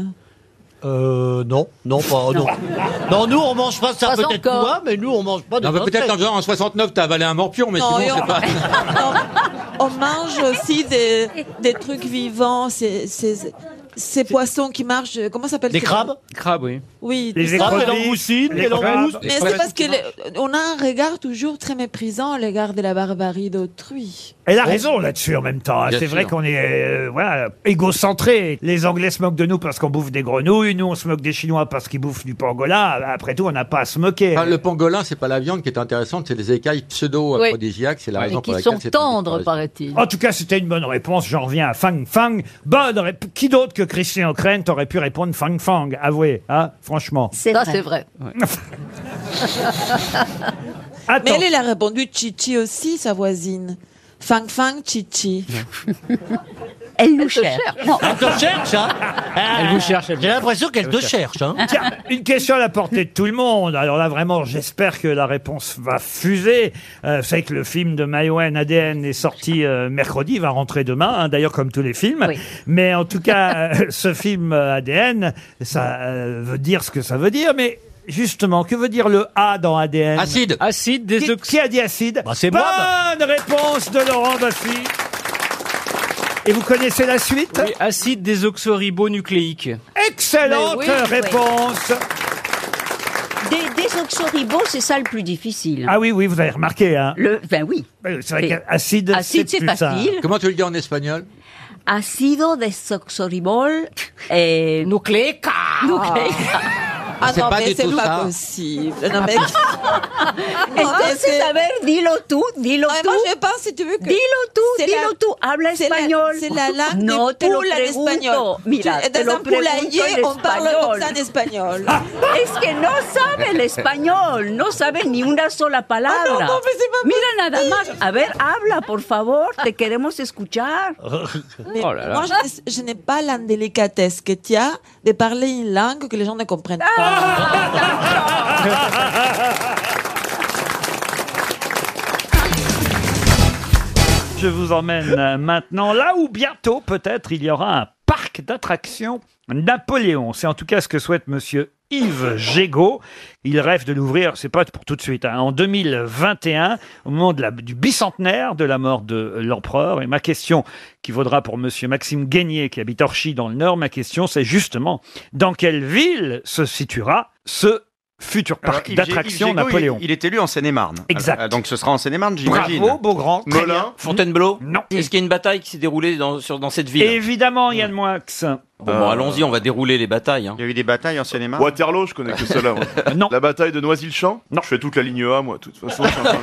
Euh, non, non, pas, oh, non. Non, nous, on mange pas ça, Pas peut-être encore. moi, mais nous, on mange pas de Non, mais peut-être en, insectes. genre, en 69, t'as avalé un morpion, mais Non, et sinon, on- c'est pas. On mange aussi des, des trucs vivants, ces, ces, ces poissons qui marchent, comment s'appelle ces- Crabes, oui. Oui, Les des écrabes, crabes. les langoustines, les Les crabes, langoustes. les Mais c'est crabes. parce qu'on a un regard toujours très méprisant à l'égard de la barbarie d'autrui. Elle a raison là-dessus en même temps. hein. Bien C'est vrai sûr. qu'on est euh, voilà, égocentré. Les Anglais se moquent de nous parce qu'on bouffe des grenouilles, nous on se moque des Chinois parce qu'ils bouffent du pangolin. Après tout, on n'a pas à se moquer. Enfin, le pangolin, c'est pas la viande qui est intéressante, c'est les écailles pseudo-aphrodisiaques, Ah, c'est la Et raison pour qui laquelle sont c'est tendres, paraît-il. En tout cas, c'était une bonne réponse. J'en reviens à Fang Fang. Bonne rép- Qui d'autre que Christian O'Krent aurait pu répondre Fang Fang Avouez, hein, franchement. Ça, c'est vrai. Mais elle, elle a répondu Chichi aussi, sa voisine. Fang Fang Chichi. elle nous Elle te cherche, hein Elle vous cherche. J'ai l'impression qu'elle te cherche, hein Tiens, une question à la portée de tout le monde. Alors là, vraiment, j'espère que la réponse va fuser. Euh, vous savez que le film de Mayoen ADN est sorti euh, mercredi, il va rentrer demain, hein, d'ailleurs comme tous les films. Mais en tout cas, euh, ce film euh, ADN, ça euh, veut dire ce que ça veut dire, mais... Justement, que veut dire le A dans ADN Acide. Acide, des qui, qui a dit acide Bah, c'est Bonne moi, réponse de Laurent Baffy. Et vous connaissez la suite Oui, acide désoxyribonucléique. Excellente Mais oui, oui. réponse. Des, des oxoribos, c'est ça le plus difficile. Ah oui, oui, vous avez remarqué. Hein. Le, ben oui. C'est vrai qu'acide, Acide, c'est plus ça. facile. Comment tu le dis en espagnol Acido de soxoribol. Et... Nucléica. Ah C'est non, pas mais du c'est tout pas ça. possible. Non, mais... Entonces, a ver, dilo tú, dilo Ouais, tú. moi, je pense, si tu veux que... Dilo tú, C'est dilo la- tú, habla c'est la- español. C'est la langue No, des te lo poules en pregunto. espagnol. Mira, Tu- te dans lo un poulailler, pregunto en on parle comme espagnol. ça en espagnol. Es que no sabe el español, no sabe ni una sola palabra. Ah, no, no, pues, sí, mamá. Mira nada más, a ver, habla, por favor, te queremos escuchar. Mais Oh là là. Moi, je n'ai- je n'ai pas l'indélicatesse que tu as de parler une langue que les gens ne comprennent pas. Ah, Je vous emmène euh, maintenant là où bientôt peut-être il y aura un parc d'attractions Napoléon. C'est en tout cas ce que souhaite monsieur Yves Gégaud. Il rêve de l'ouvrir, c'est pas pour tout de suite, hein, en 2021, au moment de la- du bicentenaire de la mort de l'empereur. Et ma question qui vaudra pour monsieur Maxime Guénier qui habite Orchy dans le Nord, ma question c'est justement dans quelle ville se situera ce futur Alors, parc Yves Gé- d'attractions Yves Gégaud, Napoléon Il, il est élu en Seine-et-Marne. Exact. Euh, donc ce sera en Seine-et-Marne, j'imagine. Bravo, Beaugrand. Très Melun. bien. Fontainebleau Non. Est-ce qu'il y a une bataille qui s'est déroulée dans, sur, dans cette ville Hmm. Évidemment, Yann Moix. Bon, Euh, bon, allons-y, on va dérouler les batailles. hein. Euh, Il y a eu des batailles en Seine-et-Marne. Waterloo, je connais que cela. moi. La bataille de Noisy-le-Champ Non. Je fais toute la ligne E A, moi, de toute façon. je suis en train de-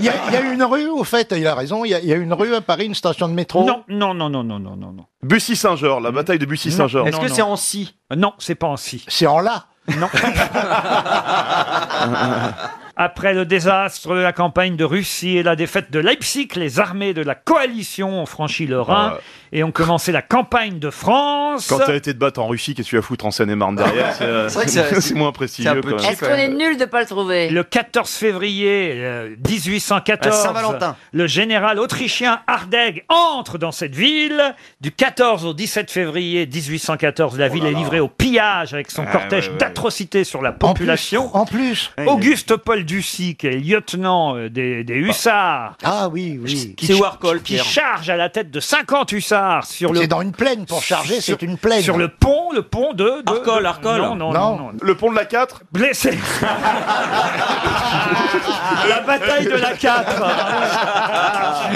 Il y, a- il y a une rue, au fait, il a raison, il y a, il y a une rue à Paris, une station de métro. Non, non, non, non, non, non, non. non. Bussy-Saint-Georges, la bataille de Bussy-Saint-Georges. Non, non. Non, c'est pas en si. C'est en là. Non. Après le désastre de la campagne de Russie et la défaite de Leipzig, les armées de la coalition ont franchi le Rhin Ah. et ont commencé la campagne de France. Quand t'as été te battre en Russie, qu'est-ce que tu as foutre en Seine-et-Marne derrière C'est euh, C'est vrai que c'est- c'est moins prestigieux. quand même. Est-ce qu'on est nul de pas le trouver Le 14 février euh, 1814, À Saint-Valentin. le général autrichien Hardeg entre dans cette ville. Du 14 au 17 février 1814, la ville est livrée au pillage avec son Ah, cortège ouais, ouais. d'atrocités sur la population. En plus, Auguste Paul Ducy, qui est lieutenant euh, des, des hussards. Ah oui, oui. C'est Warhol, Qui Pierre. charge à la tête de 50 hussards sur le... C'est dans une plaine pour charger, sur- c'est une plaine. Sur le pont, le pont de... de Arcole, de- Arcole. Non, non, Non. non, Le pont de la 4 Blessé. La bataille de la 4 ah.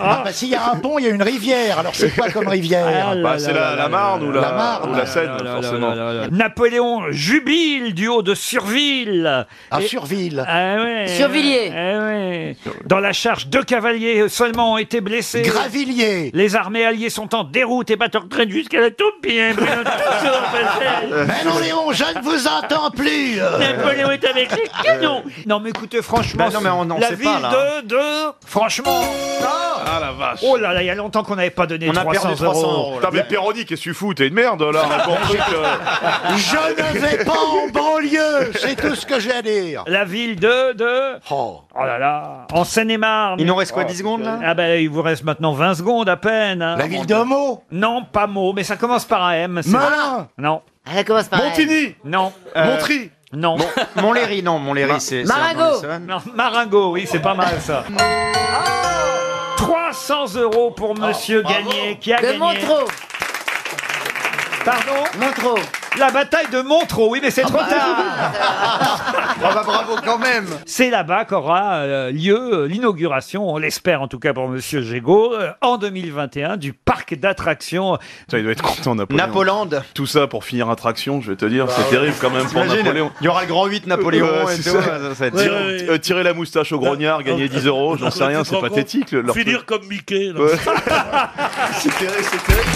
Ah, bah, s'il y a un pont, il y a une rivière. Alors c'est quoi comme Ah, rivière Bah, c'est la, la Marne ou la, La Marne. ou la Seine, forcément. Napoléon jubile du haut de Surville. Ah, Et- Surville. Ah ouais. Survilliers. Ah ouais. Dans la charge, deux cavaliers seulement ont été blessés. Gravilliers. Les armées alliées sont en déroute et battent leur traîne jusqu'à la taupe. Mais Mais non, Léon, je ne vous entends plus. Napoléon est avec les canons. Non, mais écoutez, franchement, Bah non, mais on n'en la sait ville pas, là. de, de- Franchement. Ah la vache. Oh là là, il y a longtemps qu'on n'avait pas donné On a 300, perdu 300 euros. T'avais Péroni, qu'est-ce que tu fous T'es une merde là. un bon truc, euh. Je ne vais pas en banlieue, Euh, c'est tout ce que j'ai à dire. La ville de... de... Oh. là là En Seine-et-Marne. Il nous reste quoi, 10 secondes, là Ah ben, il vous reste maintenant 20 secondes à peine. hein. La ville de Meaux Non, pas Meaux, mais ça commence par un M. c'est- Melun Non. Ah, Elle commence par Montigny Non. Euh, Montry Non. Montlhéry, non, Montlhéry, Ma- c'est. Marengo. Non, Marengo, oui, c'est pas mal ça. 300 euros pour Ah, Monsieur Gagné qui a De gagné. Montreux. Pardon Montreux. La bataille de Montreux, oui, mais c'est trop tard. Ah, bah, bravo quand même. C'est là-bas qu'aura euh, lieu euh, l'inauguration, on l'espère en tout cas pour Monsieur Gégaud, euh, en 2021 du parc d'attractions. Ça, il doit être content, Napoléon. Napolande. Tout ça pour finir attraction, je vais te dire, Bah, c'est ouais. terrible quand même pour T'imagines, Napoléon. il y aura le grand 8 Napoléon Ouais, et c'est tout, ça. ça, ça va être Tirer- Ouais, ouais, euh, tirer la moustache au grognard, gagner 10 euros, j'en sais rien, Tu te c'est rends pathétique. compte le- leur Finir truc. comme Mickey. là. Ouais. c'est terrible, c'est terrible.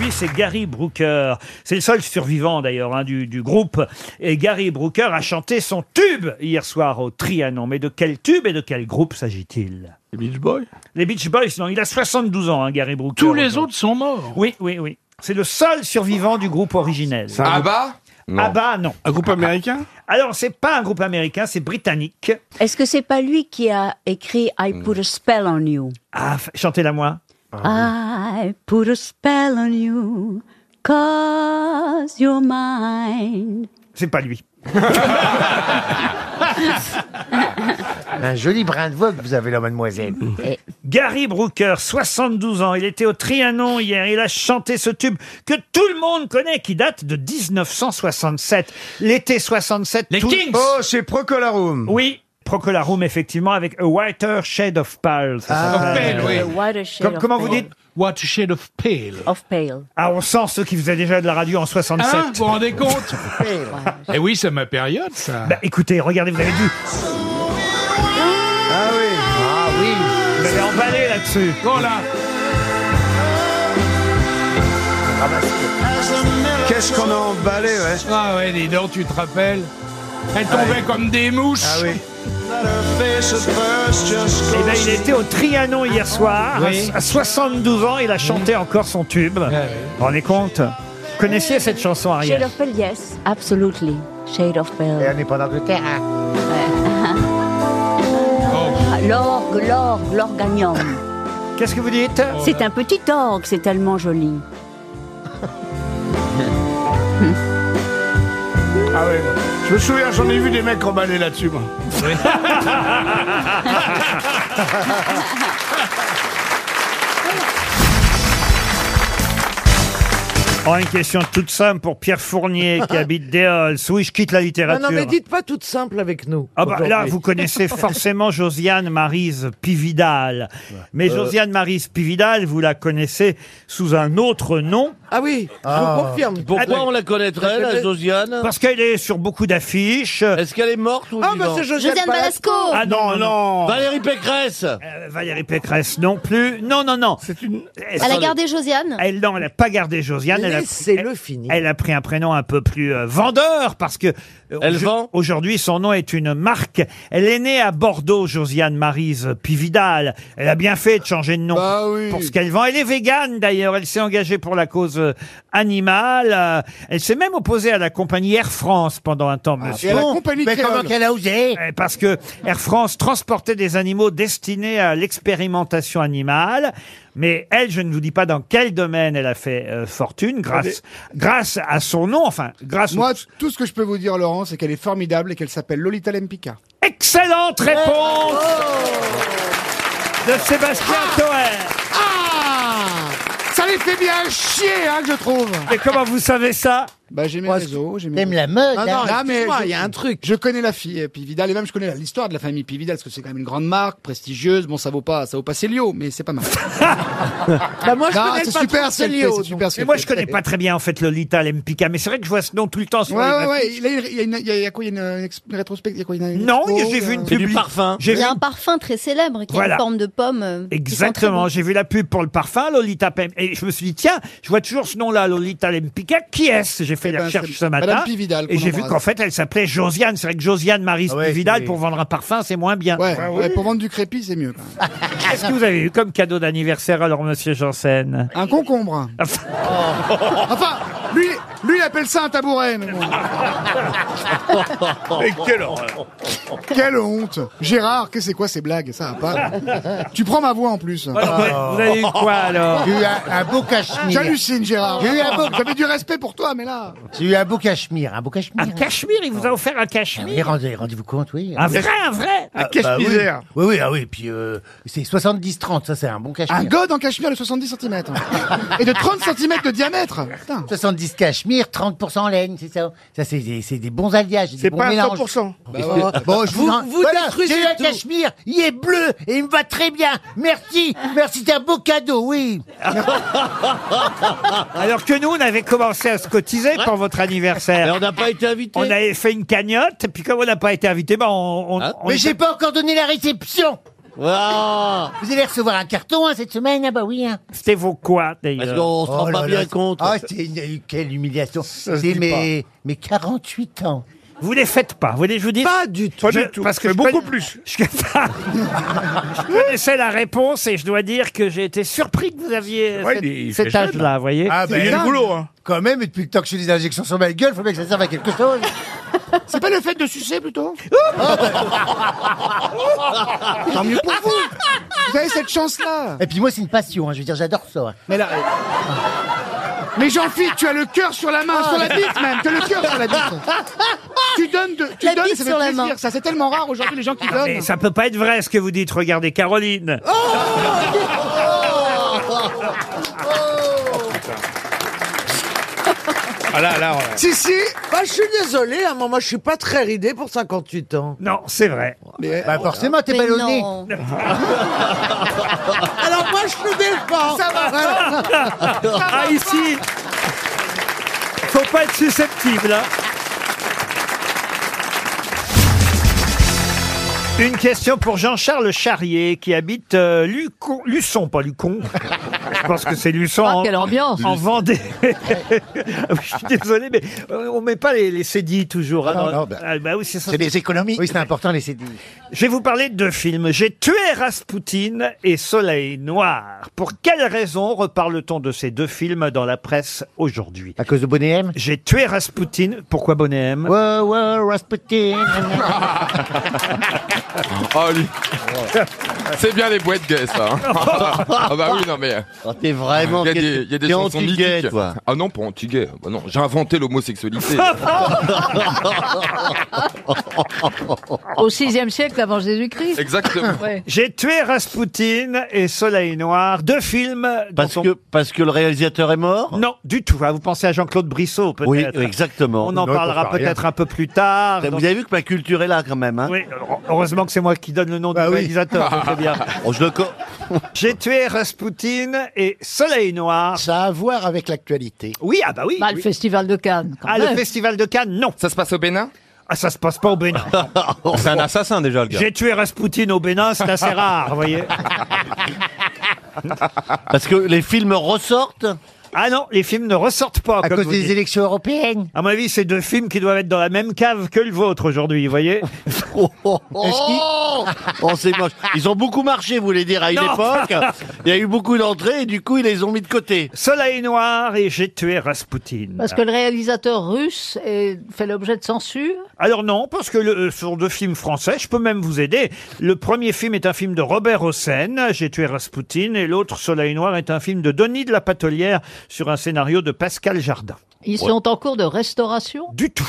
Lui, c'est Gary Brooker. C'est le seul survivant d'ailleurs hein, du, du groupe. Et Gary Brooker a chanté son tube hier soir au Trianon. Mais de quel tube et de quel groupe s'agit-il Les Beach Boys Les Beach Boys, non. Il a 72 ans, hein, Gary Brooker. Tous les autres sont morts Oui, oui, oui. C'est le seul survivant du groupe originel. Ah C'est un groupe- ABBA Non. ABBA, bah, non. Un groupe américain Alors, c'est pas un groupe américain, c'est britannique. Est-ce que eh, c'est pas lui qui a écrit I Mm. put a spell on you? Ah, f- chantez-la moi. I put a spell on you, cause you're mine. C'est pas lui. Un joli brin de voix que vous avez là, mademoiselle. Mm. Gary Brooker, 72 ans, il était au Trianon hier, il a chanté ce tube que tout le monde connaît, qui date de 1967. L'été 67. Les Kings Oh, c'est Procolarum Oui, Procolarum, effectivement, avec A Whiter Shade of Pale. ça s'appelle. Comme- comment vous dites What a shade of pale. Of pale. Ah, on sent ceux qui faisaient déjà de la radio en 67. Hein, vous vous rendez compte Eh oui, c'est ma période, ça. Bah, écoutez, regardez, vous avez dû... Ah oui. Ah oui. Oh Vous avez emballé là-dessus. Voilà. Qu'est-ce qu'on a emballé, ouais. Ah ouais, dis donc, tu te rappelles Elles tombaient comme des mouches. Ah oui. Eh ben, il était au Trianon hier soir. Oui. À 72 ans, il a chanté encore son tube. Vous vous rendez compte Vous connaissiez cette chanson, Shade Ariel of pale, yes, absolutely. Shade of pale. Et on n'est pas d'Angleterre, L'orgue, l'orgue, l'organium. Qu'est-ce que vous dites C'est un petit orgue, c'est tellement joli. Ah ouais. Je me souviens, j'en ai vu des mecs emballés là-dessus, moi. Oh, une question toute simple pour Pierre Fournier qui habite Déols. Oui, je quitte la Non, littérature. non, mais dites pas toute simple avec nous. Ah bah, là, aujourd'hui. vous connaissez forcément Josiane Marise Pividal. Mais Euh. Josiane Marise Pividal, vous la connaissez sous un autre nom. Ah oui, Ah. je vous confirme. Pourquoi on la connaîtrait, la Josiane Parce qu'elle est sur beaucoup d'affiches. Est-ce qu'elle est morte ou Ah, bah, vivante c'est Josiane Josiane Balasco. Balasco. Ah non, non. Valérie Pécresse. Euh, Valérie Pécresse non plus. Non, non, non. Elle a gardé Josiane Elle, non, elle n'a pas gardé Josiane. Elle a- Laissez-le elle- finir. Elle a pris un prénom un peu plus euh, vendeur parce que euh, aujourd'hui- aujourd'hui son nom est une marque. Elle est née à Bordeaux, Josiane Marise Pividal. Elle a bien fait de changer de nom Bah pour ce qu'elle vend. Elle est végane d'ailleurs. Elle s'est engagée pour la cause euh, animale. Euh, Elle s'est même opposée à la compagnie Air France pendant un temps. monsieur. et à Ah, la compagnie de Mais créole. comment Ah, qu'elle a osé Eh, Parce que Air France transportait des animaux destinés à l'expérimentation animale. Mais elle, je ne vous dis pas dans quel domaine elle a fait euh, fortune grâce, grâce à son nom, enfin, grâce Moi, tout ce que je peux vous dire, Laurent, c'est qu'elle est formidable et qu'elle s'appelle Lolita Lempicka. Excellente réponse Oh. de Sébastien Toer. Ah Ça les fait bien chier, hein, je trouve Et comment vous savez ça Bah, j'ai mes réseaux, j'ai mes t'aimes la réseaux. mode, Non, hein. non, Ah, mais mais je- il y a un truc. Je connais la fille euh, Pividal et même je connais la- l'histoire de la famille Pividal parce que c'est quand même une grande marque, prestigieuse. Bon, ça vaut pas, ça vaut pas Célio, mais c'est pas mal. bah, moi, je Non, connais c'est le patron super de ce qu'elle Célio, fait, c'est donc. super ce Mais qu'elle moi, fait. je connais pas très bien, en fait, Lolita Lempicka, mais c'est vrai que je vois ce nom tout le temps ouais, sur les ouais, ouais. affiches. Là, il y a, une, il y a- il y a quoi Il y a une, une rétrospective Il y a quoi, une- une Non, expo, j'ai vu euh, une pub. J'ai Il y vu a un parfum très célèbre qui a Voilà. une forme de pomme. euh, qui sent très Exactement, bon. j'ai vu la pub pour le parfum, Lolita Pem. Et je me suis dit, tiens, je vois toujours ce nom-là, Lolita Lempicka. Qui est-ce J'ai fait Eh la ben, recherche c'est ce matin. Madame Pividal et qu'on j'ai vu embrasse. qu'en fait, elle s'appelait Josiane. C'est vrai que Josiane Marie Ah ouais, Pividal, c'est- pour vendre un parfum, c'est moins bien. Ouais, ouais, pour vendre du crépi, c'est mieux. quand même. Bah Qu'est-ce que vous avez eu comme cadeau d'anniversaire alors, monsieur Janssen Un concombre. enfin, lui, lui, il appelle ça un tabouret. mais bon. Mais quelle horreur Quelle honte Gérard, que c'est quoi ces blagues Ça va pas. tu prends ma voix en plus. Alors, vous avez- vous avez eu quoi, alors Tu J'ai eu as un- un beau cachemire. J'hallucine, Gérard. J'ai eu un beau- J'avais du respect pour toi, mais là. J'ai eu un beau cachemire, un beau cachemire. Un cachemire, il vous a offert un cachemire. Oui, Ah, rendez- Rendez-vous compte, oui. Un vrai, un vrai Ah, bah oui. oui. oui, ah oui, puis euh, c'est 70-30, ça c'est un bon cachemire. Un god en cachemire de 70 cm. Et de 30 cm de diamètre. Putain. 70 cachemire, 30% laine, c'est ça. Ça, c'est des, c'est des bons alliages. des C'est bons pas à mélanges. 100%. Bah, Et- ouais. bon, je vous, Vous- en- vous voilà, détruisez j'ai un tout. cachemire, il est bleu et il me va très bien. Merci, merci, c'est un beau cadeau, oui. Alors que nous, on avait commencé à se cotiser pour votre anniversaire. on n'a pas été invité. On avait fait une cagnotte, et puis comme on n'a pas été invité, ben on. on- on Mais était- j'ai pas encore donné la réception. Ah. Vous allez recevoir un carton hein, cette semaine, ah bah oui. Hein. C'était vos quoi, d'ailleurs Oh là là, Ah, c'est une- quelle humiliation. se C'est dit mes, mes 48 ans. Vous les faites pas, vous voulez que je vous dise Pas du tout. Parce que beaucoup plus. Je, je connaissais la réponse et je dois dire que j'ai été surpris que vous aviez Ouais, cette- il est- cet il est jeune. âge-là, vous voyez C'est dingue. hein. Quand même, et depuis le temps que j'ai des injections sur ma gueule, faut bien que ça serve à quelque chose. Ah, C'est pas le fait de sucer plutôt Tant mieux pour vous Vous avez cette chance-là. Et puis moi, c'est une passion, hein, je veux dire, j'adore ça. hein. Mais là. euh, Mais Jean-Philippe, tu as le cœur sur la main, sur la bite même. Tu as le cœur sur la bite. Tu donnes, de, tu La donnes, bite ça fait sur la plaisir. main. Ça, c'est tellement rare aujourd'hui les gens qui Ah, Mais donnent. ça peut pas être vrai ce que vous dites, regardez Caroline. Ah là, là, Si, si. Bah, je suis désolé, à un moment, je suis pas très ridé pour 58 ans. Non, c'est vrai. bah, forcément, t'es Mais ballonné. non. Alors, moi, je te défends. Ça va Voilà. Ah, ici Faut pas être susceptible, hein. Une question pour Jean-Charles Charrier qui habite euh, Lucon, Luçon, pas Lucon. Je pense que c'est Luçon. Ah, en- quelle ambiance. En Vendée. Je suis désolé, mais euh, on met pas les, les CDI toujours. hein, Ah non, dans- non, bah, Ah, bah oui, c'est ça. c'est les économies. Oui, c'est important, les CDI. Je vais vous parler de deux films. J'ai tué Raspoutine et Soleil Noir. Pour quelle raison reparle-t-on de ces deux films dans la presse aujourd'hui À cause de Bonnet M J'ai tué Raspoutine. Pourquoi Bonnet M Wow, wow, Rasputin. Oh, lui. C'est bien les boîtes gays, ça. hein. ah bah oui, non mais. Oh, T'es vraiment. Il y a des, il y a des t'es chansons anti-gay, mythiques. toi. Ah non, pas anti-gay. Bah non, j'ai inventé l'homosexualité. Oh. Au 6e siècle avant Jésus-Christ. Ouais. J'ai tué Raspoutine et Soleil Noir, deux films. Parce, que, parce que le réalisateur est mort Non, du tout. Ah, Vous pensez à Jean-Claude Brissot, peut-être Oui, exactement. On en parlera peut-être un peu plus tard. Vous Donc- avez vu que ma culture est là quand même. Hein Bah Oui, heureusement que c'est moi qui donne le nom du réalisateur. je sais bien. Oh, je le co- J'ai tué Raspoutine et Soleil Noir. Ça a à voir avec l'actualité. Oui, ah bah oui. Bah, le oui. festival de Cannes. quand Ah, même. le Festival de Cannes, non. Ça se passe au Bénin Ah, ça se passe pas au Bénin. C'est un assassin déjà, le gars. J'ai tué Raspoutine au Bénin, c'est assez rare, vous voyez. Parce que les films ressortent Ah non, les films ne ressortent pas. À comme cause vous des dites. élections européennes. À mon avis, c'est deux films qui doivent être dans la même cave que le vôtre aujourd'hui, vous voyez Oh, Oh, c'est moche. Ils ont beaucoup marché, vous voulez dire, à une Non. époque. Il y a eu beaucoup d'entrées et du coup, ils les ont mis de côté. Soleil noir et j'ai tué Raspoutine. Parce que le réalisateur russe est- fait l'objet de censure. Alors non, parce que le, euh, sur deux films français, je peux même vous aider. Le premier film est un film de Robert Hossein, J'ai tué Raspoutine, et l'autre, Soleil Noir, est un film de Denis de la Patelière sur un scénario de Pascal Jardin. Ils sont en cours de restauration. Du tout.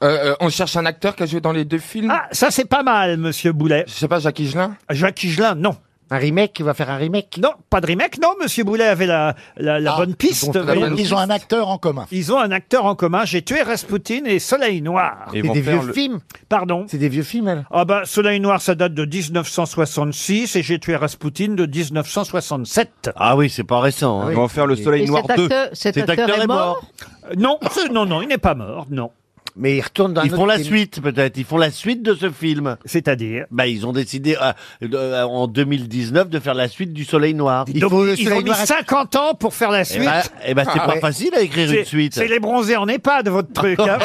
Euh, on cherche un acteur qui a joué dans les deux films. Ah, ça c'est pas mal, monsieur Boulet. Je sais pas, Jacques Higelin Jacques Higelin, non. Un remake, il va faire un remake Non, pas de remake, non, monsieur Boulet avait la, la, la bonne piste. ils ont fait la voyez. bonne Ils ont un acteur en commun. Ils ont un acteur en commun, J'ai tué Rasputin et Soleil Noir. Et ils C'est vont des faire vieux le- films. Pardon C'est des vieux films, elle Ah bah, Soleil Noir, ça date de 1966 et J'ai tué Rasputin de 1967. Ah oui, c'est pas récent. Ils vont faire le Soleil Et Noir cet 2. acteur- cet Cet acteur, est mort. Euh, Non, ce- non, non, il n'est pas mort, non. Mais ils retournent dans un Ils font autre la film. suite, peut-être. Ils font la suite de ce film. C'est-à-dire Bah, ils ont décidé euh, euh, en 2019 de faire la suite du Soleil Noir. Donc, ils ont mis 50 ans pour faire la suite. Eh ben- eh ben, c'est Ah pas ouais. facile à écrire C'est- une suite. C'est les bronzés en EHPAD, votre truc. hein.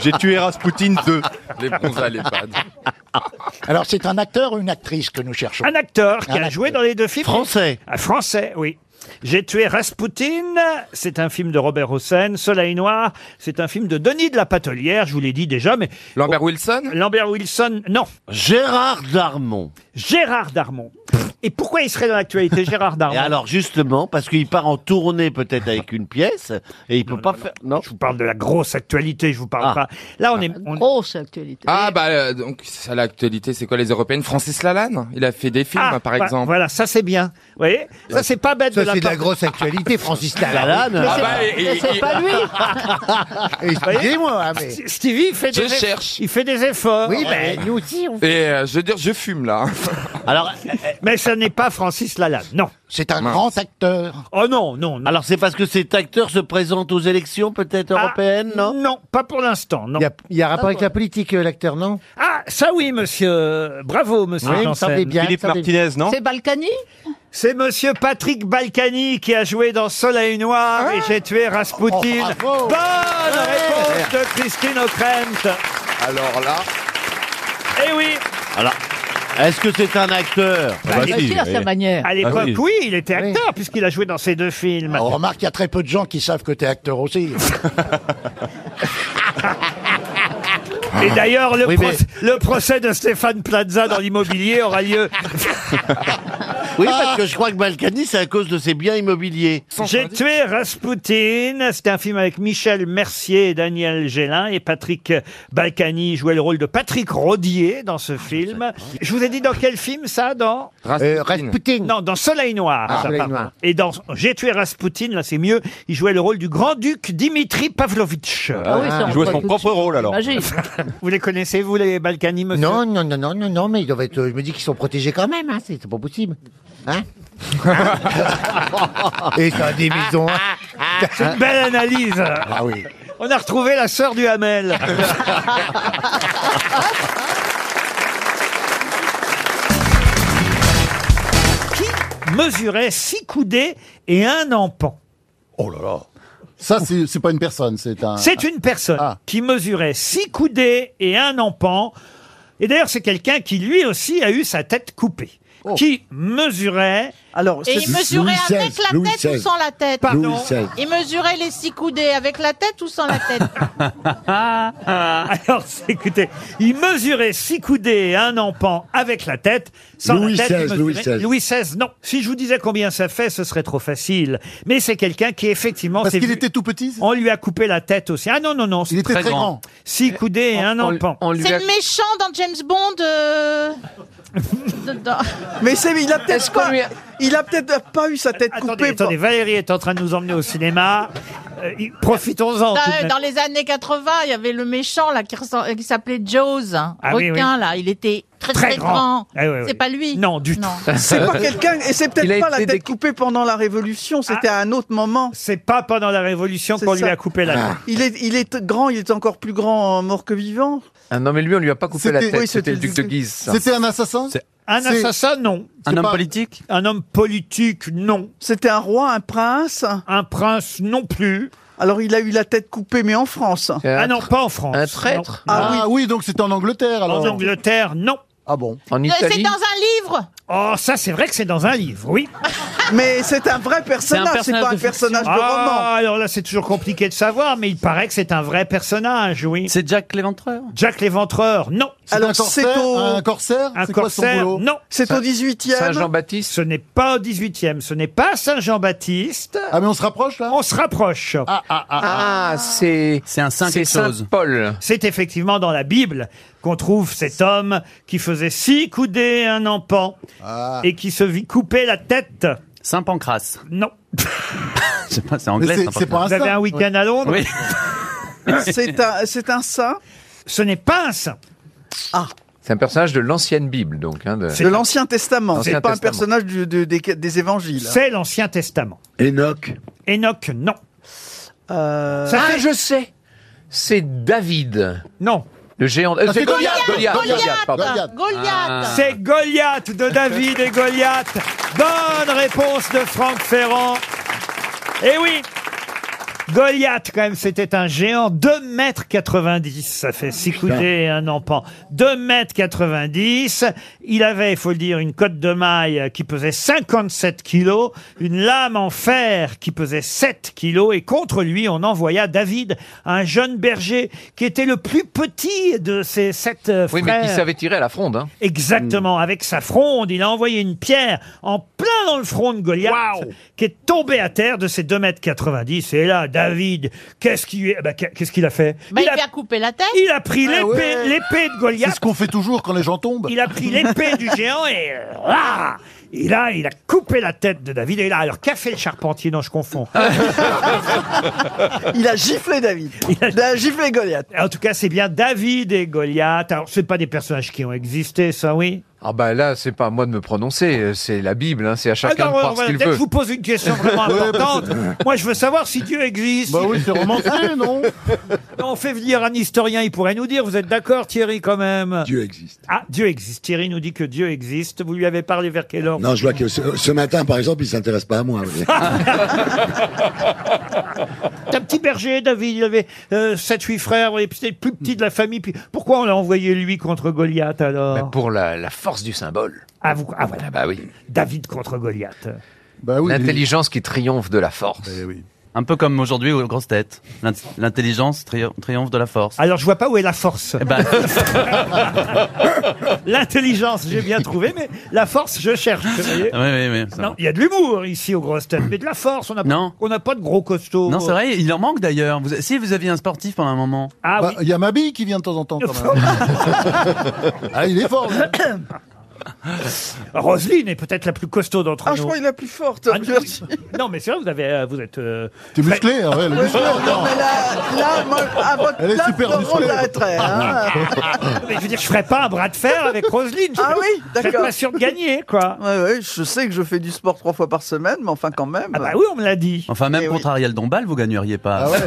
J'ai tué Rasputin 2. Les bronzés à l'EHPAD. Alors, c'est un acteur ou une actrice que nous cherchons Un acteur qui Un a joué dans les deux films. Français. français, oui. J'ai tué Rasputin, c'est un film de Robert Hossein. Soleil Noir, c'est un film de Denis de la Patelière, je vous l'ai dit déjà, mais. Lambert Wilson Lambert Wilson, non. Gérard Darmon. Gérard Darmon. Et pourquoi il serait dans l'actualité, Gérard Darmon Et alors, justement, parce qu'il part en tournée peut-être avec une pièce et il peut pas faire. Non. Ah. Je vous parle de la grosse actualité, je vous parle pas. Là, on est. Grosse actualité. Ah bah euh, donc ça l'actualité c'est quoi les européennes Francis Lalanne il a fait des films hein, par bah, exemple Voilà, ça c'est bien. Vous voyez Ça c'est pas bête Ça, de la c'est de la part- grosse actualité, Francis Lalanne. Ah bah, et- et- et- Ah, Excusez-moi, hein, mais- S- Stevie fait Je des eff- cherche. Il fait des efforts. Oui, ben, Ouais. nous aussi, et euh, je veux dire je fume là alors mais ça n'est pas Francis Lalanne non c'est un grand acteur oh non non, Ah, alors c'est parce que cet acteur se présente aux élections peut-être européennes non non pas pour l'instant non Il y a, il y a rapport avec la politique, euh, l'acteur, non Ah, ça oui, monsieur. Bravo, monsieur. Oui, il me Janssen. semblait bien, Philippe il me semblait Martinez, bien. non C'est Balkany C'est monsieur Patrick Balkany qui a joué dans Soleil Noir Ah. et j'ai tué Oh, Rasputin. Bonne réponse de Christine O'Krent. Alors là. Eh oui. Alors, est-ce que c'est un acteur Bah, il si, à sa oui. manière. À l'époque, Ah oui. oui. il était acteur puisqu'il a joué dans ces deux films. On remarque qu'il y a très peu de gens qui savent que t'es acteur aussi. Et d'ailleurs, le, Oui, proc- mais- le procès de Stéphane Plaza dans l'immobilier aura lieu. Oui, parce que je crois que Balkany, c'est à cause de ses biens immobiliers. J'ai tué Rasputin. C'était un film avec Michel Mercier et Daniel Gélin. Et Patrick Balkany jouait le rôle de Patrick Rodier dans ce film. Je vous ai dit dans quel film ça Dans Euh, Rasputin. Non, dans Soleil Noir. Ah, ça, Soleil pardon. Noir. Et dans J'ai tué Rasputin, là c'est mieux. Il jouait le rôle du grand-duc Dimitri Pavlovitch. Ah oui, ça, on Il jouait voit son tout de propre suite, rôle, alors. j'imagine. vous les connaissez, vous, les Balkany, monsieur Non, non, non, non, non, non, mais ils doivent être, euh, je me dis qu'ils sont protégés quand même, hein, c'est c'est pas possible. Hein Et t'as des maisons. hein. Ah, C'est une belle analyse. Ah oui. On a retrouvé la sœur du Hamel. Qui mesurait six coudées et un empan Oh là là. Ça, Ah. c'est c'est pas une personne, c'est un. C'est une personne qui mesurait six coudées et un empan. Et d'ailleurs, c'est quelqu'un qui lui aussi a eu sa tête coupée. Oh. Qui mesurait. Alors, Et il mesurait avec la tête ou sans la tête Pardon Il mesurait les six coudées avec la tête ou sans la tête Ah, Alors, écoutez, il mesurait six coudées et un empan avec la tête. Sans Louis la tête, il XVI, mesurait- Louis XVI. Louis XVI, non. Si je vous disais combien ça fait, ce serait trop facile. Mais c'est quelqu'un qui, effectivement... Parce s'est qu'il vu- était tout petit On lui a coupé la tête aussi. Ah non, non, non. Il était très grand. Six coudées et un empan. C'est le méchant dans James Bond. euh, dedans. Mais c'est, il a peut-être pas, il a peut-être pas eu sa tête Attendez, coupée. attendez, Valérie est en train de nous emmener au cinéma. Euh, y- Profitons-en. Dans, Bah, tout de même. dans les années 80, il y avait le méchant là qui, ressemble- qui s'appelait Jaws, hein, Ah oui, requin oui. là. Il était très, très grand. Eh oui, oui. C'est pas lui. Non, du tout. C'est pas quelqu'un, et c'est Il a peut-être pas la été tête décou- coupée pendant la Révolution, c'était à un autre moment. Ah. Ah. C'est pas pendant la Révolution qu'on lui a coupé la tête. Il est, il est grand, Oh, il est encore plus grand en mort que vivant. Ah non, mais lui, on lui a pas coupé la C'était- tête, oui, c'était c'était le duc de Guise. ça. c'était un assassin Un C'est- assassin, non. Un C'est homme pas- politique Un homme politique, non. C'était un roi, un prince Un prince non plus. Alors il a eu la tête coupée, mais en France. Ah non, pas en France. Non. Ah, oui. donc c'était en Angleterre alors. En Angleterre, non. Ah bon En Euh, C'est dans un livre. Oh, ça, c'est vrai que c'est dans un livre, oui. Mais c'est un vrai personnage, c'est pas un personnage de roman. Ah, alors là, c'est toujours compliqué de savoir, mais il paraît que c'est un vrai personnage, oui. C'est Jack l'Éventreur Jack l'Éventreur, non. C'est Alors, un corsaire c'est au- un corsaire Un C'est quoi son corsaire, boulot non. C'est au 18e Saint Jean-Baptiste Ce n'est pas au 18e, ce n'est pas Saint Jean-Baptiste. Ah, mais on se rapproche, là On se rapproche. Ah, ah, Ah, c'est. C'est un saint c'est quelque chose. Paul. C'est effectivement dans la Bible qu'on trouve cet homme qui faisait six coudées un empan Ah. et qui se vit couper la tête. Saint Pancras. Non. Je sais pas, c'est anglais. Saint Pancras. Vous avez un week-end à Londres Oui. C'est un, c'est un saint. Ce n'est pas un saint. Ah. C'est un personnage de l'ancienne Bible, donc. Hein, de... De l'Ancien Testament. L'Ancien C'est pas un Testament. personnage du- de- des, des évangiles. C'est l'Ancien Testament. Enoch. Enoch, non. Euh, Ça ah, je sais. C'est David. Non. Le géant. euh, Ah, c'est c'est Goliath. Goliath, Goliath. Goliath, pardon. Goliath. Ah. C'est Goliath de David et Goliath. Bonne réponse de Franck Ferrand. Eh oui Goliath, quand même, c'était un géant, 2 mètres 90, ça fait 6 coudées et un empan. 2 mètres 90, il avait, il faut le dire, une cotte de maille qui pesait 57 kilos, une lame en fer qui pesait 7 kilos, et contre lui, on envoya David, un jeune berger, qui était le plus petit de ses sept euh, Oui, mais frères. qui savait tirer à la fronde. Hein. Exactement, avec sa fronde, il a envoyé une pierre en plein dans le front de Goliath, qui est tombé à terre de ses 2 mètres 90. Et là, David, qu'est-ce qu'il eh ben, qu'est-ce qu'il a fait Bah, il a, lui a coupé la tête. il a pris l'épée l'épée de Goliath. C'est ce qu'on fait toujours quand les gens tombent. Il a pris l'épée du géant et euh, ah et là, il a coupé la tête de David. Et là, alors qu'a fait le charpentier Non, je confonds. Il a giflé David. Il a giflé Goliath. En tout cas, c'est bien David et Goliath. Alors, c'est pas des personnages qui ont existé, ça, oui. Ah bah là, c'est pas à moi de me prononcer, euh, c'est la Bible, hein, c'est à chacun Ah non, de croire voilà, ce qu'il dès veut. que je vous pose une question vraiment Ouais, importante, parce que- moi je veux savoir si Dieu existe. Bah oui, c'est romancé, non On fait venir un historien, il pourrait nous dire, vous êtes d'accord Thierry quand même Dieu existe. Ah, Dieu existe. Thierry nous dit que Dieu existe. Vous lui avez parlé vers quelle heure Non, je vois que ce, ce matin, par exemple, il s'intéresse pas à moi. vous voyez. T'as un petit berger, David, il avait 7-8 frères, et puis c'était le plus petit de la famille. Puis pourquoi on l'a envoyé lui contre Goliath alors Bah, pour la, la force du symbole. Ah, vous- ah, voilà. bah oui. David contre Goliath. Bah L'intelligence qui triomphe de la force. Eh Un peu comme aujourd'hui aux grosses têtes. L'int- L'intelligence tri- triomphe de la force. Eh ben, Alors je vois pas où est la force. L'intelligence, j'ai bien trouvé, mais la force, je cherche. vous voyez. Oui, oui, oui. ça Non, va. il y a de l'humour ici aux grosses têtes, mais de la force. On n'a pas, on n'a pas de gros costauds. Non, c'est vrai, il en manque d'ailleurs. Vous- si vous aviez un sportif pendant un moment. Ah Bah, Il y a Mabi qui vient de temps en temps quand même. ah, il est fort. lui. Roselyne est peut-être la plus costaud d'entre Ah, nous. je crois qu'il est la plus forte. Ah, non, non, mais c'est vrai, vous, avez, euh, vous êtes. euh, T'es très- musclé, hein, ouais, elle est musclée. Non, mais là, là, moi, à votre Elle est place, super Laurent musclée. l'arrêterait, hein. Mais je veux dire, je ferais pas un bras de fer avec Roselyne. Ah oui, Je serais d'accord. pas sûr de gagner, quoi. Ouais, ouais, je sais que je fais du sport trois fois par semaine, mais enfin quand même. Ah bah oui, on me l'a dit. Enfin, même contre Ariel Dombal, vous gagneriez pas.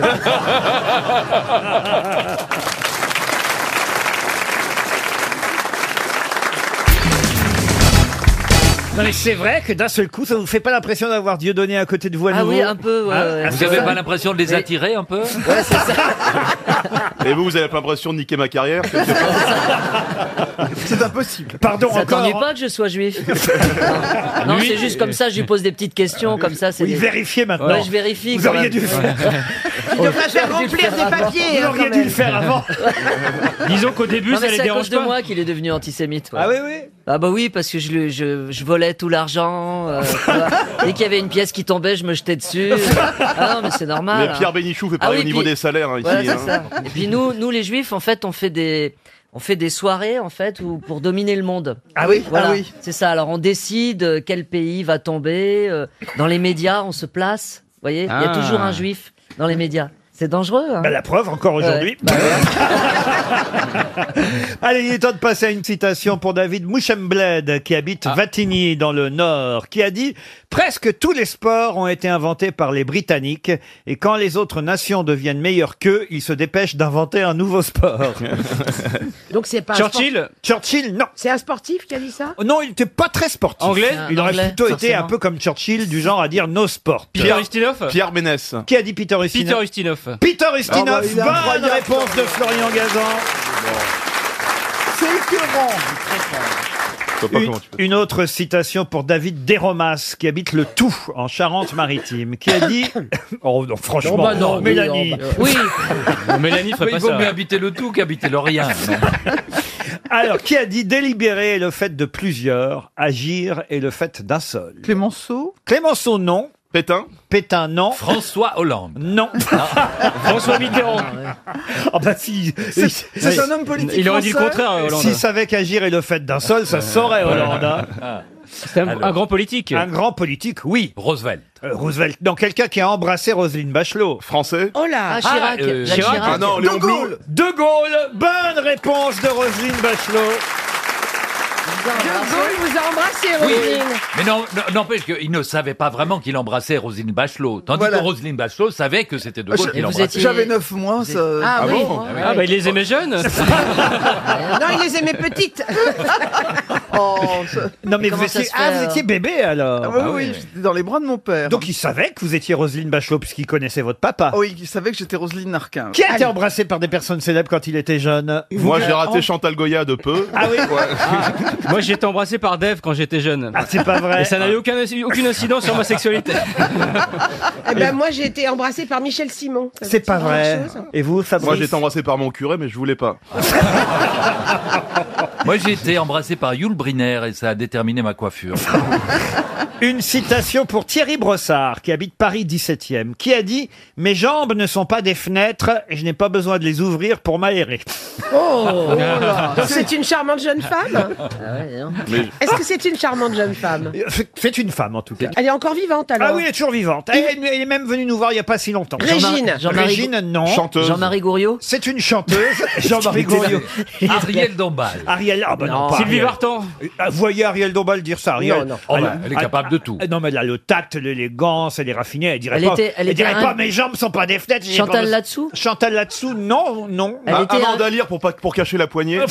Hein Non, mais c'est vrai que d'un seul coup, ça vous fait pas l'impression d'avoir Dieu donné à côté de vous à Ah nouveau oui, un peu. ouais, Ah, ouais. ah, c'est vrai. l'impression de les attirer un peu Et vous, vous avez pas l'impression de niquer ma carrière C'est impossible. Pardon, Vous attendiez encore. pas que je sois juif Non, Lui- c'est juste comme ça, je lui pose des petites questions, comme ça. c'est Oui, des- vérifiez maintenant. Ouais, je vérifie. Vous quand auriez même. dû le faire. Tu devrais faire remplir des papiers. hein, Vous auriez dû le faire avant. Disons qu'au début, Non, mais ça les c'est à dérange cause de pas. moi qu'il est devenu antisémite. quoi. Ah oui, oui. Ah bah oui, parce que je, le- je, je volais tout l'argent. euh, tu vois. Dès qu'il y avait une pièce qui tombait, je me jetais dessus. Ah non, mais c'est normal. Mais hein. Pierre Bénichou fait Ah pareil oui, au niveau puis- des salaires hein, ici. Voilà, c'est hein. ça. Et puis nous, nous les juifs, en fait, on fait des... On fait des soirées en fait où- pour dominer le monde. Ah oui, voilà, ah oui. c'est ça. Alors on décide euh, quel pays va tomber. euh, Dans les médias, on se place. Vous voyez, il y a Ah. toujours un juif dans les médias. C'est dangereux. hein. Bah, la preuve, encore Ouais. aujourd'hui. Bah Allez, il est temps de passer à une citation pour David Mouchembled, qui habite Vatigny, dans le Nord, qui a dit « Presque tous les sports ont été inventés par les Britanniques, et quand les autres nations deviennent meilleures qu'eux, ils se dépêchent d'inventer un nouveau sport. » Donc c'est pas. un Churchill Churchill, non. Oh, C'est un sportif qui a dit ça Non, il n'était pas très sportif. Anglais Il aurait Anglais, plutôt été un forcément. peu comme Churchill, du genre à dire no sport. Peter Ustinov Pierre Ménès. Qui a dit Peter Ustinov Peter Ustinov. Peter Ustinov, Ah bah, il est bonne incroyable, réponse de Florian Gazan. C'est écœurant. Une, une autre citation pour David Desromas, qui habite le Tout, en Charente-Maritime, qui a dit... Oh non, franchement, Non, bah non, oui, Mélanie. non, bah- Oui. Non, Mélanie ferait Mais pas il vaut ça. mieux habiter le tout qu'habiter le rien. Alors, qui a dit délibérer est le fait de plusieurs, agir est le fait d'un seul Clémenceau Clémenceau, non. Pétain Pétain, non. François Hollande. Non. François Mitterrand. Ah bah si. C'est- c'est un homme politique Il aurait dit le français. contraire, euh, Hollande. Euh, S'il savait qu'agir est le fait d'un seul, ça se saurait, Hollande. hein. Ah. C'est un, grand politique. Un grand politique, oui. Roosevelt. Euh, Roosevelt. Non, quelqu'un qui a embrassé Roselyne Bachelot. Français Oh là Ah, Chirac. euh, Jacques Chirac. Chirac. Ah non, De Léon Gaulle. Blum. De Gaulle. Bonne réponse de Roselyne Bachelot. De Gaulle vous a embrassé, Oui. Roselyne. Mais non, non, n'empêche qu'il ne savait pas vraiment qu'il embrassait Roselyne Bachelot. Tandis Voilà. que Roselyne Bachelot savait que c'était de Gaulle qui l'embrassait. J'avais 9 Oh, mois, ça. Ah oui. Ah oui. bah il les aimait jeunes Non, il les aimait petites. Non, mais vous Comment ça étiez, se ah, fait, vous alors étiez bébé alors. Ah oui, oui, j'étais dans les bras de mon père. Donc il savait que vous étiez Roselyne Bachelot puisqu'il connaissait votre papa. Oui, il savait que j'étais Roselyne Narquin. Qui a été embrassé par des personnes célèbres quand il était jeune Moi, Vous- j'ai raté en- Chantal Goya de peu. Ah oui Moi, j'ai été embrassé par Dev quand j'étais jeune. Ah, c'est pas vrai. Et ça n'a eu aucun, aucune incidence sur ma sexualité. Eh ben, moi, j'ai été embrassée par Michel Simon. Ça veut C'est dire pas vrai. quelque chose Et vous, Fabrice Moi, j'ai été embrassé par mon curé, mais je voulais pas. Moi, j'ai été embrassé par Yul Brynner et ça a déterminé ma coiffure. Une citation pour Thierry Brossard, qui habite Paris 17e, qui a dit « Mes jambes ne sont pas des fenêtres et je n'ai pas besoin de les ouvrir pour m'aérer. Oh, oh là. C'est une charmante jeune Ah femme hein. Mais- Est-ce que c'est une charmante jeune femme C'est- C'est une femme, en tout cas. Elle est encore vivante, alors Ah oui, elle est toujours vivante. Elle, elle est même venue nous voir il n'y a pas si longtemps. Régine. Jean-Marie- Jean-Marie Régine, Gou- non. Chanteuse. Jean-Marie Gouriot C'est une chanteuse. Jean-Marie Gouriot. Ariel Dombal. Ariel, ah bah non, Non. pas Sylvie Ariel. Vartan. Ah, Voyez Ariel Dombal dire ça, Ariel. Ah, Non, non. Oh, bah, elle est capable de tout. Non, mais elle a le tact, l'élégance, elle est raffinée, elle dirait Elle pas. était- elle était dirait un- pas, mes jambes sont pas des fenêtres. j'ai Chantal pas- là-dessous Chantal là-dessous, non, non. Elle Ah, était Amanda Lear pour, pas- pour cacher la poignée.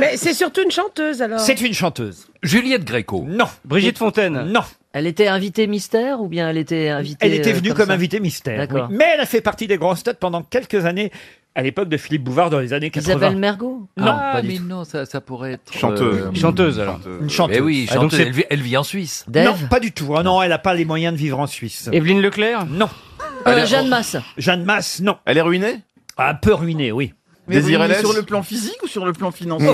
Mais c'est surtout une chanteuse, alors. C'est une chanteuse. Juliette Gréco. Non. Brigitte Fontaine. Non. Elle était invitée mystère ou bien elle était invitée Elle était euh, venue comme, ça invitée mystère. oui. D'accord. Mais elle a fait partie des grosses têtes pendant quelques années, à l'époque de Philippe Bouvard dans les années 80. Isabelle Mergo Non, Ah, pas du mais tout. non, ça, ça pourrait être. Chanteuse. chanteuse, alors. Une chanteuse. Eh oui, Ah, donc chanteuse. c'est- elle, vit, elle vit en Suisse. Non, pas du tout. Ah non, elle n'a pas les moyens de vivre en Suisse. Evelyne Leclerc Non. Euh, Jeanne Masse. Jeanne Masse, non. Elle est ruinée Un peu ruinée, oui. Mais vous Désirée êtes sur le plan physique ou sur le plan financier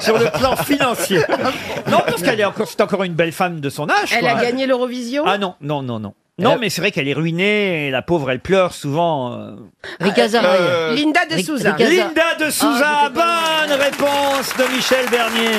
Sur le plan financier. Non, parce qu'elle est encore, c'est encore une belle femme de son âge. Elle a quoi. gagné l'Eurovision Ah non, non, non, non. Non, mais c'est vrai qu'elle est ruinée, et la pauvre, elle pleure souvent. euh. Rika Zaraï. Linda de Ric- Souza. Ah, Rica- Linda de Souza, bonne réponse de Michel Bernier.